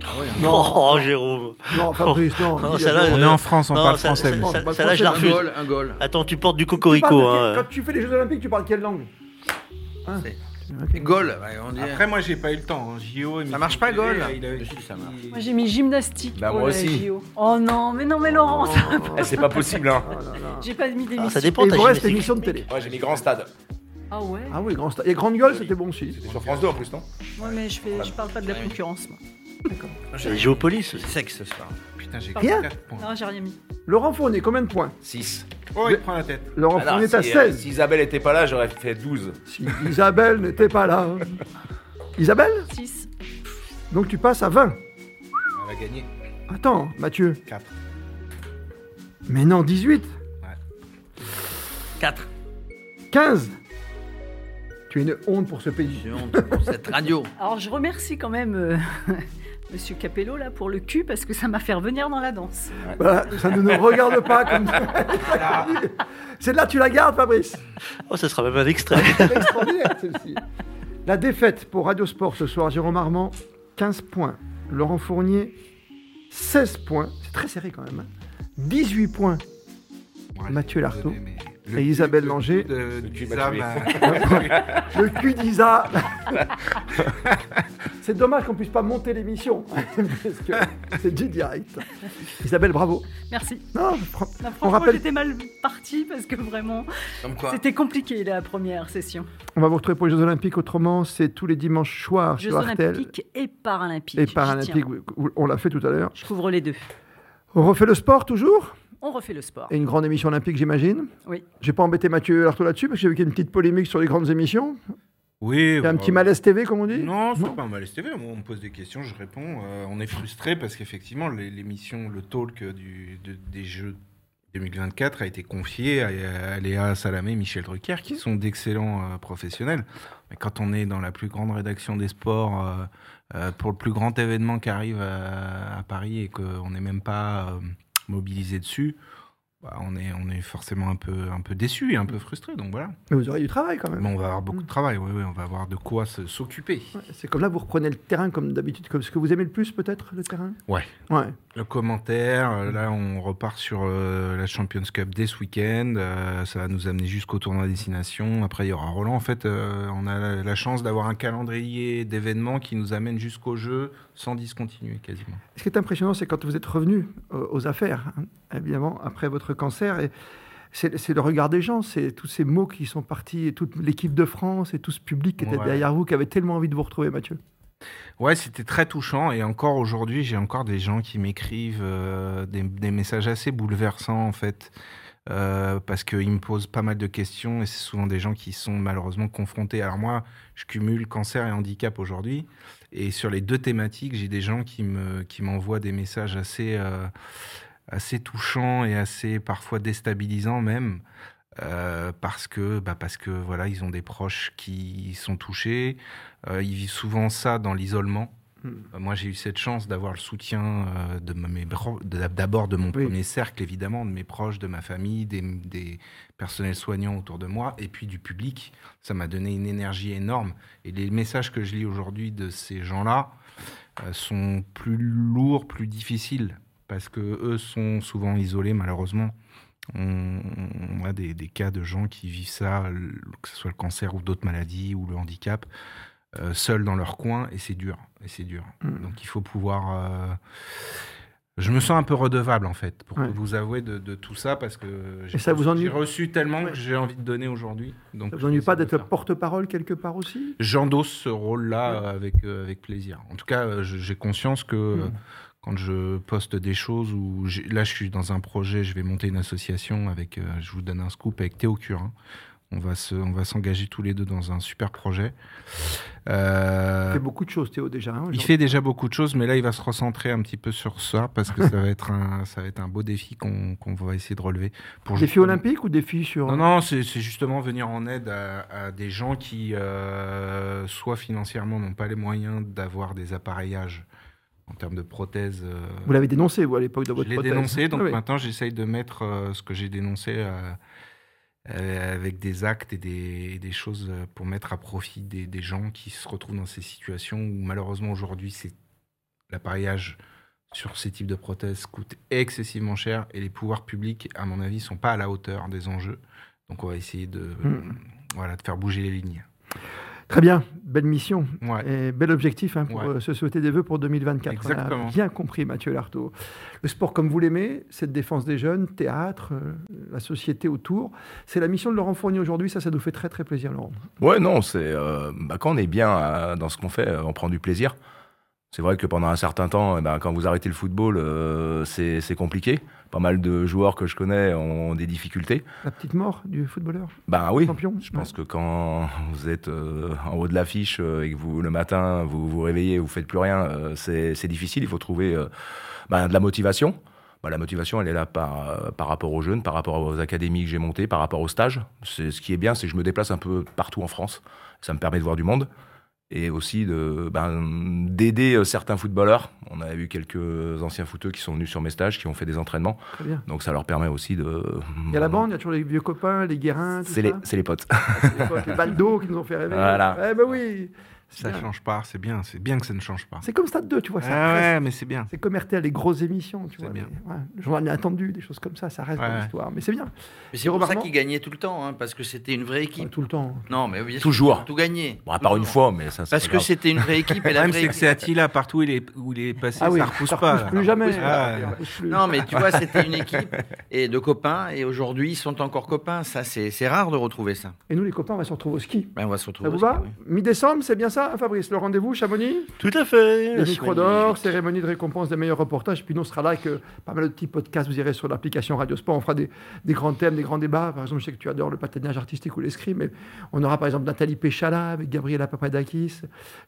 Speaker 5: Ah
Speaker 6: Oh, Jérôme.
Speaker 1: Non, Fabrice, non.
Speaker 6: Non,
Speaker 1: dis
Speaker 6: celle-là,
Speaker 1: à
Speaker 2: On
Speaker 1: Jérôme.
Speaker 2: est en France, on
Speaker 6: non,
Speaker 2: parle
Speaker 6: ça-
Speaker 2: français.
Speaker 6: ça-
Speaker 2: mais-
Speaker 1: Bon, bah,
Speaker 6: ça, là,
Speaker 1: français,
Speaker 6: je la
Speaker 5: Un
Speaker 1: Ah,
Speaker 6: refuse.
Speaker 5: goal, un goal.
Speaker 6: Attends, tu portes du
Speaker 1: Tu parles de
Speaker 6: cocorico.
Speaker 1: quel-
Speaker 6: hein.
Speaker 1: Quand tu fais les Jeux Olympiques, tu parles quelle langue Hein
Speaker 5: C'est-
Speaker 1: Ok.
Speaker 5: Goal, ouais, on dit.
Speaker 2: Après, moi, j'ai pas eu le temps. hein. JO,
Speaker 5: Ça marche pas, goal.
Speaker 2: Il avait-
Speaker 5: Si, ça marche.
Speaker 3: Moi, j'ai mis gymnastique.
Speaker 4: Bah,
Speaker 3: pour
Speaker 4: moi
Speaker 3: la
Speaker 4: aussi.
Speaker 3: JO. Oh non, mais non, mais Laurent, Oh, ça-
Speaker 1: Oh,
Speaker 4: Eh, C'est pas possible hein.
Speaker 1: Ah, non, non.
Speaker 3: j'ai pas mis des
Speaker 6: Ah,
Speaker 3: missions.
Speaker 6: ça dépend,
Speaker 1: Et
Speaker 6: ta
Speaker 1: Brest,
Speaker 6: gymnastique.
Speaker 1: émission de télé.
Speaker 4: Ouais, j'ai mis Grand Stade.
Speaker 3: Ah ouais
Speaker 1: Ah oui, grand stade. Et Grande Gueule, c'était bon aussi.
Speaker 4: C'était sur France 2 en plus, non
Speaker 3: Moi, mais je, fais, je parle pas de la concurrence. Moi.
Speaker 6: C'est Géopolis aussi.
Speaker 5: Sexe ce soir.
Speaker 2: Putain, j'ai
Speaker 1: Rien.
Speaker 2: quatre points.
Speaker 3: Non, j'ai rien mis.
Speaker 1: Laurent Fournier, combien de points
Speaker 4: 6.
Speaker 2: Oh, il prend la tête.
Speaker 1: Laurent Fournier est à 16.
Speaker 4: Ah euh, Si Isabelle était pas là, j'aurais fait 12.
Speaker 1: Si Isabelle n'était pas là. Isabelle
Speaker 3: 6.
Speaker 1: Donc tu passes à 20.
Speaker 2: On va gagner.
Speaker 1: Attends, Mathieu.
Speaker 2: 4.
Speaker 1: Mais non, 18.
Speaker 5: 4.
Speaker 1: 15. Tu es une honte pour ce pays.
Speaker 5: J'ai honte pour cette radio.
Speaker 3: Alors, je remercie quand même euh, Monsieur Capello là pour le cul parce que ça m'a fait revenir dans la danse.
Speaker 1: Voilà, ça ne nous regarde pas comme ça. C'est là tu la gardes, Fabrice.
Speaker 6: Oh, ça sera même un extrait.
Speaker 1: C'est extraordinaire, celle-ci. La défaite pour Radio Sport ce soir, Jérôme Armand, 15 points. Laurent Fournier, 16 points. C'est très serré quand même. hein. 18 points. Mathieu Lartaud. Et Isabelle Langer.
Speaker 2: De,
Speaker 4: Le cul
Speaker 2: d'Isa,
Speaker 4: matché.
Speaker 2: bah,
Speaker 1: Le cul d'Isa. C'est dommage qu'on puisse pas monter l'émission. hein, parce que c'est du direct. Isabelle, bravo.
Speaker 3: Merci.
Speaker 1: Non, fran-
Speaker 3: Non,
Speaker 1: on
Speaker 3: franchement,
Speaker 1: rappelle
Speaker 3: j'étais mal partie parce que vraiment,
Speaker 5: Comme quoi
Speaker 3: c'était compliqué la première session.
Speaker 1: On va vous retrouver pour les Jeux Olympiques. Autrement, c'est tous les dimanches soirs
Speaker 3: Jeux
Speaker 1: sur Artel
Speaker 3: olympiques et paralympiques.
Speaker 1: et
Speaker 3: j'y
Speaker 1: Paralympiques.
Speaker 3: tiens.
Speaker 1: où- où On l'a fait tout à l'heure.
Speaker 3: Je couvre les deux.
Speaker 1: On refait le sport toujours
Speaker 3: On refait le sport.
Speaker 1: Et une grande émission olympique, j'imagine
Speaker 3: Oui.
Speaker 1: J'ai pas embêté Mathieu Lartaud là-dessus parce que j'ai vu qu'il y a une petite polémique sur les grandes émissions.
Speaker 2: oui,
Speaker 1: Il y a un
Speaker 2: bah,
Speaker 1: petit malaise TV, comme on dit
Speaker 2: Non, c'est
Speaker 1: Non.
Speaker 2: pas un malaise TV. Moi, on me pose des questions, je réponds. Euh, on est frustré parce qu'effectivement, les- l'émission, le talk du, de- des Jeux 2024 a été confié à, à Léa Salamé et Michel Drucker, qui sont d'excellents euh, professionnels. Mais quand on est dans la plus grande rédaction des sports, euh, euh, pour le plus grand événement qui arrive à, à Paris et qu'on n'est même pas euh, mobilisé dessus, bah, on, est, on est forcément un peu, un peu déçu et un peu frustré. Donc voilà.
Speaker 1: Mais vous aurez du travail quand même.
Speaker 2: Mais on va avoir beaucoup de travail, oui, oui, on va avoir de quoi se- s'occuper.
Speaker 1: C'est comme là, vous reprenez le terrain comme d'habitude, comme ce que vous aimez le plus peut-être, le terrain
Speaker 2: Ouais.
Speaker 1: Ouais.
Speaker 2: Le commentaire, euh, là on repart sur euh, la Champions Cup dès ce week-end, euh, ça va nous amener jusqu'au tournoi à destination, après il y aura Roland, en fait euh, on a la, la chance d'avoir un calendrier d'événements qui nous amène jusqu'au jeu sans discontinuer quasiment.
Speaker 1: Ce qui est impressionnant, c'est quand vous êtes revenu euh, aux affaires, hein, évidemment, après votre cancer, et c'est c'est le regard des gens, c'est tous ces mots qui sont partis, et toute l'équipe de France et tout ce public qui était
Speaker 2: Ouais.
Speaker 1: derrière vous, qui avait tellement envie de vous retrouver, Mathieu.
Speaker 2: Ouais c'était très touchant et encore aujourd'hui j'ai encore des gens qui m'écrivent euh, des, des messages assez bouleversants en fait. euh, parce qu'ils me posent pas mal de questions et c'est souvent des gens qui sont malheureusement confrontés. Alors moi, je cumule cancer et handicap aujourd'hui. Et sur les deux thématiques, j'ai des gens qui me qui m'envoient des messages assez euh, assez touchants et assez parfois déstabilisants même. euh, parce que bah parce que voilà ils ont des proches qui sont touchés Euh, ils vivent souvent ça dans l'isolement
Speaker 1: Hmm.
Speaker 2: euh, Moi, j'ai eu cette chance d'avoir le soutien euh, de m- mes pro- de- d'abord de mon
Speaker 1: Oui.
Speaker 2: premier cercle, évidemment, de mes proches, de ma famille, des, des personnels soignants autour de moi, et puis du public. Ça m'a donné une énergie énorme. Et les messages que je lis aujourd'hui de ces gens-là euh, sont plus lourds, plus difficiles, parce que eux sont souvent isolés, malheureusement. On, on a des, des cas de gens qui vivent ça, le- que ce soit le cancer ou d'autres maladies ou le handicap, euh, seuls dans leur coin, et c'est dur. Et c'est dur.
Speaker 1: Mm.
Speaker 2: Donc il faut pouvoir. euh, Je me sens un peu redevable en fait, pour
Speaker 1: Ouais.
Speaker 2: tout vous avouer de, de tout ça, parce que j'ai
Speaker 1: Et ça vous
Speaker 2: reçu-
Speaker 1: ennuie
Speaker 2: j'ai reçu tellement
Speaker 1: Ouais.
Speaker 2: que j'ai envie de donner aujourd'hui. Donc
Speaker 1: Ça
Speaker 2: je
Speaker 1: vous ennuie
Speaker 2: vais
Speaker 1: pas
Speaker 2: essayer de
Speaker 1: d'être
Speaker 2: faire.
Speaker 1: porte-parole quelque part aussi
Speaker 2: J'endosse ce rôle-là euh, avec, euh, avec plaisir. En tout cas, euh, je- j'ai conscience que euh,
Speaker 1: Mm.
Speaker 2: quand je poste des choses, ou j'ai- là je suis dans un projet, je vais monter une association avec, euh, je vous donne un scoop avec Théo Curin. On va se- on va s'engager tous les deux dans un super projet.
Speaker 1: Il
Speaker 2: Euh,
Speaker 1: fait beaucoup de choses, Théo, déjà. hein,
Speaker 2: il
Speaker 1: genre.
Speaker 2: fait déjà beaucoup de choses, mais là, il va se recentrer un petit peu sur ça parce que ça va être un, ça va être un beau défi qu'on qu'on va essayer de relever. Pour
Speaker 1: Défi
Speaker 2: justement-
Speaker 1: olympique hein. ou défi sur.
Speaker 2: Non, non, c'est c'est justement venir en aide à, à des gens qui, euh, soit financièrement, n'ont pas les moyens d'avoir des appareillages en termes de prothèses. euh,
Speaker 1: Vous l'avez dénoncé, vous, à l'époque de votre
Speaker 2: je l'ai
Speaker 1: prothèse.
Speaker 2: dénoncé, donc
Speaker 1: Ah oui.
Speaker 2: maintenant j'essaye de mettre euh, ce que j'ai dénoncé euh, euh, avec des actes et des, et des choses euh, pour mettre à profit des, des gens qui se retrouvent dans ces situations où malheureusement aujourd'hui c'est l'appareillage sur ces types de prothèses coûte excessivement cher et les pouvoirs publics, à mon avis, sont pas à la hauteur des enjeux. Donc on va essayer de,
Speaker 1: Mm.
Speaker 2: voilà, de faire bouger les lignes.
Speaker 1: Très bien, belle mission.
Speaker 2: Ouais.
Speaker 1: Et bel objectif hein, pour
Speaker 2: Ouais.
Speaker 1: euh, se souhaiter des vœux pour 2024. On
Speaker 2: Exactement.
Speaker 1: a bien compris, Mathieu Lartaud. Le sport comme vous l'aimez, cette défense des jeunes, théâtre, euh, la société autour, c'est la mission de Laurent Fournier aujourd'hui. Ça, ça nous fait très très plaisir, Laurent.
Speaker 4: Ouais, non, c'est euh, bah, quand on est bien euh, dans ce qu'on fait, euh, on prend du plaisir. C'est vrai que pendant un certain temps, eh ben, quand vous arrêtez le football, euh, c'est c'est compliqué. Pas mal de joueurs que je connais ont des difficultés.
Speaker 1: La petite mort du footballeur
Speaker 4: Ben oui,
Speaker 1: champion.
Speaker 4: je pense que quand vous êtes euh, en haut de l'affiche euh, et que vous, le matin, vous vous réveillez, vous faites plus rien, euh, c'est c'est difficile. Il faut trouver euh, ben, de la motivation. Ben, la motivation, elle est là par, euh, par rapport aux jeunes, par rapport aux académies que j'ai montées, par rapport aux stages. C'est- Ce qui est bien, c'est que je me déplace un peu partout en France. Ça me permet de voir du monde et aussi de ben, d'aider euh, certains footballeurs. On a eu quelques anciens footeux qui sont venus sur mes stages, qui ont fait des entraînements.
Speaker 1: Très bien.
Speaker 4: Donc ça leur permet aussi de...
Speaker 1: Il y a la bande, il y a toujours les vieux copains, les guérins, tout
Speaker 4: C'est les,
Speaker 1: ça.
Speaker 4: c'est les potes.
Speaker 1: Les, les baldos qui nous ont fait rêver.
Speaker 4: Voilà.
Speaker 1: Eh ben oui. C'est
Speaker 2: Ça
Speaker 1: bien.
Speaker 2: change pas, c'est bien, c'est bien que ça ne change pas.
Speaker 1: C'est comme Stade 2, tu vois. Ça
Speaker 2: Ah
Speaker 1: reste.
Speaker 2: ouais, mais c'est bien.
Speaker 1: C'est comme RTL, les grosses émissions, tu
Speaker 2: C'est
Speaker 1: vois.
Speaker 2: bien.
Speaker 1: mais, ouais, le journal inattendu, des choses comme ça, ça reste dans
Speaker 2: Ouais.
Speaker 1: l'histoire. Mais c'est bien,
Speaker 5: Mais c'est
Speaker 1: Jérôme
Speaker 5: pour ça
Speaker 1: Armand
Speaker 5: qu'ils gagnaient tout le temps, hein, parce que c'était une vraie
Speaker 1: Enfin,
Speaker 5: équipe.
Speaker 1: tout le temps.
Speaker 5: Non, mais oui,
Speaker 4: Toujours.
Speaker 5: Tout gagné.
Speaker 4: Bon, à part une
Speaker 5: Toujours.
Speaker 4: fois, mais ça, c'est
Speaker 5: Parce
Speaker 4: pas
Speaker 5: que
Speaker 4: grave.
Speaker 5: c'était une vraie équipe et
Speaker 2: Le
Speaker 5: la
Speaker 2: problème,
Speaker 5: vraie
Speaker 2: c'est que
Speaker 5: équipe.
Speaker 2: c'est Attila, partout où il est, où il est passé,
Speaker 1: Ah oui,
Speaker 2: ça repousse
Speaker 1: ça
Speaker 2: pas.
Speaker 1: repousse
Speaker 2: là.
Speaker 1: plus jamais.
Speaker 2: Ah,
Speaker 1: ça repousse plus.
Speaker 5: Non, mais tu vois, c'était une équipe et de copains et aujourd'hui ils sont encore copains. Ça, c'est c'est rare de retrouver ça.
Speaker 1: Et nous, les copains, on va se retrouver au ski.
Speaker 5: Ben, on va se
Speaker 1: Ça
Speaker 5: retrouver.
Speaker 1: vous
Speaker 5: au
Speaker 1: va
Speaker 5: ski, oui.
Speaker 1: Mi-décembre, c'est bien ça, hein, Fabrice Le rendez-vous, Chamonix
Speaker 6: Tout à fait.
Speaker 1: Le
Speaker 6: la
Speaker 1: micro
Speaker 6: semaine
Speaker 1: d'or,
Speaker 6: 18.
Speaker 1: cérémonie de récompense des meilleurs reportages. Puis nous, on sera là avec euh, pas mal de petits podcasts. Vous irez sur l'application Radio Sport. On fera des, des grands thèmes, des grands débats. Par exemple, je sais que tu adores le patinage artistique ou l'escrime. Mais on aura par exemple Nathalie Péchala avec Gabriela Papadakis.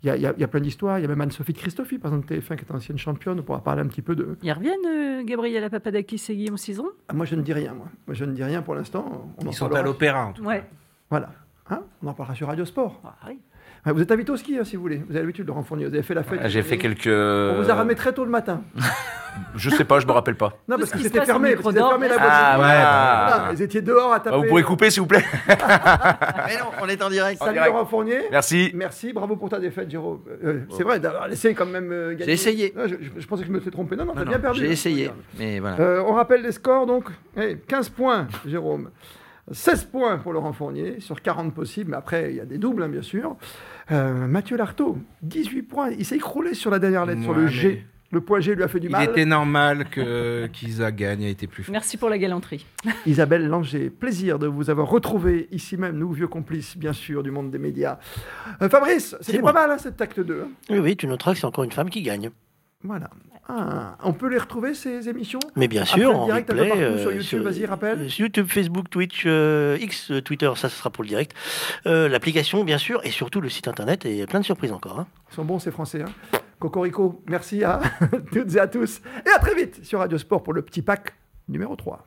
Speaker 1: Il y a, il y a- il y a plein d'histoires. Il y a même Anne-Sophie Christophe, par exemple, TF1, qui est ancienne championne. On pourra parler un petit peu de,
Speaker 3: Ils reviennent, euh, Gabriela Papadakis et Guillaume Cizeron
Speaker 1: Ah, Moi, je ne dis rien, moi. Moi, je ne dis rien pour l'instant. On en
Speaker 2: Ils sont à
Speaker 1: parlera.
Speaker 2: l'opéra, en tout
Speaker 3: Ouais.
Speaker 1: Voilà. Hein on en parlera sur Radio Sport.
Speaker 3: Ah, oui.
Speaker 1: Ah, Vous êtes invité au ski, hein, si vous voulez. Vous avez l'habitude de renfourner. Vous avez fait la fête.
Speaker 4: Ah, J'ai fait quelques.
Speaker 1: On vous a ramené très tôt le matin.
Speaker 4: Je sais pas, je me rappelle pas.
Speaker 1: Non,
Speaker 3: Tout
Speaker 1: parce
Speaker 3: ce
Speaker 1: que
Speaker 3: qui se
Speaker 1: c'était
Speaker 3: passe au
Speaker 1: fermé.
Speaker 3: micro
Speaker 1: parce que C'était
Speaker 3: d'or,
Speaker 1: fermé la
Speaker 3: ouais.
Speaker 1: boîte.
Speaker 4: Ah,
Speaker 2: bah,
Speaker 1: Voilà, Vous étiez dehors à taper.
Speaker 4: Vous pouvez couper, s'il vous plaît.
Speaker 1: Ah,
Speaker 5: Mais non, on est en direct.
Speaker 1: Salut
Speaker 4: direct.
Speaker 1: Laurent Fournier.
Speaker 4: Merci.
Speaker 1: Merci, bravo pour ta défaite, Jérôme. Euh, c'est vrai d'avoir laissé quand même euh, gagner.
Speaker 5: J'ai essayé.
Speaker 1: Non, je, je- je pensais que je me suis trompé. Non, non,
Speaker 5: Non,
Speaker 1: t'as
Speaker 5: non,
Speaker 1: bien perdu.
Speaker 5: J'ai
Speaker 1: hein.
Speaker 5: essayé, mais voilà.
Speaker 1: Euh, on rappelle les scores donc. Eh, 15 points, Jérôme. 16 points pour Laurent Fournier sur 40 possibles, mais après il y a des doubles hein, bien sûr. Euh, Mathieu Lartaud, 18 points, il s'est écroulé sur la dernière lettre, sur
Speaker 2: Ouais,
Speaker 1: le
Speaker 2: mais
Speaker 1: G. Le point G lui a fait du
Speaker 2: Il
Speaker 1: mal.
Speaker 2: était normal que qu'Isa gagne, a été plus fort.
Speaker 3: Merci pour la galanterie.
Speaker 1: Isabelle Langer, plaisir de vous avoir retrouvé ici même, nous vieux complices bien sûr du monde des médias. Euh, Fabrice, c'était pas
Speaker 6: moi.
Speaker 1: mal hein, cet acte 2. hein.
Speaker 6: Oui, oui, tu noteras que c'est encore une femme qui gagne.
Speaker 1: Voilà. Ah, on peut les retrouver, ces émissions
Speaker 6: Mais bien
Speaker 1: Après
Speaker 6: sûr,
Speaker 1: le
Speaker 6: en
Speaker 1: direct, un peu
Speaker 6: replay.
Speaker 1: partout sur
Speaker 6: euh,
Speaker 1: YouTube, vas-y, rappelle.
Speaker 6: euh, sur YouTube, Facebook, Twitch, euh, X, euh, Twitter, ça, ce sera pour le direct. Euh, L'application, bien sûr, et surtout le site internet, et plein de surprises encore. hein.
Speaker 1: Ils sont bons, ces Français. hein. Cocorico, merci à toutes et à tous. Et à très vite sur Radio Sport pour le petit pack numéro 3.